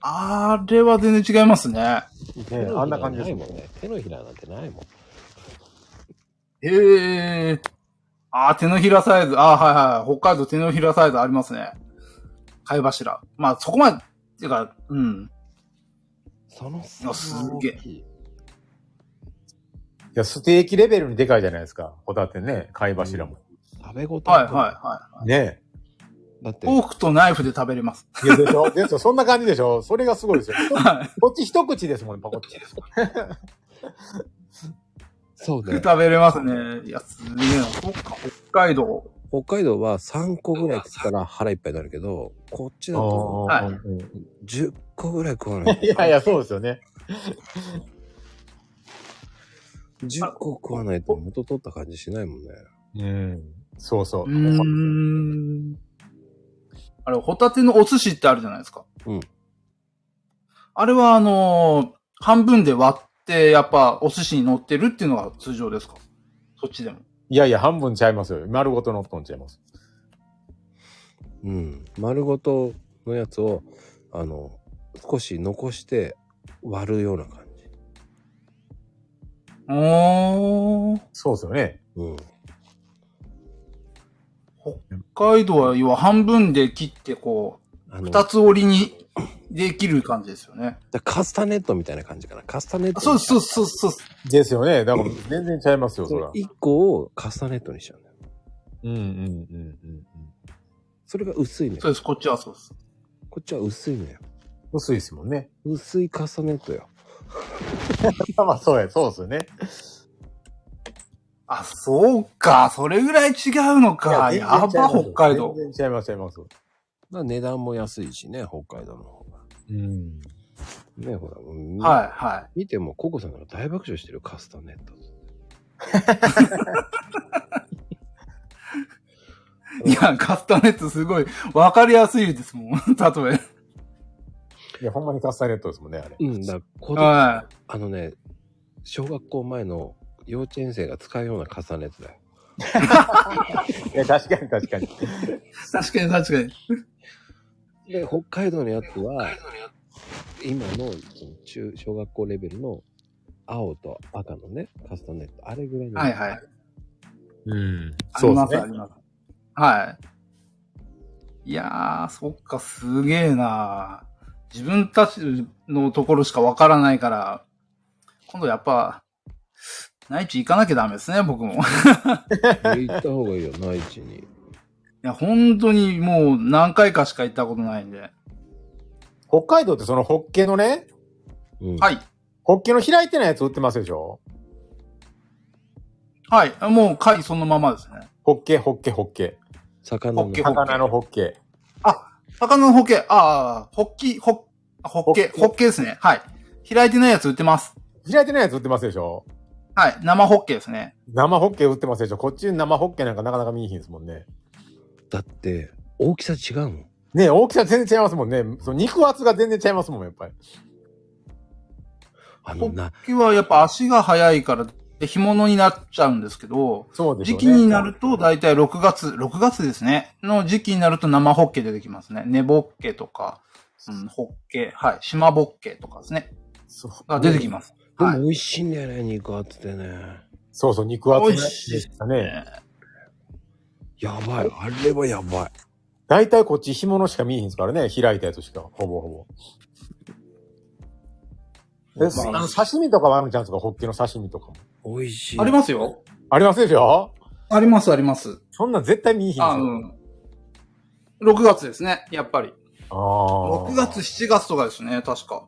[SPEAKER 3] あれは全然違いますね。
[SPEAKER 2] ねあんな感じです
[SPEAKER 1] 手のひらないもんね。手のひらなんてないもん。
[SPEAKER 3] ええあー、手のひらサイズ。あーはいはい。北海道手のひらサイズありますね。貝柱。まあ、そこまで、てか、うん。
[SPEAKER 1] その
[SPEAKER 3] あすげえ
[SPEAKER 1] え。
[SPEAKER 2] いや、ステーキレベルにでかいじゃないですか。ホタテね、貝柱も。
[SPEAKER 1] 食べ応え。
[SPEAKER 3] はいはいは
[SPEAKER 2] ね
[SPEAKER 1] だって
[SPEAKER 3] い。、フォークとナイフで食べれます。
[SPEAKER 2] いや、でしょ [laughs] ですよ。そんな感じでしょそれがすごいですよ。
[SPEAKER 3] はい。
[SPEAKER 2] こっち一口ですもんね、パコッチ。
[SPEAKER 1] そうね。
[SPEAKER 3] 食べれますね。いや、すげえな。そっか、北海道。
[SPEAKER 1] 北海道は3個ぐらい食ったら腹いっぱいになるけど、こっちだと
[SPEAKER 3] はい
[SPEAKER 2] うんうんうん
[SPEAKER 1] 10個ぐらい食わないと。
[SPEAKER 2] [laughs] いやいや、そうですよね。
[SPEAKER 1] 10個食わないと元取った感じしないもんね。
[SPEAKER 2] うん。そうそうう。
[SPEAKER 3] ーん。あれ、ホタテのお寿司ってあるじゃないですか。
[SPEAKER 1] うん
[SPEAKER 3] あれは、あのー半分で割って、やっぱ、お寿司に乗ってるっていうのが通常ですかそっちでも。
[SPEAKER 2] いやいや、半分ちゃいますよ。丸ごと乗っとんちゃいます。
[SPEAKER 1] うん。丸ごとのやつを、あの、少し残して割るような感じ。
[SPEAKER 3] おー。
[SPEAKER 2] そうですよね。
[SPEAKER 1] うん。
[SPEAKER 3] 北海道は、要は半分で切って、こ
[SPEAKER 1] あ
[SPEAKER 3] う、
[SPEAKER 1] の、
[SPEAKER 3] 二つ折りにできる感じですよね。
[SPEAKER 1] カスタネットみたいな感じかな。カスタネッ
[SPEAKER 3] あ
[SPEAKER 1] ト。
[SPEAKER 3] そうです、そうです、そうですそうです。
[SPEAKER 2] ですよね。だから全然ちゃいますよ、そ
[SPEAKER 1] それ
[SPEAKER 2] ら。
[SPEAKER 1] 1個をカスタネットにしちゃうんだよ。
[SPEAKER 2] うんうんうんうん。
[SPEAKER 1] それが薄いのよ
[SPEAKER 3] そう。です、こっちはそうです。
[SPEAKER 1] こっちは薄いのよ。
[SPEAKER 2] 薄いですもんね。
[SPEAKER 1] 薄いカスタネットよ。
[SPEAKER 2] まあ、そうや、そうですよね。
[SPEAKER 3] あ、そうか。それぐらい違うのか。
[SPEAKER 2] い
[SPEAKER 3] やば、北海道。
[SPEAKER 2] 全然違います、全然違います、ちゃいま
[SPEAKER 1] まあ値段も安いしね、北海道の方が。
[SPEAKER 2] す。うん。
[SPEAKER 1] ね、ほら、うん
[SPEAKER 3] はい、はい。
[SPEAKER 1] 見ても、ココさんが大爆笑してるカスタネット。
[SPEAKER 3] いや、カスタネットすごい分かりやすいですもん。 [laughs] 例え。
[SPEAKER 2] いや、ほんまにカスタネットですもんね、あれ。
[SPEAKER 1] うん、だから子供
[SPEAKER 3] は
[SPEAKER 1] あのね、小学校前の幼稚園生が使うようなカスタネットだよ。
[SPEAKER 2] いや、確かに確かに。
[SPEAKER 3] い。確かに確かに。
[SPEAKER 1] で、北海道のやつは、今の中、小学校レベルの青と赤のね、カスタネット。あれぐらいの。
[SPEAKER 3] はいはい。
[SPEAKER 2] うん。
[SPEAKER 3] あ
[SPEAKER 2] そ
[SPEAKER 3] り
[SPEAKER 2] うで
[SPEAKER 3] ます
[SPEAKER 2] す
[SPEAKER 3] あ
[SPEAKER 2] ね。
[SPEAKER 3] ります。はい。いやー、そっか、すげえな自分たちのところしか分からないから、今度やっぱ、内地行かなきゃダメですね、僕も。 [laughs]
[SPEAKER 1] 上行った方がいいよ、内地に。
[SPEAKER 3] や、本当にもう何回かしか行ったことないんで。
[SPEAKER 2] 北海道ってそのホッケのね、
[SPEAKER 1] うん
[SPEAKER 3] はい。
[SPEAKER 2] ホッケの開いてないやつ売ってますでしょ
[SPEAKER 3] はい。もう貝そのままですね。
[SPEAKER 2] ホッケ、ホッケ、ホッケ。
[SPEAKER 1] 魚の
[SPEAKER 3] ホッケ
[SPEAKER 2] 魚のホッケ。
[SPEAKER 3] 魚のホッケ、ああ、ホッキ、ホッ、あホッケ、
[SPEAKER 2] ホッケ
[SPEAKER 3] ホッケですね。はい。開いてないやつ売ってます。
[SPEAKER 2] 開いてないやつ売ってますでしょ
[SPEAKER 3] はい。生ホッケですね。
[SPEAKER 2] 生ホッケ売ってますでしょこっちに生ホッケなんかなかなか見えひんですもんね。
[SPEAKER 1] だって大きさ違うの
[SPEAKER 2] ねえ大きさ全然違いますもんね。その肉厚が全然違いますもん、やっぱり。
[SPEAKER 1] あ
[SPEAKER 3] ホ
[SPEAKER 1] のな
[SPEAKER 3] ッケはやっぱ足が速いから、で、干物になっちゃうんですけど、
[SPEAKER 2] そうでしょ
[SPEAKER 3] 時
[SPEAKER 2] うね。
[SPEAKER 3] 期になると、だいたい6月、6月ですね。の時期になると生ホッケ出てきますね。根ぼっけとか、うん、ホッケ、はい、島ぼっけとかですね。
[SPEAKER 2] そう
[SPEAKER 3] が出てきます。
[SPEAKER 1] でも
[SPEAKER 3] はい
[SPEAKER 1] 美味しいんだよね肉あっててね
[SPEAKER 2] そうそう、肉厚
[SPEAKER 3] 美
[SPEAKER 2] で
[SPEAKER 3] 味しいです
[SPEAKER 2] したね。
[SPEAKER 1] やばいあれはやばい
[SPEAKER 2] 大体こっち干物しか見えひんですからね。開いたやつしか、ほぼほぼ。え、
[SPEAKER 3] まあ
[SPEAKER 2] あの、刺身とかはあるんちゃうんですかホッケの刺身とかも。
[SPEAKER 1] 美味しい
[SPEAKER 3] ありますよ。
[SPEAKER 2] ありますでしょ
[SPEAKER 3] あります、あります。
[SPEAKER 2] そんなん絶対見えひん
[SPEAKER 3] あ
[SPEAKER 2] で
[SPEAKER 3] の、6月ですね、やっぱり。
[SPEAKER 2] すよ。あ
[SPEAKER 3] 6月、7月とかですね、確か。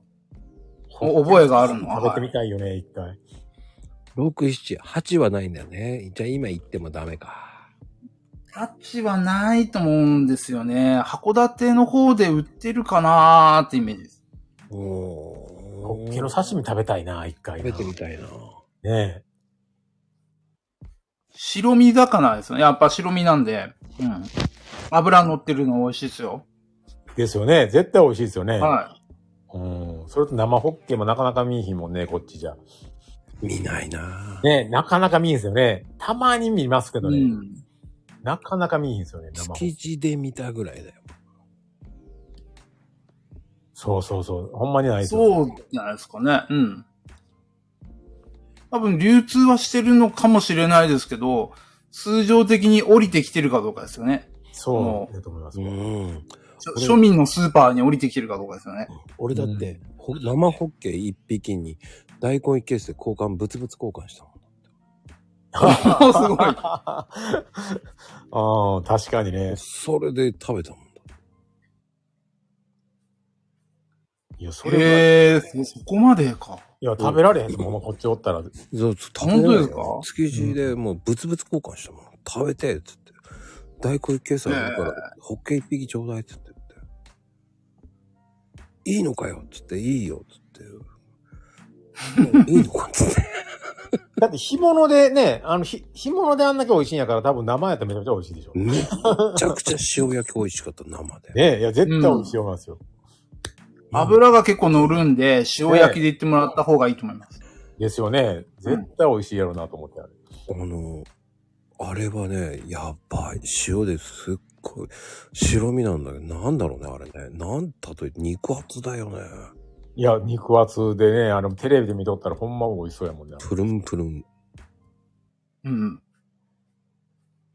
[SPEAKER 2] ほ
[SPEAKER 3] お覚えがあるのは。
[SPEAKER 2] 食べてみ
[SPEAKER 3] はい
[SPEAKER 2] たいよね、一回。
[SPEAKER 1] 678はないんだよねじゃあ今行ってもダメか
[SPEAKER 3] タッチはないと思うんですよね。函館の方で売ってるかなーってイメージです。
[SPEAKER 1] お
[SPEAKER 2] ホ
[SPEAKER 1] お
[SPEAKER 2] ッケの刺身食べたいな、一回
[SPEAKER 1] 食
[SPEAKER 2] な。
[SPEAKER 1] べてみたいな
[SPEAKER 2] ね
[SPEAKER 3] 白身魚ですね。やっぱ白身なんで。うん。油乗ってるの美味しいですよ。
[SPEAKER 2] えですよね。絶対美味しいですよね。
[SPEAKER 3] はい。
[SPEAKER 2] うん。それと生ホッケもなかなか見えひんもんね、こっちじゃ。
[SPEAKER 1] 見ないな
[SPEAKER 2] ねなかなか見えんすよね。たまに見ますけど
[SPEAKER 3] う
[SPEAKER 2] ね。
[SPEAKER 3] ん。
[SPEAKER 2] なかなか見えひんすよね、生ホッケ
[SPEAKER 1] 築地で見たぐらいだよ
[SPEAKER 2] そうそうそう。ほんまにないですよ
[SPEAKER 3] そうじゃないですかね。うん。多分流通はしてるのかもしれないですけど、通常的に降りてきてるかどうかですよね。
[SPEAKER 2] そうだと思います
[SPEAKER 1] う。ん
[SPEAKER 3] ちょ
[SPEAKER 1] これ
[SPEAKER 3] 庶民のスーパーに降りてきてるかどうかですよね。
[SPEAKER 1] 俺だって、ほ生ホッケ一匹に大根一ケースで交換ブツブツ交換したもん
[SPEAKER 3] お [laughs] すごい。
[SPEAKER 2] ああー、確かにね。
[SPEAKER 1] それで食べたもんだ
[SPEAKER 2] い [laughs] や、それは、
[SPEAKER 3] へえー、そそこまでか。
[SPEAKER 2] いや、食べられへんもん、ほんまこっちおったら。
[SPEAKER 1] そう
[SPEAKER 3] 本当ですか
[SPEAKER 1] 築地でもうブツブツ交換したもん食べてっつって大根一ケースあるから、ホッケ一匹ちょうだいっつって言っていいのかよっつっていいよっつっていいのかっつって
[SPEAKER 2] だって、干物でね、あの、ひ、干物であんだけ美味しいんやから、多分生やったらめちゃめちゃ美味しいでしょ。
[SPEAKER 1] めっちゃくちゃ塩焼き美味しかった生で、
[SPEAKER 2] ねいや、絶対美味しいようなんですよ。
[SPEAKER 3] 油が結構乗るんで、塩焼きでいってもらった方がいいと思います。
[SPEAKER 2] ですよね。絶対美味しいやろうなと思ってある。
[SPEAKER 1] あの、あれはね、やばい。塩ですっごい、白身なんだけど、なんだろうね、あれね。なんたとえ、肉厚だよね。
[SPEAKER 2] いや、肉厚でね、あの、テレビで見とったらほんま美味しそうやもんね。
[SPEAKER 1] プルンプルン。
[SPEAKER 3] うん。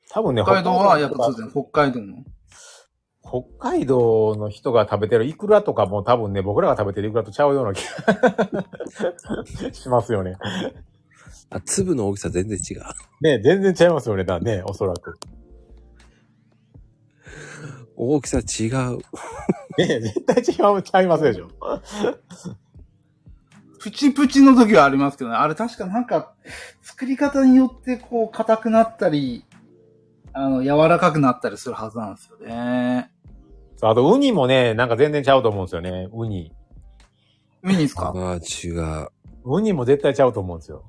[SPEAKER 2] 多分ね、
[SPEAKER 3] 北海道はやっぱそう
[SPEAKER 2] 北
[SPEAKER 3] ですね、北海道の。
[SPEAKER 2] 北海道の人が食べてるイクラとかも多分ね、僕らが食べてるイクラとちゃうような気が [laughs] しますよね。
[SPEAKER 1] あ、粒の大きさ全然違う。
[SPEAKER 2] ね全然ちゃいますよね、だね、おそらく。
[SPEAKER 1] 大きさ違う。
[SPEAKER 2] ね絶対違う、ちゃいますでしょ。
[SPEAKER 3] プチプチの時はありますけどね。あれ確かなんか、作り方によってこう、硬くなったり、あの、柔らかくなったりするはずなんですよね。
[SPEAKER 2] そうあと、ウニもね、なんか全然ちゃうと思うんですよね、ウニ。
[SPEAKER 3] ウニです
[SPEAKER 1] あ
[SPEAKER 3] か
[SPEAKER 1] あ、違う。
[SPEAKER 2] ウニも絶対ちゃうと思うんですよ。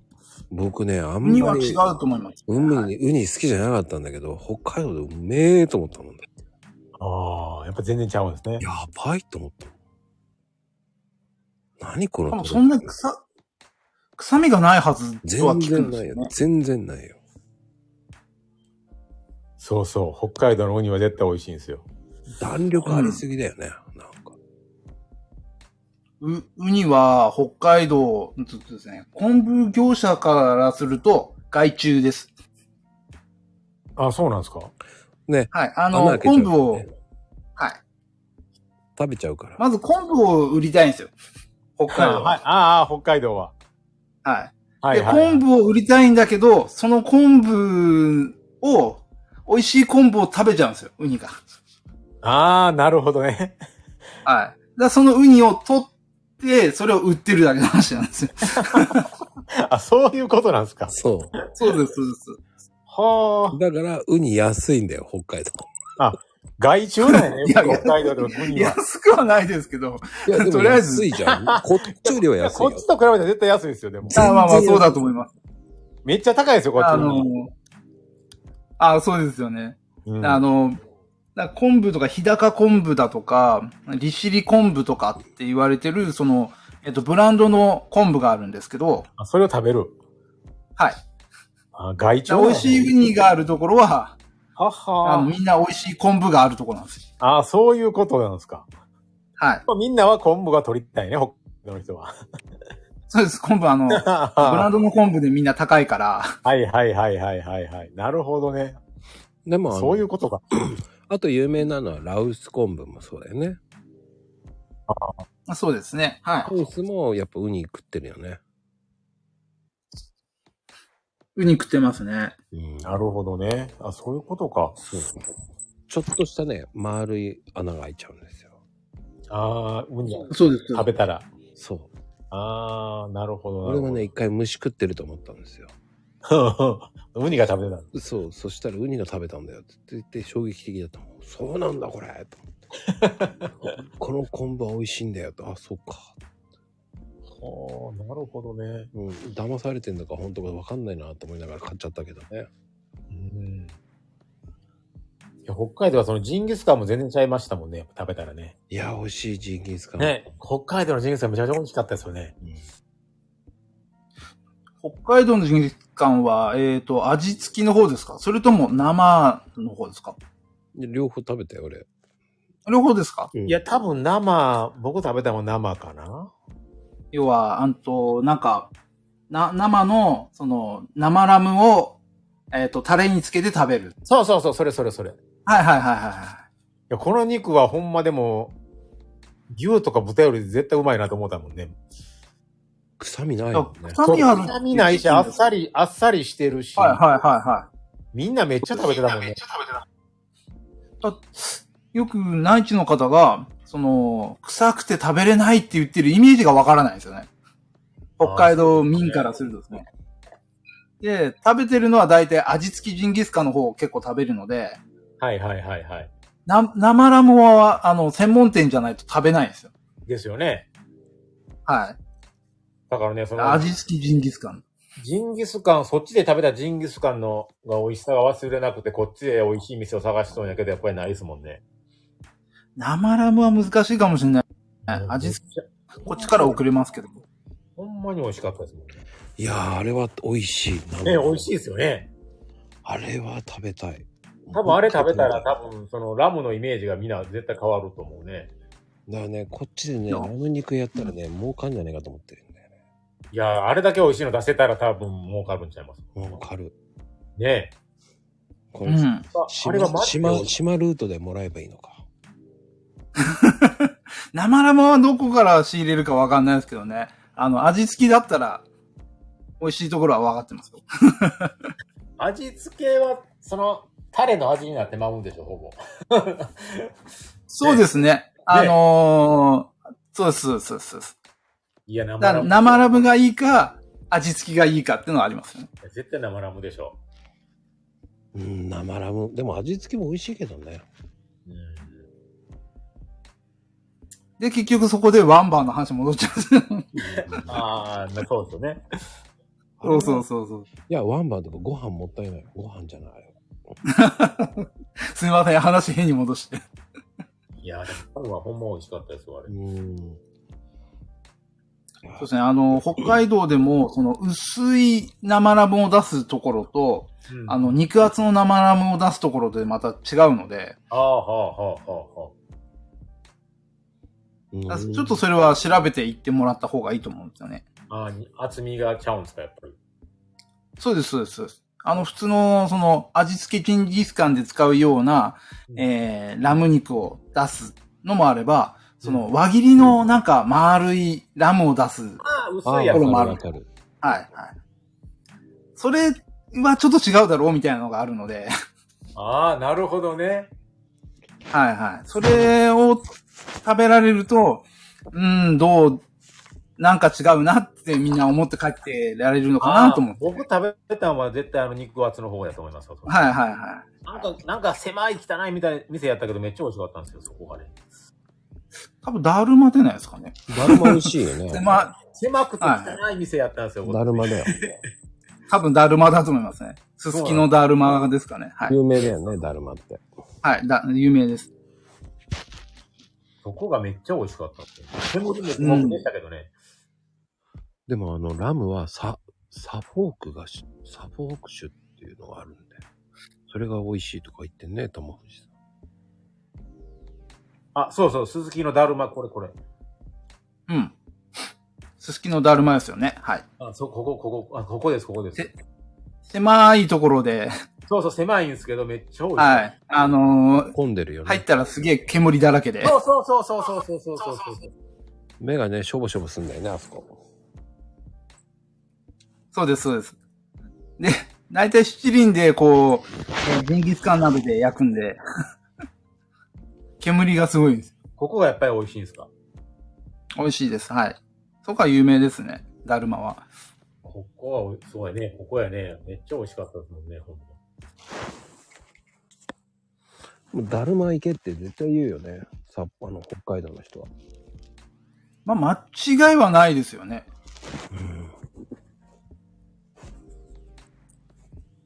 [SPEAKER 1] 僕ね、あん
[SPEAKER 3] ウニ
[SPEAKER 1] ま
[SPEAKER 3] は違
[SPEAKER 1] り
[SPEAKER 3] う、と思います。
[SPEAKER 1] ウニ、ウニ好きじゃなかったんだけど、北海道でうめえと思ったもんだ。
[SPEAKER 2] ああ、やっぱ全然ちゃうんですね。
[SPEAKER 1] やばいと思ったもん。何この
[SPEAKER 3] 多分
[SPEAKER 1] とろ
[SPEAKER 3] そんな臭、臭みがないはずとは
[SPEAKER 1] 全
[SPEAKER 3] 聞く
[SPEAKER 1] 然
[SPEAKER 3] んです
[SPEAKER 1] ない
[SPEAKER 3] よ
[SPEAKER 1] よ
[SPEAKER 3] ね。。
[SPEAKER 1] 全然ないよ。
[SPEAKER 2] そうそう、北海道のウニは絶対美味しいんですよ。
[SPEAKER 1] 弾力ありすぎだよね。なんか。
[SPEAKER 3] う、ウニは北海道、ちょっとですね、昆布業者からすると害虫です。
[SPEAKER 2] あ、そうなんですか
[SPEAKER 1] ね。
[SPEAKER 3] はい。あ
[SPEAKER 1] 穴
[SPEAKER 3] の、
[SPEAKER 1] 開けちゃう
[SPEAKER 3] 昆
[SPEAKER 1] か
[SPEAKER 3] 布
[SPEAKER 1] らね
[SPEAKER 3] を、はい。
[SPEAKER 1] 食べちゃうから。
[SPEAKER 3] まず昆布を売りたいんですよ。北海道は。
[SPEAKER 2] はい、ああ、北海道は。
[SPEAKER 3] はい。
[SPEAKER 2] は
[SPEAKER 3] で、
[SPEAKER 2] い、はい。
[SPEAKER 3] 昆布を売りたいんだけど、その昆布を美味しい昆布を食べちゃうんですよ、ウニが。
[SPEAKER 2] ああ、なるほどね。 [laughs]
[SPEAKER 3] はい。だからそのウニを取って、それを売ってるだけの話なんですよ。
[SPEAKER 2] あ、そういうことなんですか。
[SPEAKER 1] そ
[SPEAKER 3] そうです、そうです。
[SPEAKER 2] は
[SPEAKER 1] う。だから、ウニ安いんだよ、北海道。
[SPEAKER 2] あ。外注なんやね。
[SPEAKER 3] いやいや
[SPEAKER 2] 北海道の国は。
[SPEAKER 3] 安くはないですけど。
[SPEAKER 1] いや、でも
[SPEAKER 3] [laughs] とりあえず
[SPEAKER 1] 安いじゃん。
[SPEAKER 3] [laughs]
[SPEAKER 1] こっちよりは安い
[SPEAKER 2] こ
[SPEAKER 1] よ
[SPEAKER 2] っ。ちと比べたら絶対安いですよ、でも。
[SPEAKER 1] 全
[SPEAKER 3] あ
[SPEAKER 1] 然
[SPEAKER 3] まあまあ、そうだと
[SPEAKER 1] 安い
[SPEAKER 3] 思います。
[SPEAKER 2] めっちゃ高いですよ、こっち。
[SPEAKER 3] あの、あそうですよね。
[SPEAKER 2] うん
[SPEAKER 3] あの、なんか昆布とか日高昆布だとか、利尻昆布とかって言われてる、その、えっと、ブランドの昆布があるんですけど、
[SPEAKER 2] あそれを食べる。
[SPEAKER 3] はい。
[SPEAKER 2] あ外注
[SPEAKER 3] 美味しいウニがあるところは、
[SPEAKER 2] は
[SPEAKER 3] あ
[SPEAKER 2] は
[SPEAKER 3] のみんな美味しい昆布があるところなんですよ。
[SPEAKER 2] ああ、そういうことなんですか。
[SPEAKER 3] はい。
[SPEAKER 2] みんなは昆布が取りたいね、北海道の人は。
[SPEAKER 3] そうです、昆 [laughs] 布あの、ブランドの昆布でみんな高いか
[SPEAKER 2] [laughs]
[SPEAKER 3] ら、[laughs]
[SPEAKER 2] はいはいはいはいはいはい。なるほどね。
[SPEAKER 1] でも、あの
[SPEAKER 2] そういうことか。
[SPEAKER 1] あと有名なのは羅臼昆布もそうだよね。
[SPEAKER 3] まあそうですね。は
[SPEAKER 1] 羅臼もやっぱウニ食ってるよね。
[SPEAKER 3] い。ウニ食ってますね。
[SPEAKER 1] うん、
[SPEAKER 2] なるほどね。あ、そういうことか。
[SPEAKER 1] そうちょっとしたね、丸い穴が開いちゃうんですよ。
[SPEAKER 2] ああ、ウニを
[SPEAKER 3] そうです。
[SPEAKER 2] 食べたら。
[SPEAKER 1] そう。
[SPEAKER 2] ああ、なるほどな
[SPEAKER 1] 俺
[SPEAKER 2] るほ
[SPEAKER 1] も
[SPEAKER 2] ど。
[SPEAKER 1] ね、一回虫食ってると思ったんですよ。
[SPEAKER 2] [laughs] ウニが食べてた。
[SPEAKER 1] そう、そしたらウニが食べたんだよって言って衝撃的だったもん。そうなんだこれと
[SPEAKER 2] [laughs]
[SPEAKER 1] 思ってこの昆布は美味しいんだよと。あ、そっか。
[SPEAKER 2] ほーなるほどね。
[SPEAKER 1] うん、騙されてんだか本当か分かんないなと思いながら買っちゃったけどね。
[SPEAKER 2] うん。いや北海道はそのジンギスカンも全然ちゃいましたもんね。やっぱ食べたらね。
[SPEAKER 1] いや、美味しいジンギスカン。
[SPEAKER 2] ね、北海道のジンギスカンめちゃめちゃ美味しかったですよね。
[SPEAKER 1] うん
[SPEAKER 3] 北海道のジンギスカンは、えっ、と、味付きの方ですかそれとも生の方ですか
[SPEAKER 1] で両方食べたよ、俺。
[SPEAKER 3] 両方ですか
[SPEAKER 1] うん
[SPEAKER 2] いや、多分生、僕食べたの生かな。
[SPEAKER 3] 要は、あんと、なんか、な、生の、その、生ラムを、えっ、と、タレにつけて食べる。
[SPEAKER 2] そうそうそう、それそれそれ。い
[SPEAKER 3] はいはいはいはいはい。
[SPEAKER 2] や、この肉はほんまでも、牛とか豚より絶対うまいなと思ったもんね。
[SPEAKER 1] 臭みない
[SPEAKER 3] だ
[SPEAKER 1] よ
[SPEAKER 3] か
[SPEAKER 1] ね
[SPEAKER 3] ら。臭みある
[SPEAKER 2] そうみないし、あっさ
[SPEAKER 3] り。
[SPEAKER 2] り、あっさりしてるし、
[SPEAKER 3] はいはいはいはい。
[SPEAKER 2] みんなめっちゃ食べてたもんね。
[SPEAKER 3] だよく内地の方が、その、臭くて食べれないって言ってるイメージがわからないんですよね。北海道民からするとですね。で、食べてるのは大体味付きジンギスカンの方を結構食べるので、
[SPEAKER 2] はいはいはいはい。
[SPEAKER 3] な生ラムは、あの、専門店じゃないと食べないんですよ。
[SPEAKER 2] ですよね。
[SPEAKER 3] はい。
[SPEAKER 2] だからね、その、
[SPEAKER 3] 味付きジンギスカン。
[SPEAKER 2] ジンギスカン、そっちで食べたジンギスカンのが美味しさが忘れなくて、こっちで美味しい店を探しそうやけど、やっぱりないですもんね。
[SPEAKER 3] 生ラムは難しいかもしれない。味付
[SPEAKER 2] き。
[SPEAKER 3] こっちから送れますけど。
[SPEAKER 2] ほんまに美味しかったですもんね。
[SPEAKER 1] いやー、あれは美味しい。
[SPEAKER 2] ね、美味しいですよね。
[SPEAKER 1] あれは食べたい。
[SPEAKER 2] 多分あれ食べたら多分そのラムのイメージがみんな絶対変わると思うね。
[SPEAKER 1] だからね、こっちでね、
[SPEAKER 3] いや
[SPEAKER 1] ラム肉やったらね、儲かんじゃねえかと思ってるんだよね。
[SPEAKER 2] いやー、あれだけ美味しいの出せたら多分儲かるんちゃいます。
[SPEAKER 1] 儲かる。
[SPEAKER 2] ね
[SPEAKER 1] こ
[SPEAKER 3] う
[SPEAKER 1] れ、
[SPEAKER 3] ん。
[SPEAKER 2] あれは
[SPEAKER 1] 島
[SPEAKER 2] マジで美
[SPEAKER 1] 島
[SPEAKER 2] 味しい
[SPEAKER 1] 島ルートでもらえばいいのか。
[SPEAKER 3] 生ラムはどこから仕入れるかわかんないですけどね。あの、味付きだったら、美味しいところは分かってますよ。
[SPEAKER 2] 味付けは、その、タレの味になってまうんでしょ、ほぼ。
[SPEAKER 3] そうですね。あのー、そうです、そうですそうです、そうです。
[SPEAKER 2] いや、生
[SPEAKER 3] だか
[SPEAKER 2] ラ
[SPEAKER 3] ら
[SPEAKER 2] ム。
[SPEAKER 3] 生ラムがいいか、味付きがいいかっていうのはありますよね。
[SPEAKER 2] 絶対生ラムでしょ。
[SPEAKER 1] うん、生ラム。でも味付けも美味しいけどね。
[SPEAKER 2] うん。
[SPEAKER 3] で、結局そこでワンバーの話戻っちゃ [laughs] うんです
[SPEAKER 2] ああ、なそうですよね。
[SPEAKER 3] そうそう
[SPEAKER 1] う。
[SPEAKER 3] そうそう。
[SPEAKER 1] いや、ワンバンとかご飯もったいない。ご飯じゃない。
[SPEAKER 3] すいません、話変に戻して。
[SPEAKER 2] いやー、でもラムはほんま美味しかったですよ、あ
[SPEAKER 1] う
[SPEAKER 2] れ。
[SPEAKER 1] ん。
[SPEAKER 3] そうですね、あの、北海道でも、その、薄い生ラムを出すところと、
[SPEAKER 2] うん
[SPEAKER 3] あの、肉厚の生ラムを出すところでまた違うので、
[SPEAKER 2] ああ、はあ、はあ、はあ、は
[SPEAKER 1] うん
[SPEAKER 3] あちょっとそれは調べていってもらった方がいいと思うんですよね。
[SPEAKER 2] あ。ああに、厚みがちゃうんですか、やっぱり。
[SPEAKER 3] そうです、そうですそうです。あの、普通の、その、味付けジンギスカンで使うような、
[SPEAKER 2] うん
[SPEAKER 3] えー、ラム肉を出すのもあれば、その、
[SPEAKER 2] う
[SPEAKER 3] 輪切りの、なんか、丸いラムを出す。はい、
[SPEAKER 2] ああ、
[SPEAKER 1] ああ
[SPEAKER 2] 薄い
[SPEAKER 1] ー、
[SPEAKER 2] やつ
[SPEAKER 3] これ。もあ
[SPEAKER 1] わ
[SPEAKER 3] る
[SPEAKER 1] かる。
[SPEAKER 3] はい。それはちょっと違うだろうみたいなのがあるので、
[SPEAKER 2] ああ、なるほどね。
[SPEAKER 3] はいはい。それを食べられると、うーん、どう、なんか違うなってみんな思って帰ってられるのかなと思って。
[SPEAKER 2] 僕食べたのは絶対あの肉厚の方やと思います。
[SPEAKER 3] はい
[SPEAKER 2] い。
[SPEAKER 3] はいは
[SPEAKER 2] なんか、なんか狭い汚いみたいな店やったけどめっちゃ美味しかったんですよ、そこがね。
[SPEAKER 3] い。多分、だるま出ないですかね。
[SPEAKER 1] だるま美味しいよね。
[SPEAKER 3] で [laughs] まあ、
[SPEAKER 2] 狭くて汚い店やったんですよ、
[SPEAKER 1] だるまだよ。
[SPEAKER 3] 多分、だるまだと思いますね。すすきのだるまですかね。はい。
[SPEAKER 1] 有名だよね、だるまって。
[SPEAKER 3] はい。だ、有名です。
[SPEAKER 2] そこがめっちゃ美味しかったんですよ。手盛りも細くでしたけどね。
[SPEAKER 1] でもあの、ラムはサ、サフォークがし、サフォーク種っていうのがあるんで、それが美味しいとか言ってんね、友藤さん。
[SPEAKER 2] あ、そうそう、鈴木のだるま、これこれ。
[SPEAKER 3] うん。すすきのだるまですよね。はい。
[SPEAKER 2] あ、そう、ここ、ここ、あ、ここです、ここです
[SPEAKER 3] え。狭いところで、
[SPEAKER 2] そうそう、狭いんですけど、めっちゃ美味しい。
[SPEAKER 3] はい。あのー
[SPEAKER 1] 混んでるよね。
[SPEAKER 3] 入ったらすげえ煙だらけで。
[SPEAKER 2] そうそうそうそうそうそうそうそうそう。
[SPEAKER 1] 目がね、しょぼしょぼすんだよね、あそこ。
[SPEAKER 3] そうです、そうです。で、大体七輪で、こう、えージンギスカン鍋で焼くんで、 [laughs] 煙がすごいです。
[SPEAKER 2] ここがやっぱり美味しいんですか
[SPEAKER 3] 美味しいです、はい。そこは有名ですね、だるまは。
[SPEAKER 2] ここは、そうやね、ここやね。めっちゃ美味しかったですもんね、ほんと。
[SPEAKER 1] もうだるま行けって絶対言うよね。さ、あの、北海道の人は。
[SPEAKER 3] まあ、間違いはないですよね。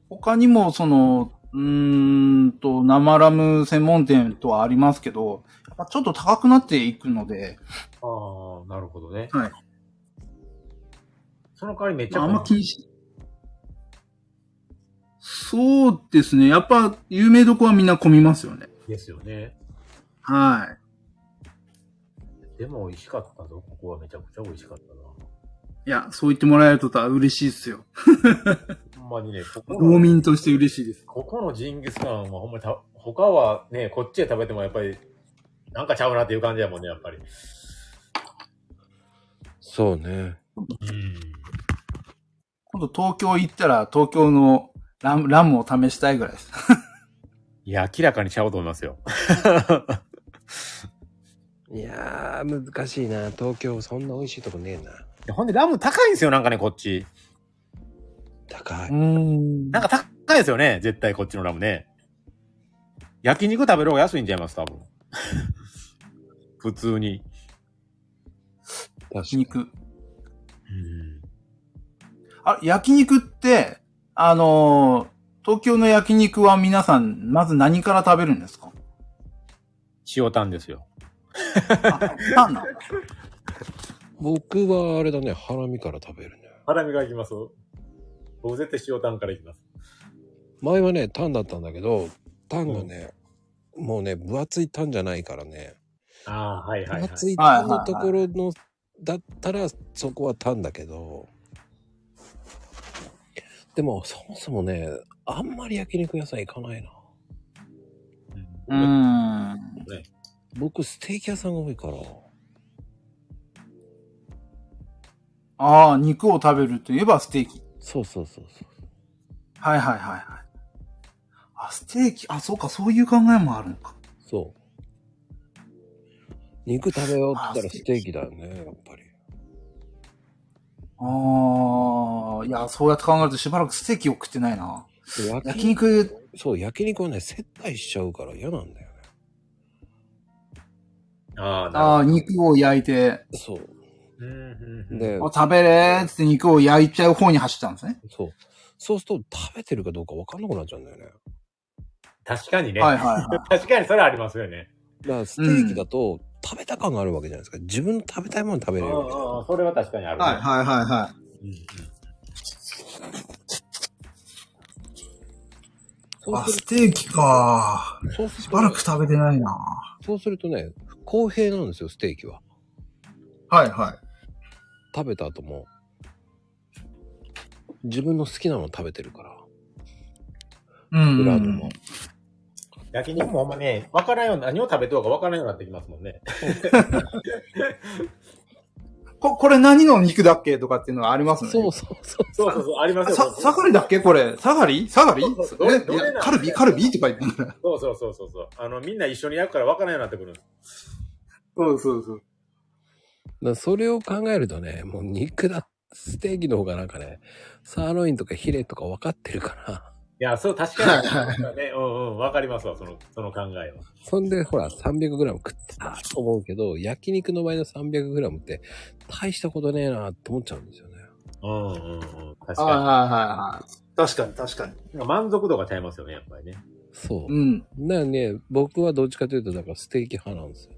[SPEAKER 3] 他にも、その、うーんと、生ラム専門店とはありますけど、やっぱちょっと高くなっていくので、
[SPEAKER 2] ああ、なるほどね。
[SPEAKER 3] はい。
[SPEAKER 2] その代わりめっちゃ
[SPEAKER 3] まあ、あんま気にし、そうですね。やっぱ、有名どこはみんな混みますよね。
[SPEAKER 2] ですよね。
[SPEAKER 3] は
[SPEAKER 2] でも美味しかったぞ。ここはめちゃくちゃ美味しかった
[SPEAKER 3] い。いや、そう言ってもらえるとた嬉しいですよ。
[SPEAKER 2] な。ほんまにね、ここ
[SPEAKER 3] 農
[SPEAKER 2] の、
[SPEAKER 3] 民として嬉しいです。
[SPEAKER 2] ここのジンギスカンはほんまにた、他はね、こっちで食べてもやっぱり、なんかちゃうなっていう感じやもんね、やっぱり。
[SPEAKER 1] そうね。
[SPEAKER 2] うん。
[SPEAKER 3] 今度東京行ったら、東京のラムラムを試したいぐらいです。
[SPEAKER 2] いや、明らかにちゃうと思いますよ。
[SPEAKER 1] いやー、難しいな。東京、そんな美味しいとこねえな。
[SPEAKER 2] ほんでラム高いんですよ、なんかね、こっち。
[SPEAKER 1] 高い。
[SPEAKER 3] ん
[SPEAKER 2] なんか高いですよね、絶対こっちのラムね。焼肉食べる方が安いんちゃいます、多分。 [laughs] 普通に。
[SPEAKER 1] 確かに。
[SPEAKER 3] 肉。あ、焼肉って、あのー東京の焼肉は皆さん、まず何から食べるんです [laughs] か
[SPEAKER 2] 塩タンですよ。
[SPEAKER 3] あ、タンな
[SPEAKER 1] 僕はあれだね、ハラミから食べるね。
[SPEAKER 2] ハラミがいきます僕絶対塩タンからいきます。
[SPEAKER 1] 前はね、タンだったんだけど、タンがね、もうね、分厚いタンじゃないからね。
[SPEAKER 2] ああ、はいはい、
[SPEAKER 1] 分
[SPEAKER 2] はい。
[SPEAKER 1] 厚いタンのところの、だったら、そこはタンだけど。でも、そもそもね、あんまり焼肉屋さん行かないな。
[SPEAKER 3] うーん。
[SPEAKER 1] 僕、ステーキ屋さんが多いから。
[SPEAKER 3] ああ、肉を食べるといえばステーキ。
[SPEAKER 1] そうそうそうそう。
[SPEAKER 3] はいはいはいはい。あ、ステーキ、あ、そうか、そういう考えもあるのか。
[SPEAKER 1] そう。肉食べようって言ったら
[SPEAKER 3] あ
[SPEAKER 1] ステーキだよね、やっぱり。
[SPEAKER 3] ああ、いや、そうやって考えるとしばらくステーキを食ってないな。
[SPEAKER 1] で
[SPEAKER 3] 焼肉、
[SPEAKER 1] そう、焼肉はね、接待しちゃうから嫌なんだよね。
[SPEAKER 2] ああ、なる
[SPEAKER 3] ああ、肉を焼いて、
[SPEAKER 1] そう。
[SPEAKER 2] ほどうんうん。
[SPEAKER 1] で
[SPEAKER 3] あ、食べれーっつって肉を焼いちゃう方に走ったんですね。
[SPEAKER 1] そう。そうすると食べてるかどうか分かんなくなっちゃうんだよね。
[SPEAKER 2] 確かにね、
[SPEAKER 3] はいはいはい。
[SPEAKER 2] 確かにそれありますよね。
[SPEAKER 1] だからステーキだと食べた感があるわけじゃないですか。自分の食べたいもの食べ
[SPEAKER 2] うん
[SPEAKER 1] れ
[SPEAKER 2] う
[SPEAKER 1] るわ
[SPEAKER 2] んうん、それは確かにある、ね。
[SPEAKER 3] [laughs] はいはいはいは
[SPEAKER 2] い。う
[SPEAKER 3] い。
[SPEAKER 2] んうん、
[SPEAKER 1] け
[SPEAKER 3] あ、
[SPEAKER 1] そうす
[SPEAKER 3] ステーキか
[SPEAKER 1] るそうす
[SPEAKER 3] し
[SPEAKER 1] る
[SPEAKER 3] ば
[SPEAKER 1] と
[SPEAKER 3] ら
[SPEAKER 1] ね
[SPEAKER 3] く食べてないな。
[SPEAKER 1] そうするとね、不公平なんですよ、ステーキは。
[SPEAKER 3] はいは
[SPEAKER 1] 食べた後も。自分の好きなの食べてるから。
[SPEAKER 3] い。うん、
[SPEAKER 1] ブ
[SPEAKER 3] う
[SPEAKER 1] ランド
[SPEAKER 3] ん
[SPEAKER 1] も。。
[SPEAKER 2] 焼肉もほんまね、わからんように、何を食べとうかわからんようになってきますもんね。
[SPEAKER 3] こ、これ何の肉だっけとかっていうのはありますね。
[SPEAKER 1] そうそうそう。
[SPEAKER 2] [laughs] そうそうそう、ありますよ。
[SPEAKER 3] さ、サガリだっけこれ。サガリサガリ
[SPEAKER 2] そうそうどれ
[SPEAKER 3] えいや
[SPEAKER 2] どれなんだよ
[SPEAKER 3] カルビカルビって書いてある。
[SPEAKER 2] そうそうそうそうそう。あの、みんな一緒に焼くから分からんようになってくるんです。
[SPEAKER 3] そうそうそう。
[SPEAKER 1] だからそれを考えるとね、もう肉だ、ステーキの方がなんかね、サーロインとかヒレとか分かってるから、
[SPEAKER 2] いや、そう、確 [laughs] かに。ね、うんうん、分かりますわ、その、その考えは。
[SPEAKER 1] そんでほら 300g 食ったと思うけど、焼肉の場合の 300g って大したことねえなって思っちゃうんですよね。
[SPEAKER 2] うんうんうん。確
[SPEAKER 3] はいはい
[SPEAKER 2] か
[SPEAKER 3] はいはい。確かに確かに。
[SPEAKER 2] に。なんか満足度がちゃいますよね、やっぱりね。
[SPEAKER 1] そうう。
[SPEAKER 3] ん。
[SPEAKER 1] だからね、僕はどっちかというと、だからステーキ派なんですよ。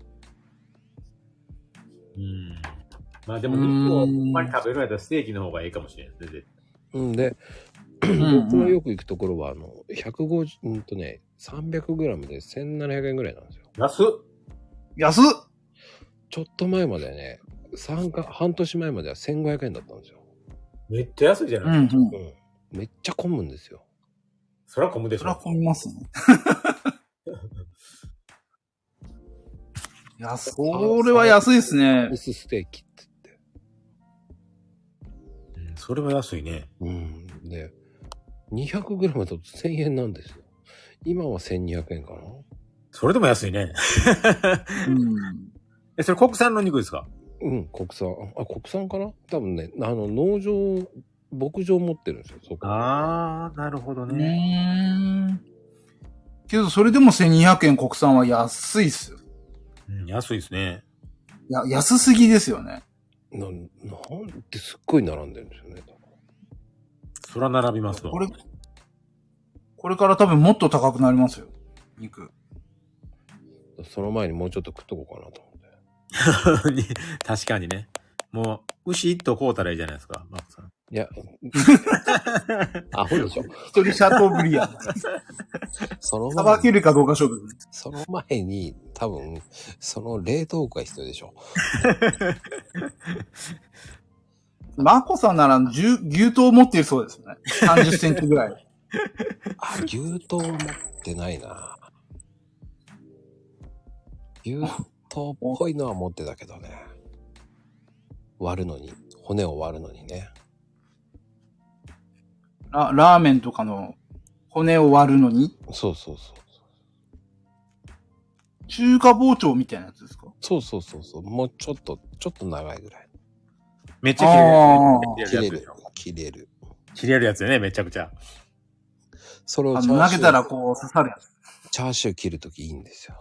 [SPEAKER 2] うん。まあでも、
[SPEAKER 3] うん
[SPEAKER 2] 肉をほんまに食べるんやったらステーキの方がいいかもしれないですね。
[SPEAKER 1] うんで、
[SPEAKER 3] ん
[SPEAKER 1] 僕のよく行くところは、あの、150、うんとね、300g で1700円ぐらいなんですよ。
[SPEAKER 2] 安っ
[SPEAKER 3] 安っ
[SPEAKER 1] ちょっと前までね、三か、半年前までは1500円だったんですよ。
[SPEAKER 2] めっちゃ安いじゃ
[SPEAKER 3] う
[SPEAKER 2] ない、
[SPEAKER 3] んうん。
[SPEAKER 1] うん。めっちゃ混むんですよ。
[SPEAKER 2] そら混むでし
[SPEAKER 3] それは
[SPEAKER 2] ょ。
[SPEAKER 3] 混みますね。 [laughs] いや、それは安いで
[SPEAKER 1] [laughs]
[SPEAKER 3] すね
[SPEAKER 1] ミ。スステーキって言って。
[SPEAKER 2] うんそれは安いね。
[SPEAKER 1] うん。で、200g だと1000円なんですよ。今は1200円かな
[SPEAKER 2] それでも安いね。
[SPEAKER 3] うん。
[SPEAKER 2] え、それ国産の肉ですか
[SPEAKER 1] うん、国産。あ、国産かな多分ね、あの、農場、牧場持ってるんですよ、そこ。
[SPEAKER 2] ああ、なるほど
[SPEAKER 3] う。ーん。けど、それでも1200円国産は安いっすよ。
[SPEAKER 2] うん、安いですね。
[SPEAKER 3] いや、安すぎですよね。
[SPEAKER 1] ななんてすっごい並んでるんですよね。
[SPEAKER 2] そら並びますわ [laughs]
[SPEAKER 3] これ、これから多分もっと高くなりますよ。肉。
[SPEAKER 1] その前にもうちょっと食っとこうかなと思って。
[SPEAKER 2] に確かにね。もう、牛一頭買うたらいいじゃないですか、マックさん。
[SPEAKER 1] いや、 [laughs] アホでしょ。
[SPEAKER 3] 一人シャトーブリアン。
[SPEAKER 1] その
[SPEAKER 3] [laughs] さば
[SPEAKER 1] 前
[SPEAKER 3] け
[SPEAKER 1] に、
[SPEAKER 3] るかどうか勝負。
[SPEAKER 1] その前に、多分、その冷凍庫が必要でしょ。
[SPEAKER 3] マコさんなら牛牛刀を持っているそうですよね。30センチぐ
[SPEAKER 1] [laughs]
[SPEAKER 3] らい。
[SPEAKER 1] あ、牛刀持ってないな。牛刀っぽいのは持ってたけどね。割るのに、骨を割るのにね。
[SPEAKER 3] ララーメンとかの骨を割るのに、
[SPEAKER 1] そうそうそう。
[SPEAKER 3] 中華包丁みたいなやつですか
[SPEAKER 1] そうそうそうそう。もうちょっと、ちょっと長いぐらい。
[SPEAKER 2] めっち
[SPEAKER 3] あー
[SPEAKER 2] ゃ切
[SPEAKER 1] 切れ
[SPEAKER 2] れるやつで
[SPEAKER 1] る
[SPEAKER 2] しょ。。
[SPEAKER 1] 切れる。
[SPEAKER 2] 切れるやつよね、めちゃくちゃ。
[SPEAKER 1] それを
[SPEAKER 3] あ
[SPEAKER 1] チャー
[SPEAKER 3] の投
[SPEAKER 1] シ
[SPEAKER 3] げ
[SPEAKER 1] ュ
[SPEAKER 3] た
[SPEAKER 1] ー
[SPEAKER 3] らこう刺さるやつ。
[SPEAKER 1] チャーシュー切るときいいんですよ。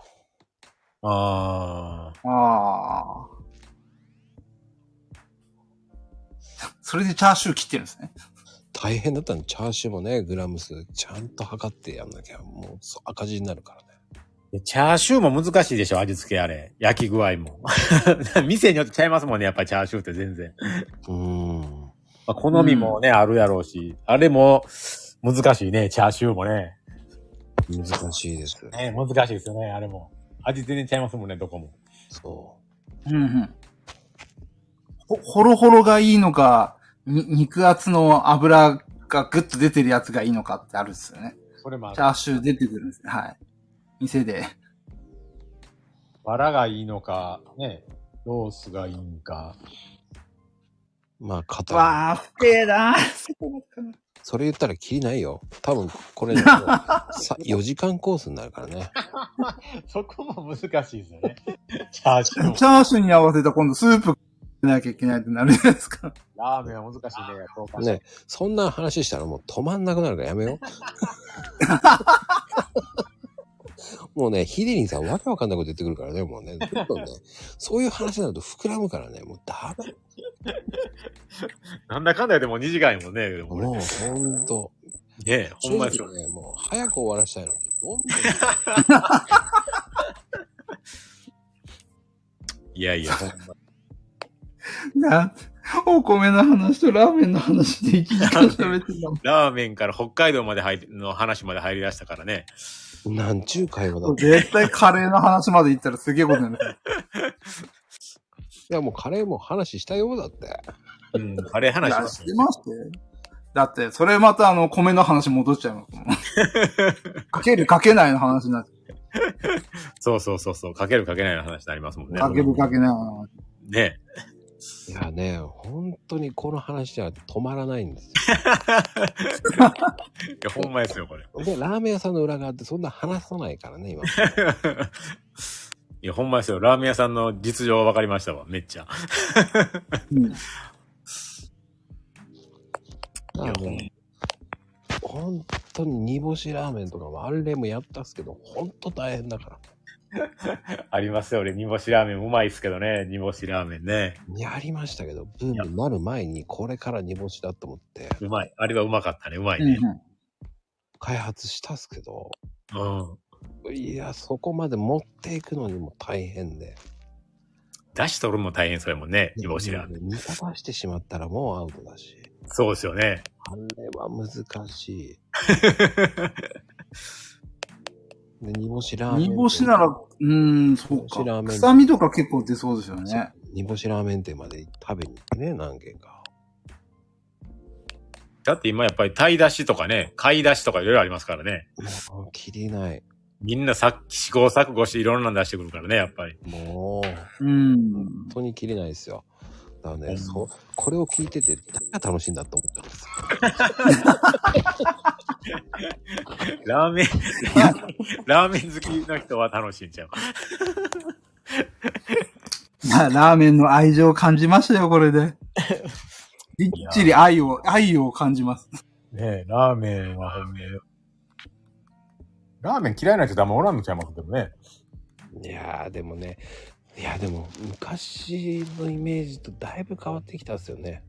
[SPEAKER 2] ああ。
[SPEAKER 3] ああ。それでチャーシュー切ってるんですね。
[SPEAKER 1] 大変だったの。チャーシューもね、グラム数ちゃんと測ってやんなきゃ、もうそう赤字になるからね。
[SPEAKER 2] でチャーシューも難しいでしょ、味付けあれ。焼き具合も。 [laughs] 店によってちゃいますもんね、やっぱチャーシューって全然。
[SPEAKER 1] うーん。
[SPEAKER 2] まあ、好みもね、あるやろうし。あれも、難しいね、チャーシューもね。
[SPEAKER 1] 難しいです。
[SPEAKER 2] ね難しいですよね、あれも。味全然ちゃいますもんね、どこも。
[SPEAKER 1] そ
[SPEAKER 3] うんうん。ほ、ほろほろがいいのか、に肉厚の油がぐっと出てるやつがいいのかってあるんですよね。
[SPEAKER 2] それもあ
[SPEAKER 3] チャーシュー出てくるんですね。はい。店で。
[SPEAKER 2] バラがいいのか、ね、ロースがいいんか。 [laughs]
[SPEAKER 1] う。まあ、肩。
[SPEAKER 3] わあ、不定だ。
[SPEAKER 1] それ言ったら切りないよ。多分、こ
[SPEAKER 2] [laughs]
[SPEAKER 1] れ、4時間コースになるからね。
[SPEAKER 2] そこも難しいですよね。 [laughs] チャーシューも
[SPEAKER 3] チ。ャーシューに合わせた今度スープなきゃいけないってなるじゃないですか。 [laughs]
[SPEAKER 2] ラーメンは難しいね、そうか。
[SPEAKER 1] ね、そんな話したらもう止まんなくなるからやめよ
[SPEAKER 2] [laughs]
[SPEAKER 1] う。もうね、ヒデリンさんわけわかんないこと言ってくるからね、もうね。ちょっとね、そういう話になると膨らむからね、もうダメ。
[SPEAKER 2] なんだかんだでも2時間やもんね、でも
[SPEAKER 1] も
[SPEAKER 2] ね
[SPEAKER 1] うほんと。
[SPEAKER 2] ねほん
[SPEAKER 1] 正
[SPEAKER 2] まに。
[SPEAKER 1] 直ね、もう早く終わらしたいのに。どんどん
[SPEAKER 2] いやいや、ほんま
[SPEAKER 3] なお米の話とラーメンの話で1時間喋ってたもん。
[SPEAKER 2] ラーメンから北海道まで入りの話まで入り出したからね。
[SPEAKER 1] なんちゅう会話だって。い
[SPEAKER 3] 絶対カレーの話まで行ったらすげえことになる。
[SPEAKER 1] や、もうカレーも話したようだって。
[SPEAKER 2] うん、あれ
[SPEAKER 3] い
[SPEAKER 2] 話し
[SPEAKER 3] や
[SPEAKER 2] まし
[SPEAKER 3] してまして。だって、それまたあの、米の話戻っちゃ
[SPEAKER 1] [laughs]
[SPEAKER 3] いますもん。かけるかけないの話になって、
[SPEAKER 2] そうそうそうそう、かけるかけないの話になりますもんね。
[SPEAKER 3] かけるかけないの話。
[SPEAKER 2] ね
[SPEAKER 1] いやね、本当にこの話じゃ止まらないんです
[SPEAKER 2] いや、ほんまですよ、これ。
[SPEAKER 1] よ。で、ラーメン屋さんの裏側ってそんな話さないからね、今。
[SPEAKER 2] いや、ほんまですよ。ラーメン屋さんの実情分かりましたわ、めっちゃ。 [laughs]
[SPEAKER 3] うん
[SPEAKER 2] いや、ほん
[SPEAKER 1] 本当に煮干しラーメンとかもあれもやったっすけど、本当大変だから。
[SPEAKER 2] ありますよ、俺。煮干しラーメンうまいっすけどね、煮干しラーメンね。
[SPEAKER 1] やりましたけど、ブームになる前にこれから煮干しだと思って
[SPEAKER 2] うまい。あれはうまかったね、うまいね。
[SPEAKER 3] うん
[SPEAKER 1] 開発したっすけど、
[SPEAKER 2] うん。
[SPEAKER 1] いや、そこまで持っていくのにも大変で。
[SPEAKER 2] だし取るのも大変それもんね、煮干しラーメン。
[SPEAKER 1] 煮立たしてしまったらもうアウトだし。
[SPEAKER 2] そうですよね。 [laughs]
[SPEAKER 1] あれは難しい。で煮干しラーメン。
[SPEAKER 3] 煮干しなら、うーん、そう
[SPEAKER 1] 煮干しラー
[SPEAKER 3] か。
[SPEAKER 1] メン
[SPEAKER 3] 臭みとか結構出そうですよ
[SPEAKER 1] そう
[SPEAKER 3] ね。
[SPEAKER 1] 煮干しラーメン店まで食べに行ってね、何軒か。
[SPEAKER 2] だって今やっぱり鯛出しとかね、貝出しとかいろいろありますからね。
[SPEAKER 1] もう、きりない。
[SPEAKER 2] みんなさっき試行錯誤していろんなの出してくるからね、やっぱり。
[SPEAKER 1] もう、
[SPEAKER 3] うん
[SPEAKER 1] 本。当にきりないですよ。だからね、
[SPEAKER 2] うん
[SPEAKER 1] そう、これを聞いてて、誰が楽しいんだと思ったんですよ。
[SPEAKER 2] ラー [laughs] メン、ラーメン好きの人は楽しんちゃう。
[SPEAKER 3] いや、ラーメンの愛情を感じましたよ、これ [laughs] で。びっちり愛を、愛を感じます。
[SPEAKER 2] ねえ、ラーメンはほんめラーメン嫌いな人あんまおらんのちゃいますけどね。
[SPEAKER 1] いやー、でもね、いや、でも、昔のイメージとだいぶ変わってきたんですよね。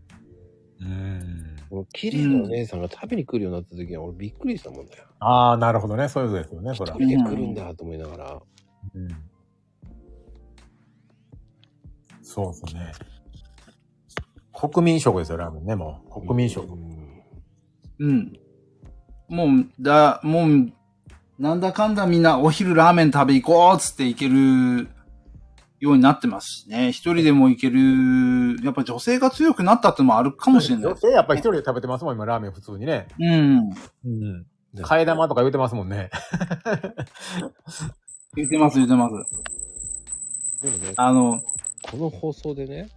[SPEAKER 2] うん。
[SPEAKER 1] このキリのお姉さんが食べに来るようになった時には、俺びっくりしたもんだよ。
[SPEAKER 2] ああ、なるほどね。そういうことですよね、
[SPEAKER 1] 一
[SPEAKER 2] そら
[SPEAKER 1] 人。で来るんだと思いながら。
[SPEAKER 2] うん。そうですね。国民食ですよ、ラーメンね、もう。国民食。
[SPEAKER 1] うん
[SPEAKER 3] うん。もう、だ、もう、なんだかんだみんなお昼ラーメン食べ行こうっつって行けるようになってますしね。一人でも行ける、やっぱ女性が強くなったってのもあるかもしれない
[SPEAKER 2] 女。性やっぱり一人で食べてますもん、今、ラーメン普通にね。
[SPEAKER 3] うん。
[SPEAKER 2] うん。
[SPEAKER 1] ね
[SPEAKER 2] 替え玉とか言うてますもんね。
[SPEAKER 3] 言ってます、言ってます。
[SPEAKER 1] でもね、
[SPEAKER 3] あの、
[SPEAKER 1] この放送でね、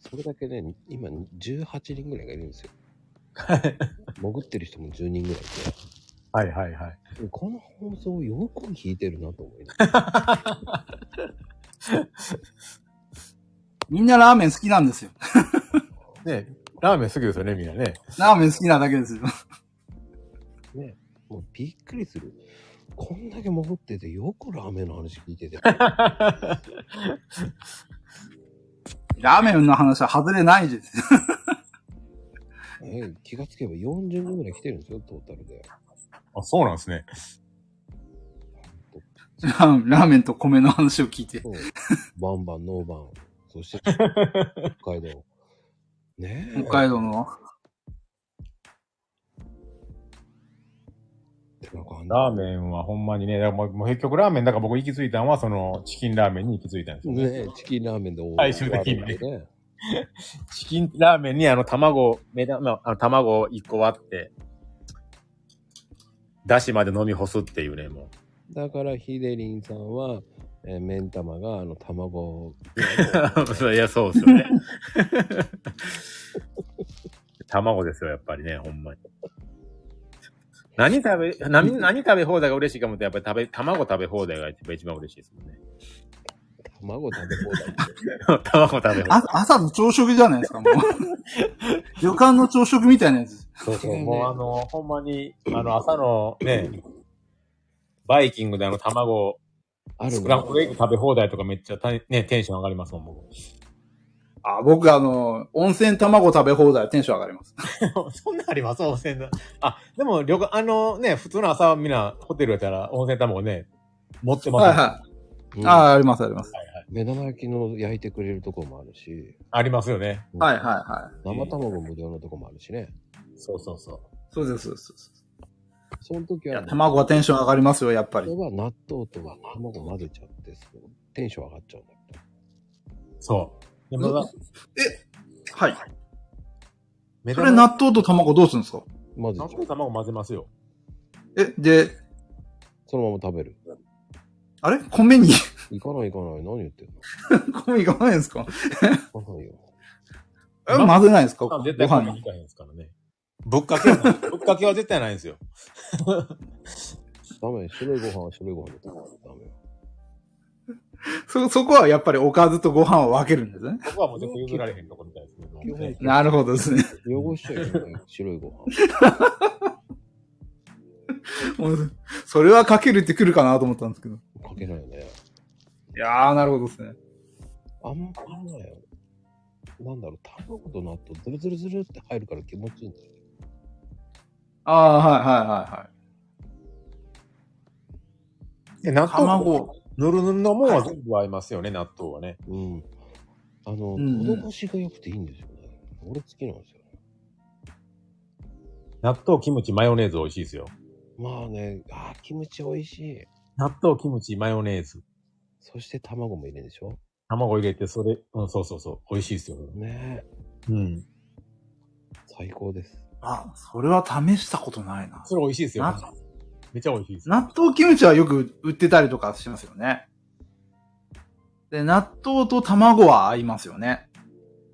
[SPEAKER 1] それだけね、今18人ぐらいがいるん
[SPEAKER 2] [laughs]
[SPEAKER 1] ですよ。潜ってる人も10人ぐらいい
[SPEAKER 2] はいはいはい。
[SPEAKER 1] て、この放送をよく聞いてるなと思いながら
[SPEAKER 2] [laughs]
[SPEAKER 3] みんなラーメン好きなんですよ。
[SPEAKER 2] ねラーメン好きですよね、みんなね。
[SPEAKER 3] ラーメン好きなだけですよ。
[SPEAKER 1] もうびっくりする。こんだけ潜ってて、よくラーメンの話聞いて
[SPEAKER 2] [laughs]
[SPEAKER 1] て。
[SPEAKER 3] ラーメンの話は外れないです。 [laughs]
[SPEAKER 1] え気がつけば40人ぐらい来てるんですよ、トータル
[SPEAKER 2] [laughs]
[SPEAKER 1] で。
[SPEAKER 2] あ、そうなんですね。
[SPEAKER 3] ラーメンと米の話を聞いて。
[SPEAKER 1] そう。バンバン、ノーバン。そ
[SPEAKER 2] [laughs]
[SPEAKER 1] して、北海道。ねえ。
[SPEAKER 3] 北海道の。
[SPEAKER 1] てな感じ
[SPEAKER 2] ラーメンはほんまにね、だからもうもう結局ラーメン、だから僕行き着いたのは、その、チキンラーメンに行き着いたんですよね。
[SPEAKER 1] ねえ、チキンラーメンで大
[SPEAKER 2] 最終的にね
[SPEAKER 1] ね。ね
[SPEAKER 2] チキンラーメンにあの卵を、目玉、あの卵を一個割って、だしまで飲み干すっていうね、も
[SPEAKER 1] だから、ヒデリンさんは、えー、目ん玉が、あの、卵、
[SPEAKER 2] う。い [laughs] や、そうですよね。卵ですよ、やっぱりね、ほんまに。何食べ、何、何食べ放題が嬉しいかもって、やっぱり食べ、卵食べ放題がやっぱ一番嬉しいですもんね。 [laughs]
[SPEAKER 1] 卵食べ放題。
[SPEAKER 2] 卵食べ放題。
[SPEAKER 3] あ朝の朝食じゃないです [laughs] か、もう。旅館の朝食みたいなやつ。
[SPEAKER 2] そうそう、
[SPEAKER 1] ね
[SPEAKER 2] もうあの、ほんまに、あの、朝のね、バイキングであの卵、
[SPEAKER 1] ある
[SPEAKER 2] スク
[SPEAKER 1] ね
[SPEAKER 2] ランブルエッグ食べ放題とかめっちゃたね、テンション上がりますもん、僕。
[SPEAKER 3] あ、僕あの、温泉卵食べ放題テンション上がります。
[SPEAKER 2] [laughs] そんなんあります温泉だ。あ、でも旅館、あのね、普通の朝はみんなホテルやったら温泉卵ね、持ってます
[SPEAKER 3] は
[SPEAKER 1] う
[SPEAKER 2] もん。
[SPEAKER 3] いはい。
[SPEAKER 1] ん
[SPEAKER 3] ああ、ありますあります。
[SPEAKER 1] 目玉焼きの焼いてくれるとこもあるし、
[SPEAKER 2] ありますよね。
[SPEAKER 3] はいはいはい。
[SPEAKER 1] 生卵無料のとこもあるしね。
[SPEAKER 2] そうそうそう。
[SPEAKER 3] そうですそうですそうです。
[SPEAKER 1] その時
[SPEAKER 3] い
[SPEAKER 1] は
[SPEAKER 3] や、
[SPEAKER 1] ね、
[SPEAKER 3] 卵はテンション上がりますよ、やっぱ
[SPEAKER 1] これ
[SPEAKER 3] り。
[SPEAKER 1] は納豆とは卵混ぜちゃって、テンション上がっちゃうんだけど。
[SPEAKER 2] そう。でもな、
[SPEAKER 3] はい。
[SPEAKER 2] 目
[SPEAKER 3] それ
[SPEAKER 2] 玉
[SPEAKER 3] 納豆と卵どうするんですか
[SPEAKER 1] まず
[SPEAKER 2] 納、豆卵混ぜますよ。
[SPEAKER 3] え、で、
[SPEAKER 1] そのまま食べる。
[SPEAKER 3] あれ米に、 [laughs]
[SPEAKER 1] 行かない行かない。何言ってんの
[SPEAKER 3] 米いかないんですか
[SPEAKER 1] 行かないよ。
[SPEAKER 3] えまずないですか
[SPEAKER 2] まあ
[SPEAKER 3] ご
[SPEAKER 2] 絶対
[SPEAKER 3] 飯
[SPEAKER 2] 米
[SPEAKER 3] に
[SPEAKER 2] い。かへんですからね。ぶっかけはない、ぶっかけは絶対ないんですよ。
[SPEAKER 1] ダメ、白いご飯は白いご飯でダメよ。
[SPEAKER 3] そ、そこはやっぱりおかずとご飯を分けるんですね。
[SPEAKER 2] ここはもう絶対譲られへんとこみたいですけど、
[SPEAKER 1] 基本
[SPEAKER 2] ね。
[SPEAKER 3] [laughs] なるほどですね。
[SPEAKER 1] 汚しちゃうよね、白いご飯。
[SPEAKER 3] [laughs] もうそれはかけるってくるかなと思ったんですけど。
[SPEAKER 1] かけないね。
[SPEAKER 3] いやー、なるほどですね。
[SPEAKER 1] あんま変わらないよ。なんだろう、卵と納豆、ズルズルズルって入るから気持ちいいんだよ。
[SPEAKER 3] ああ、はいはいはいはい。
[SPEAKER 2] え、納豆。
[SPEAKER 3] 卵。
[SPEAKER 2] ぬるぬるのもんは全部合いますよね、納豆はね。
[SPEAKER 1] うん。あの、
[SPEAKER 3] うんうん
[SPEAKER 1] 喉越しが良くていいんですよね。俺好きなんですよ。
[SPEAKER 2] 納豆、キムチ、マヨネーズ美味しいですよ。
[SPEAKER 1] まあね、あーキムチ美味しい。
[SPEAKER 2] 納豆、キムチ、マヨネーズ。
[SPEAKER 1] そして卵も入れるでしょ
[SPEAKER 2] 卵入れて、それ、うん、そうそうそう。美味しいですよ。
[SPEAKER 1] ねえ、
[SPEAKER 2] うん。
[SPEAKER 1] 最高です。
[SPEAKER 3] あ、それは試したことないな。
[SPEAKER 2] それ美味しいですよ
[SPEAKER 3] 納。
[SPEAKER 2] めっちゃ美味しいです。
[SPEAKER 3] 納豆キムチはよく売ってたりとかしますよね。で、納豆と卵は合いますよね。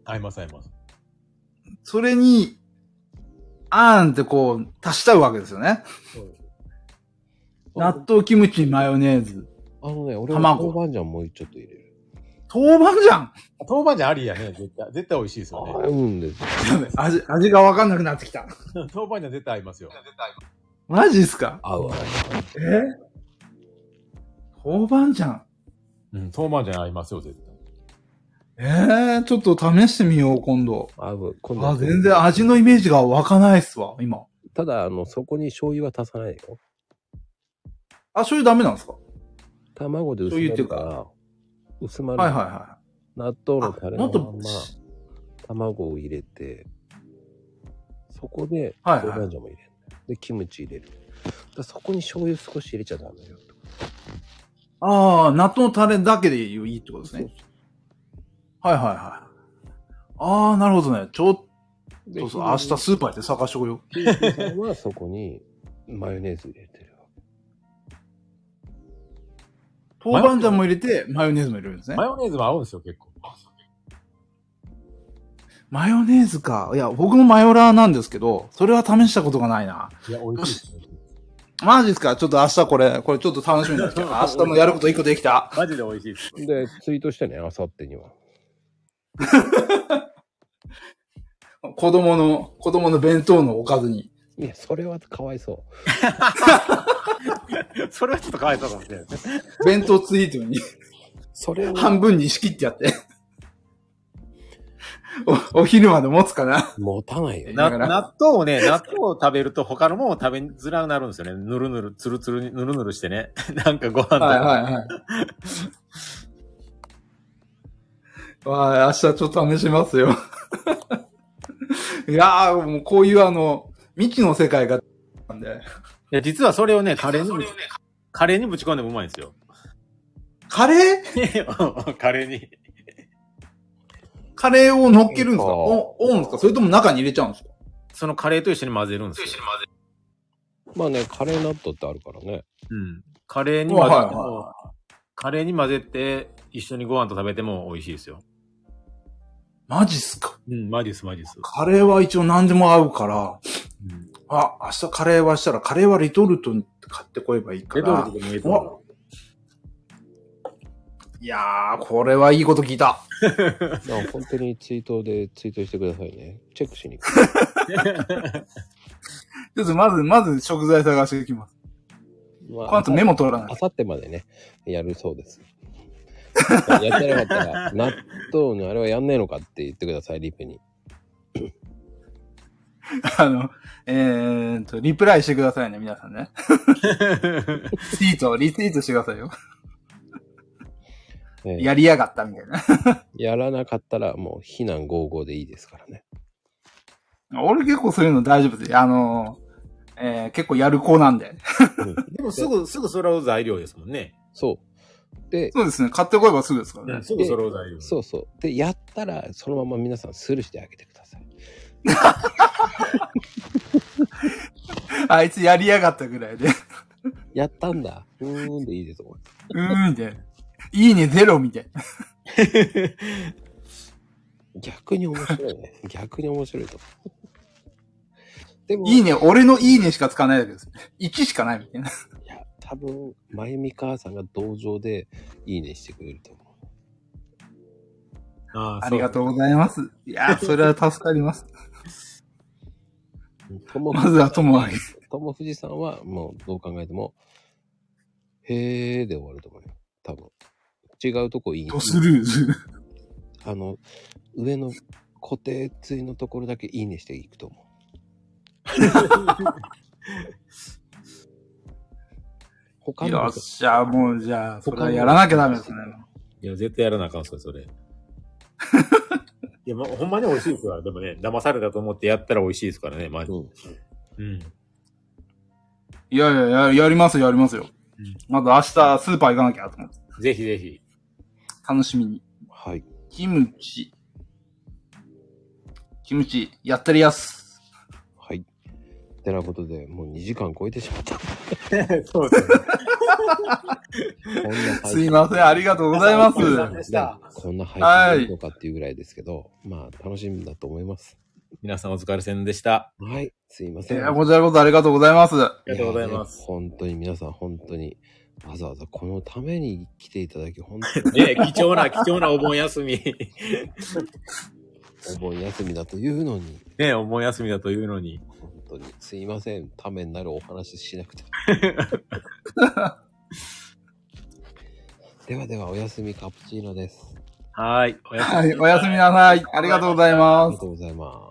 [SPEAKER 2] 合います合います。
[SPEAKER 3] それに、あーんってこう、足しちゃうわけですよね。納豆キムチにマヨネーズ。
[SPEAKER 1] あのね、俺は
[SPEAKER 3] 卵
[SPEAKER 1] 豆板醤もうちょっと入れる。
[SPEAKER 3] 豆板醤
[SPEAKER 2] 豆板醤ありやね、絶対。絶対美味しいですよね。
[SPEAKER 1] 合うんですよ。
[SPEAKER 3] やべ [laughs] 味、味がわかんなくなってきた。
[SPEAKER 2] 豆板醤絶対合いますよ。
[SPEAKER 3] マジっすか
[SPEAKER 1] 合う合う。
[SPEAKER 3] え豆板醤
[SPEAKER 2] うん、豆板醤合いますよ、絶対。
[SPEAKER 3] えー、ちょっと試してみよう、今度。
[SPEAKER 1] 合う。今度
[SPEAKER 3] あ、全然味のイメージが湧かないっすわ、今。
[SPEAKER 1] ただ、あの、そこに醤油は足さないよ。
[SPEAKER 3] あ、醤油ダメなんですか
[SPEAKER 1] 卵で薄まるから、薄まる。
[SPEAKER 3] はいはいは
[SPEAKER 1] 納豆
[SPEAKER 3] い。
[SPEAKER 1] のタレ
[SPEAKER 3] あも
[SPEAKER 1] の
[SPEAKER 3] っと、
[SPEAKER 1] まんま卵を入れて、そこで
[SPEAKER 3] はい
[SPEAKER 1] 豆板
[SPEAKER 3] はい
[SPEAKER 1] 醤も入れる、で、キムチ入れる。だそこに醤油少し入れちゃダメよ。
[SPEAKER 3] ああ、納豆のタレだけでいいってことですね。はいはいはい。ああ、なるほどね。ちょっ
[SPEAKER 1] で
[SPEAKER 3] とそう、明日スーパー行って探しとこよ。
[SPEAKER 1] ピーさんはそこにマヨネーズ入れてる。
[SPEAKER 3] 豆板醤も入れて、マヨネーズも入れるんですね
[SPEAKER 2] マ。ヨネーズも合うんですよ、結構。
[SPEAKER 3] マヨネーズか。いや、僕もマヨラーなんですけど、それは試したことがないな。
[SPEAKER 2] いや、美味しいですよ。
[SPEAKER 3] マジですかちょっと明日これ、これちょっと楽しみなんで
[SPEAKER 1] [laughs]
[SPEAKER 3] すけど、明日もやること一個できた。
[SPEAKER 2] マジで美味しいです。
[SPEAKER 1] で、ツイートしてね、あさってには。
[SPEAKER 3] 子供の、子供の弁当のおかずに。
[SPEAKER 1] いや、それはかわいそ
[SPEAKER 2] [laughs] それはちょっとかわいそうかもしれないですね。
[SPEAKER 3] 弁当ツイートに。
[SPEAKER 1] う。それは
[SPEAKER 3] 半分に仕切ってやって。 [laughs] お、お昼まで持つかな。
[SPEAKER 1] 持たないよ。
[SPEAKER 2] な
[SPEAKER 3] だから
[SPEAKER 2] 納豆をね、 [laughs] 納豆を食べると他のものを食べづらくなるんですよね。ぬるぬる、つるつるに、ぬるぬるしてね。 [laughs] なんかご飯とか。
[SPEAKER 3] はいはいはい。わあ、明日ちょっと試しますよ。 [laughs] いやーもうこういうあの、未知の世界が、なんで。
[SPEAKER 2] いや、実はそれをね、カレーにぶち、カレーにぶち込んでもうまいんですよ。
[SPEAKER 3] カレー
[SPEAKER 2] [laughs] カレーに。
[SPEAKER 3] カレーを乗っけるんですか
[SPEAKER 1] そう
[SPEAKER 3] お、おんですかそれとも中に入れちゃうんですか
[SPEAKER 2] そのカレーと一緒に混ぜるんですよ。
[SPEAKER 1] まあね、カレー納豆ってあるからね。
[SPEAKER 2] うん。カレーに混
[SPEAKER 3] はい
[SPEAKER 2] ぜ
[SPEAKER 3] は
[SPEAKER 2] て
[SPEAKER 3] い
[SPEAKER 2] も、
[SPEAKER 3] は
[SPEAKER 2] カレーに混ぜて、一緒にご飯と食べても美味しいですよ。
[SPEAKER 3] い。マジっすか
[SPEAKER 2] うん、マジです、マジです。
[SPEAKER 3] カレーは一応何でも合うから、
[SPEAKER 2] うん
[SPEAKER 3] あ、明日カレーはしたら、カレーはリトルトに買ってこえばいいか
[SPEAKER 2] レトルト
[SPEAKER 3] ら。
[SPEAKER 2] でもいいと思
[SPEAKER 3] いやー、これはいいこと聞いた。
[SPEAKER 1] まあ本当にツイートでツイートしてくださいね。チェックしに行く。
[SPEAKER 3] ちょっとまず、まず食材探していきます。
[SPEAKER 1] ま
[SPEAKER 3] この後メモ取らない
[SPEAKER 1] あ。さってまでね、やるそうです。やってなかった
[SPEAKER 3] [laughs]
[SPEAKER 1] ら、納豆のあれはやんねえのかって言ってください、リプに。
[SPEAKER 3] あの、えーっと、リプライしてくださいね、皆さんね。
[SPEAKER 2] [laughs] う。
[SPEAKER 3] ツイート、リツイートしてくださいよ。
[SPEAKER 1] ええ
[SPEAKER 3] やりやがったみたいな。
[SPEAKER 1] やらなかったら、もう非難合々でいいですからね。
[SPEAKER 3] 俺結構そういうの大丈夫ですよ。あの、えー結構やる子なんで。
[SPEAKER 2] でもすぐ、すぐそれを材料ですもんね。
[SPEAKER 1] そう。で、
[SPEAKER 3] そうですね、買ってこいばすぐですからね。
[SPEAKER 2] すぐそれを材料。
[SPEAKER 1] そうそう。で、やったら、そのまま皆さんスルーしてあげてください。
[SPEAKER 3] あいつやりやがったぐらいで。
[SPEAKER 1] やったんだ。うーんでいいです。
[SPEAKER 3] うーん、みたいな。いいね、ゼロみたいな。
[SPEAKER 1] 逆に面白いね。逆に面白いと。でも、
[SPEAKER 3] いいね、俺のいいねしか使わないだけです。1しかないみたいな。
[SPEAKER 1] いや、多分、まゆみ母さんが同情でいいねしてくれると思う。
[SPEAKER 2] あ
[SPEAKER 3] ありがとうございます。いやー、それは助かります。
[SPEAKER 1] とも
[SPEAKER 3] まずはともあり。
[SPEAKER 1] ともふじさんは、もう、どう考えても、へーで終わると思うよ。多分。違うとこいいね
[SPEAKER 3] ドスルーズ。
[SPEAKER 1] あの、上の固定ついのところだけいいねしていくと思う。他
[SPEAKER 3] よ
[SPEAKER 1] の
[SPEAKER 3] っしゃ、もうじゃあ、それはやらなきゃダメですね。
[SPEAKER 2] いや、絶対やらなあかんっすよ、そ [laughs] れ。いや、ま、ほんまに美味しいですから、でもね、騙されたと思ってやったら美味しいですからね、まあ、
[SPEAKER 1] うん、
[SPEAKER 2] うん。
[SPEAKER 3] いやいやや、やりますよ、やりますよ。まず明日、スーパー行かなきゃと思って。
[SPEAKER 2] ぜひぜひ。
[SPEAKER 3] 楽しみに。
[SPEAKER 1] はい。
[SPEAKER 3] キムチ。キムチ、やってるやす。
[SPEAKER 1] はい。てなことで、もう2時間超えてしまった。
[SPEAKER 2] [laughs] そうですね。
[SPEAKER 1] こんな配
[SPEAKER 3] すいません、ありがとうございます。
[SPEAKER 2] は
[SPEAKER 1] 信がこんな配信いるのかっていうぐらいですけど、まあ、楽しみだと思います。
[SPEAKER 2] 皆さんお疲れ様でした。
[SPEAKER 1] はい。すいま
[SPEAKER 3] い
[SPEAKER 1] せん。
[SPEAKER 3] や、こちらこそありがとうございます。
[SPEAKER 2] ありがとうございます。
[SPEAKER 1] やね本当に皆さん、本当に、わざわざこのために来ていただき、本当に
[SPEAKER 2] ね、貴重な、貴重なお盆休み。
[SPEAKER 1] お盆休みだというのに、
[SPEAKER 2] [laughs] ね、お盆休みだというのに。
[SPEAKER 1] 本当にすいません。ためになるお話しなくて。ではでは、おやすみカプチーノです。
[SPEAKER 2] はーい。おやすみ
[SPEAKER 3] はい、おやすみなさい。ありがとうござい
[SPEAKER 1] あ
[SPEAKER 3] ま
[SPEAKER 1] り
[SPEAKER 3] す
[SPEAKER 1] が。とうございます。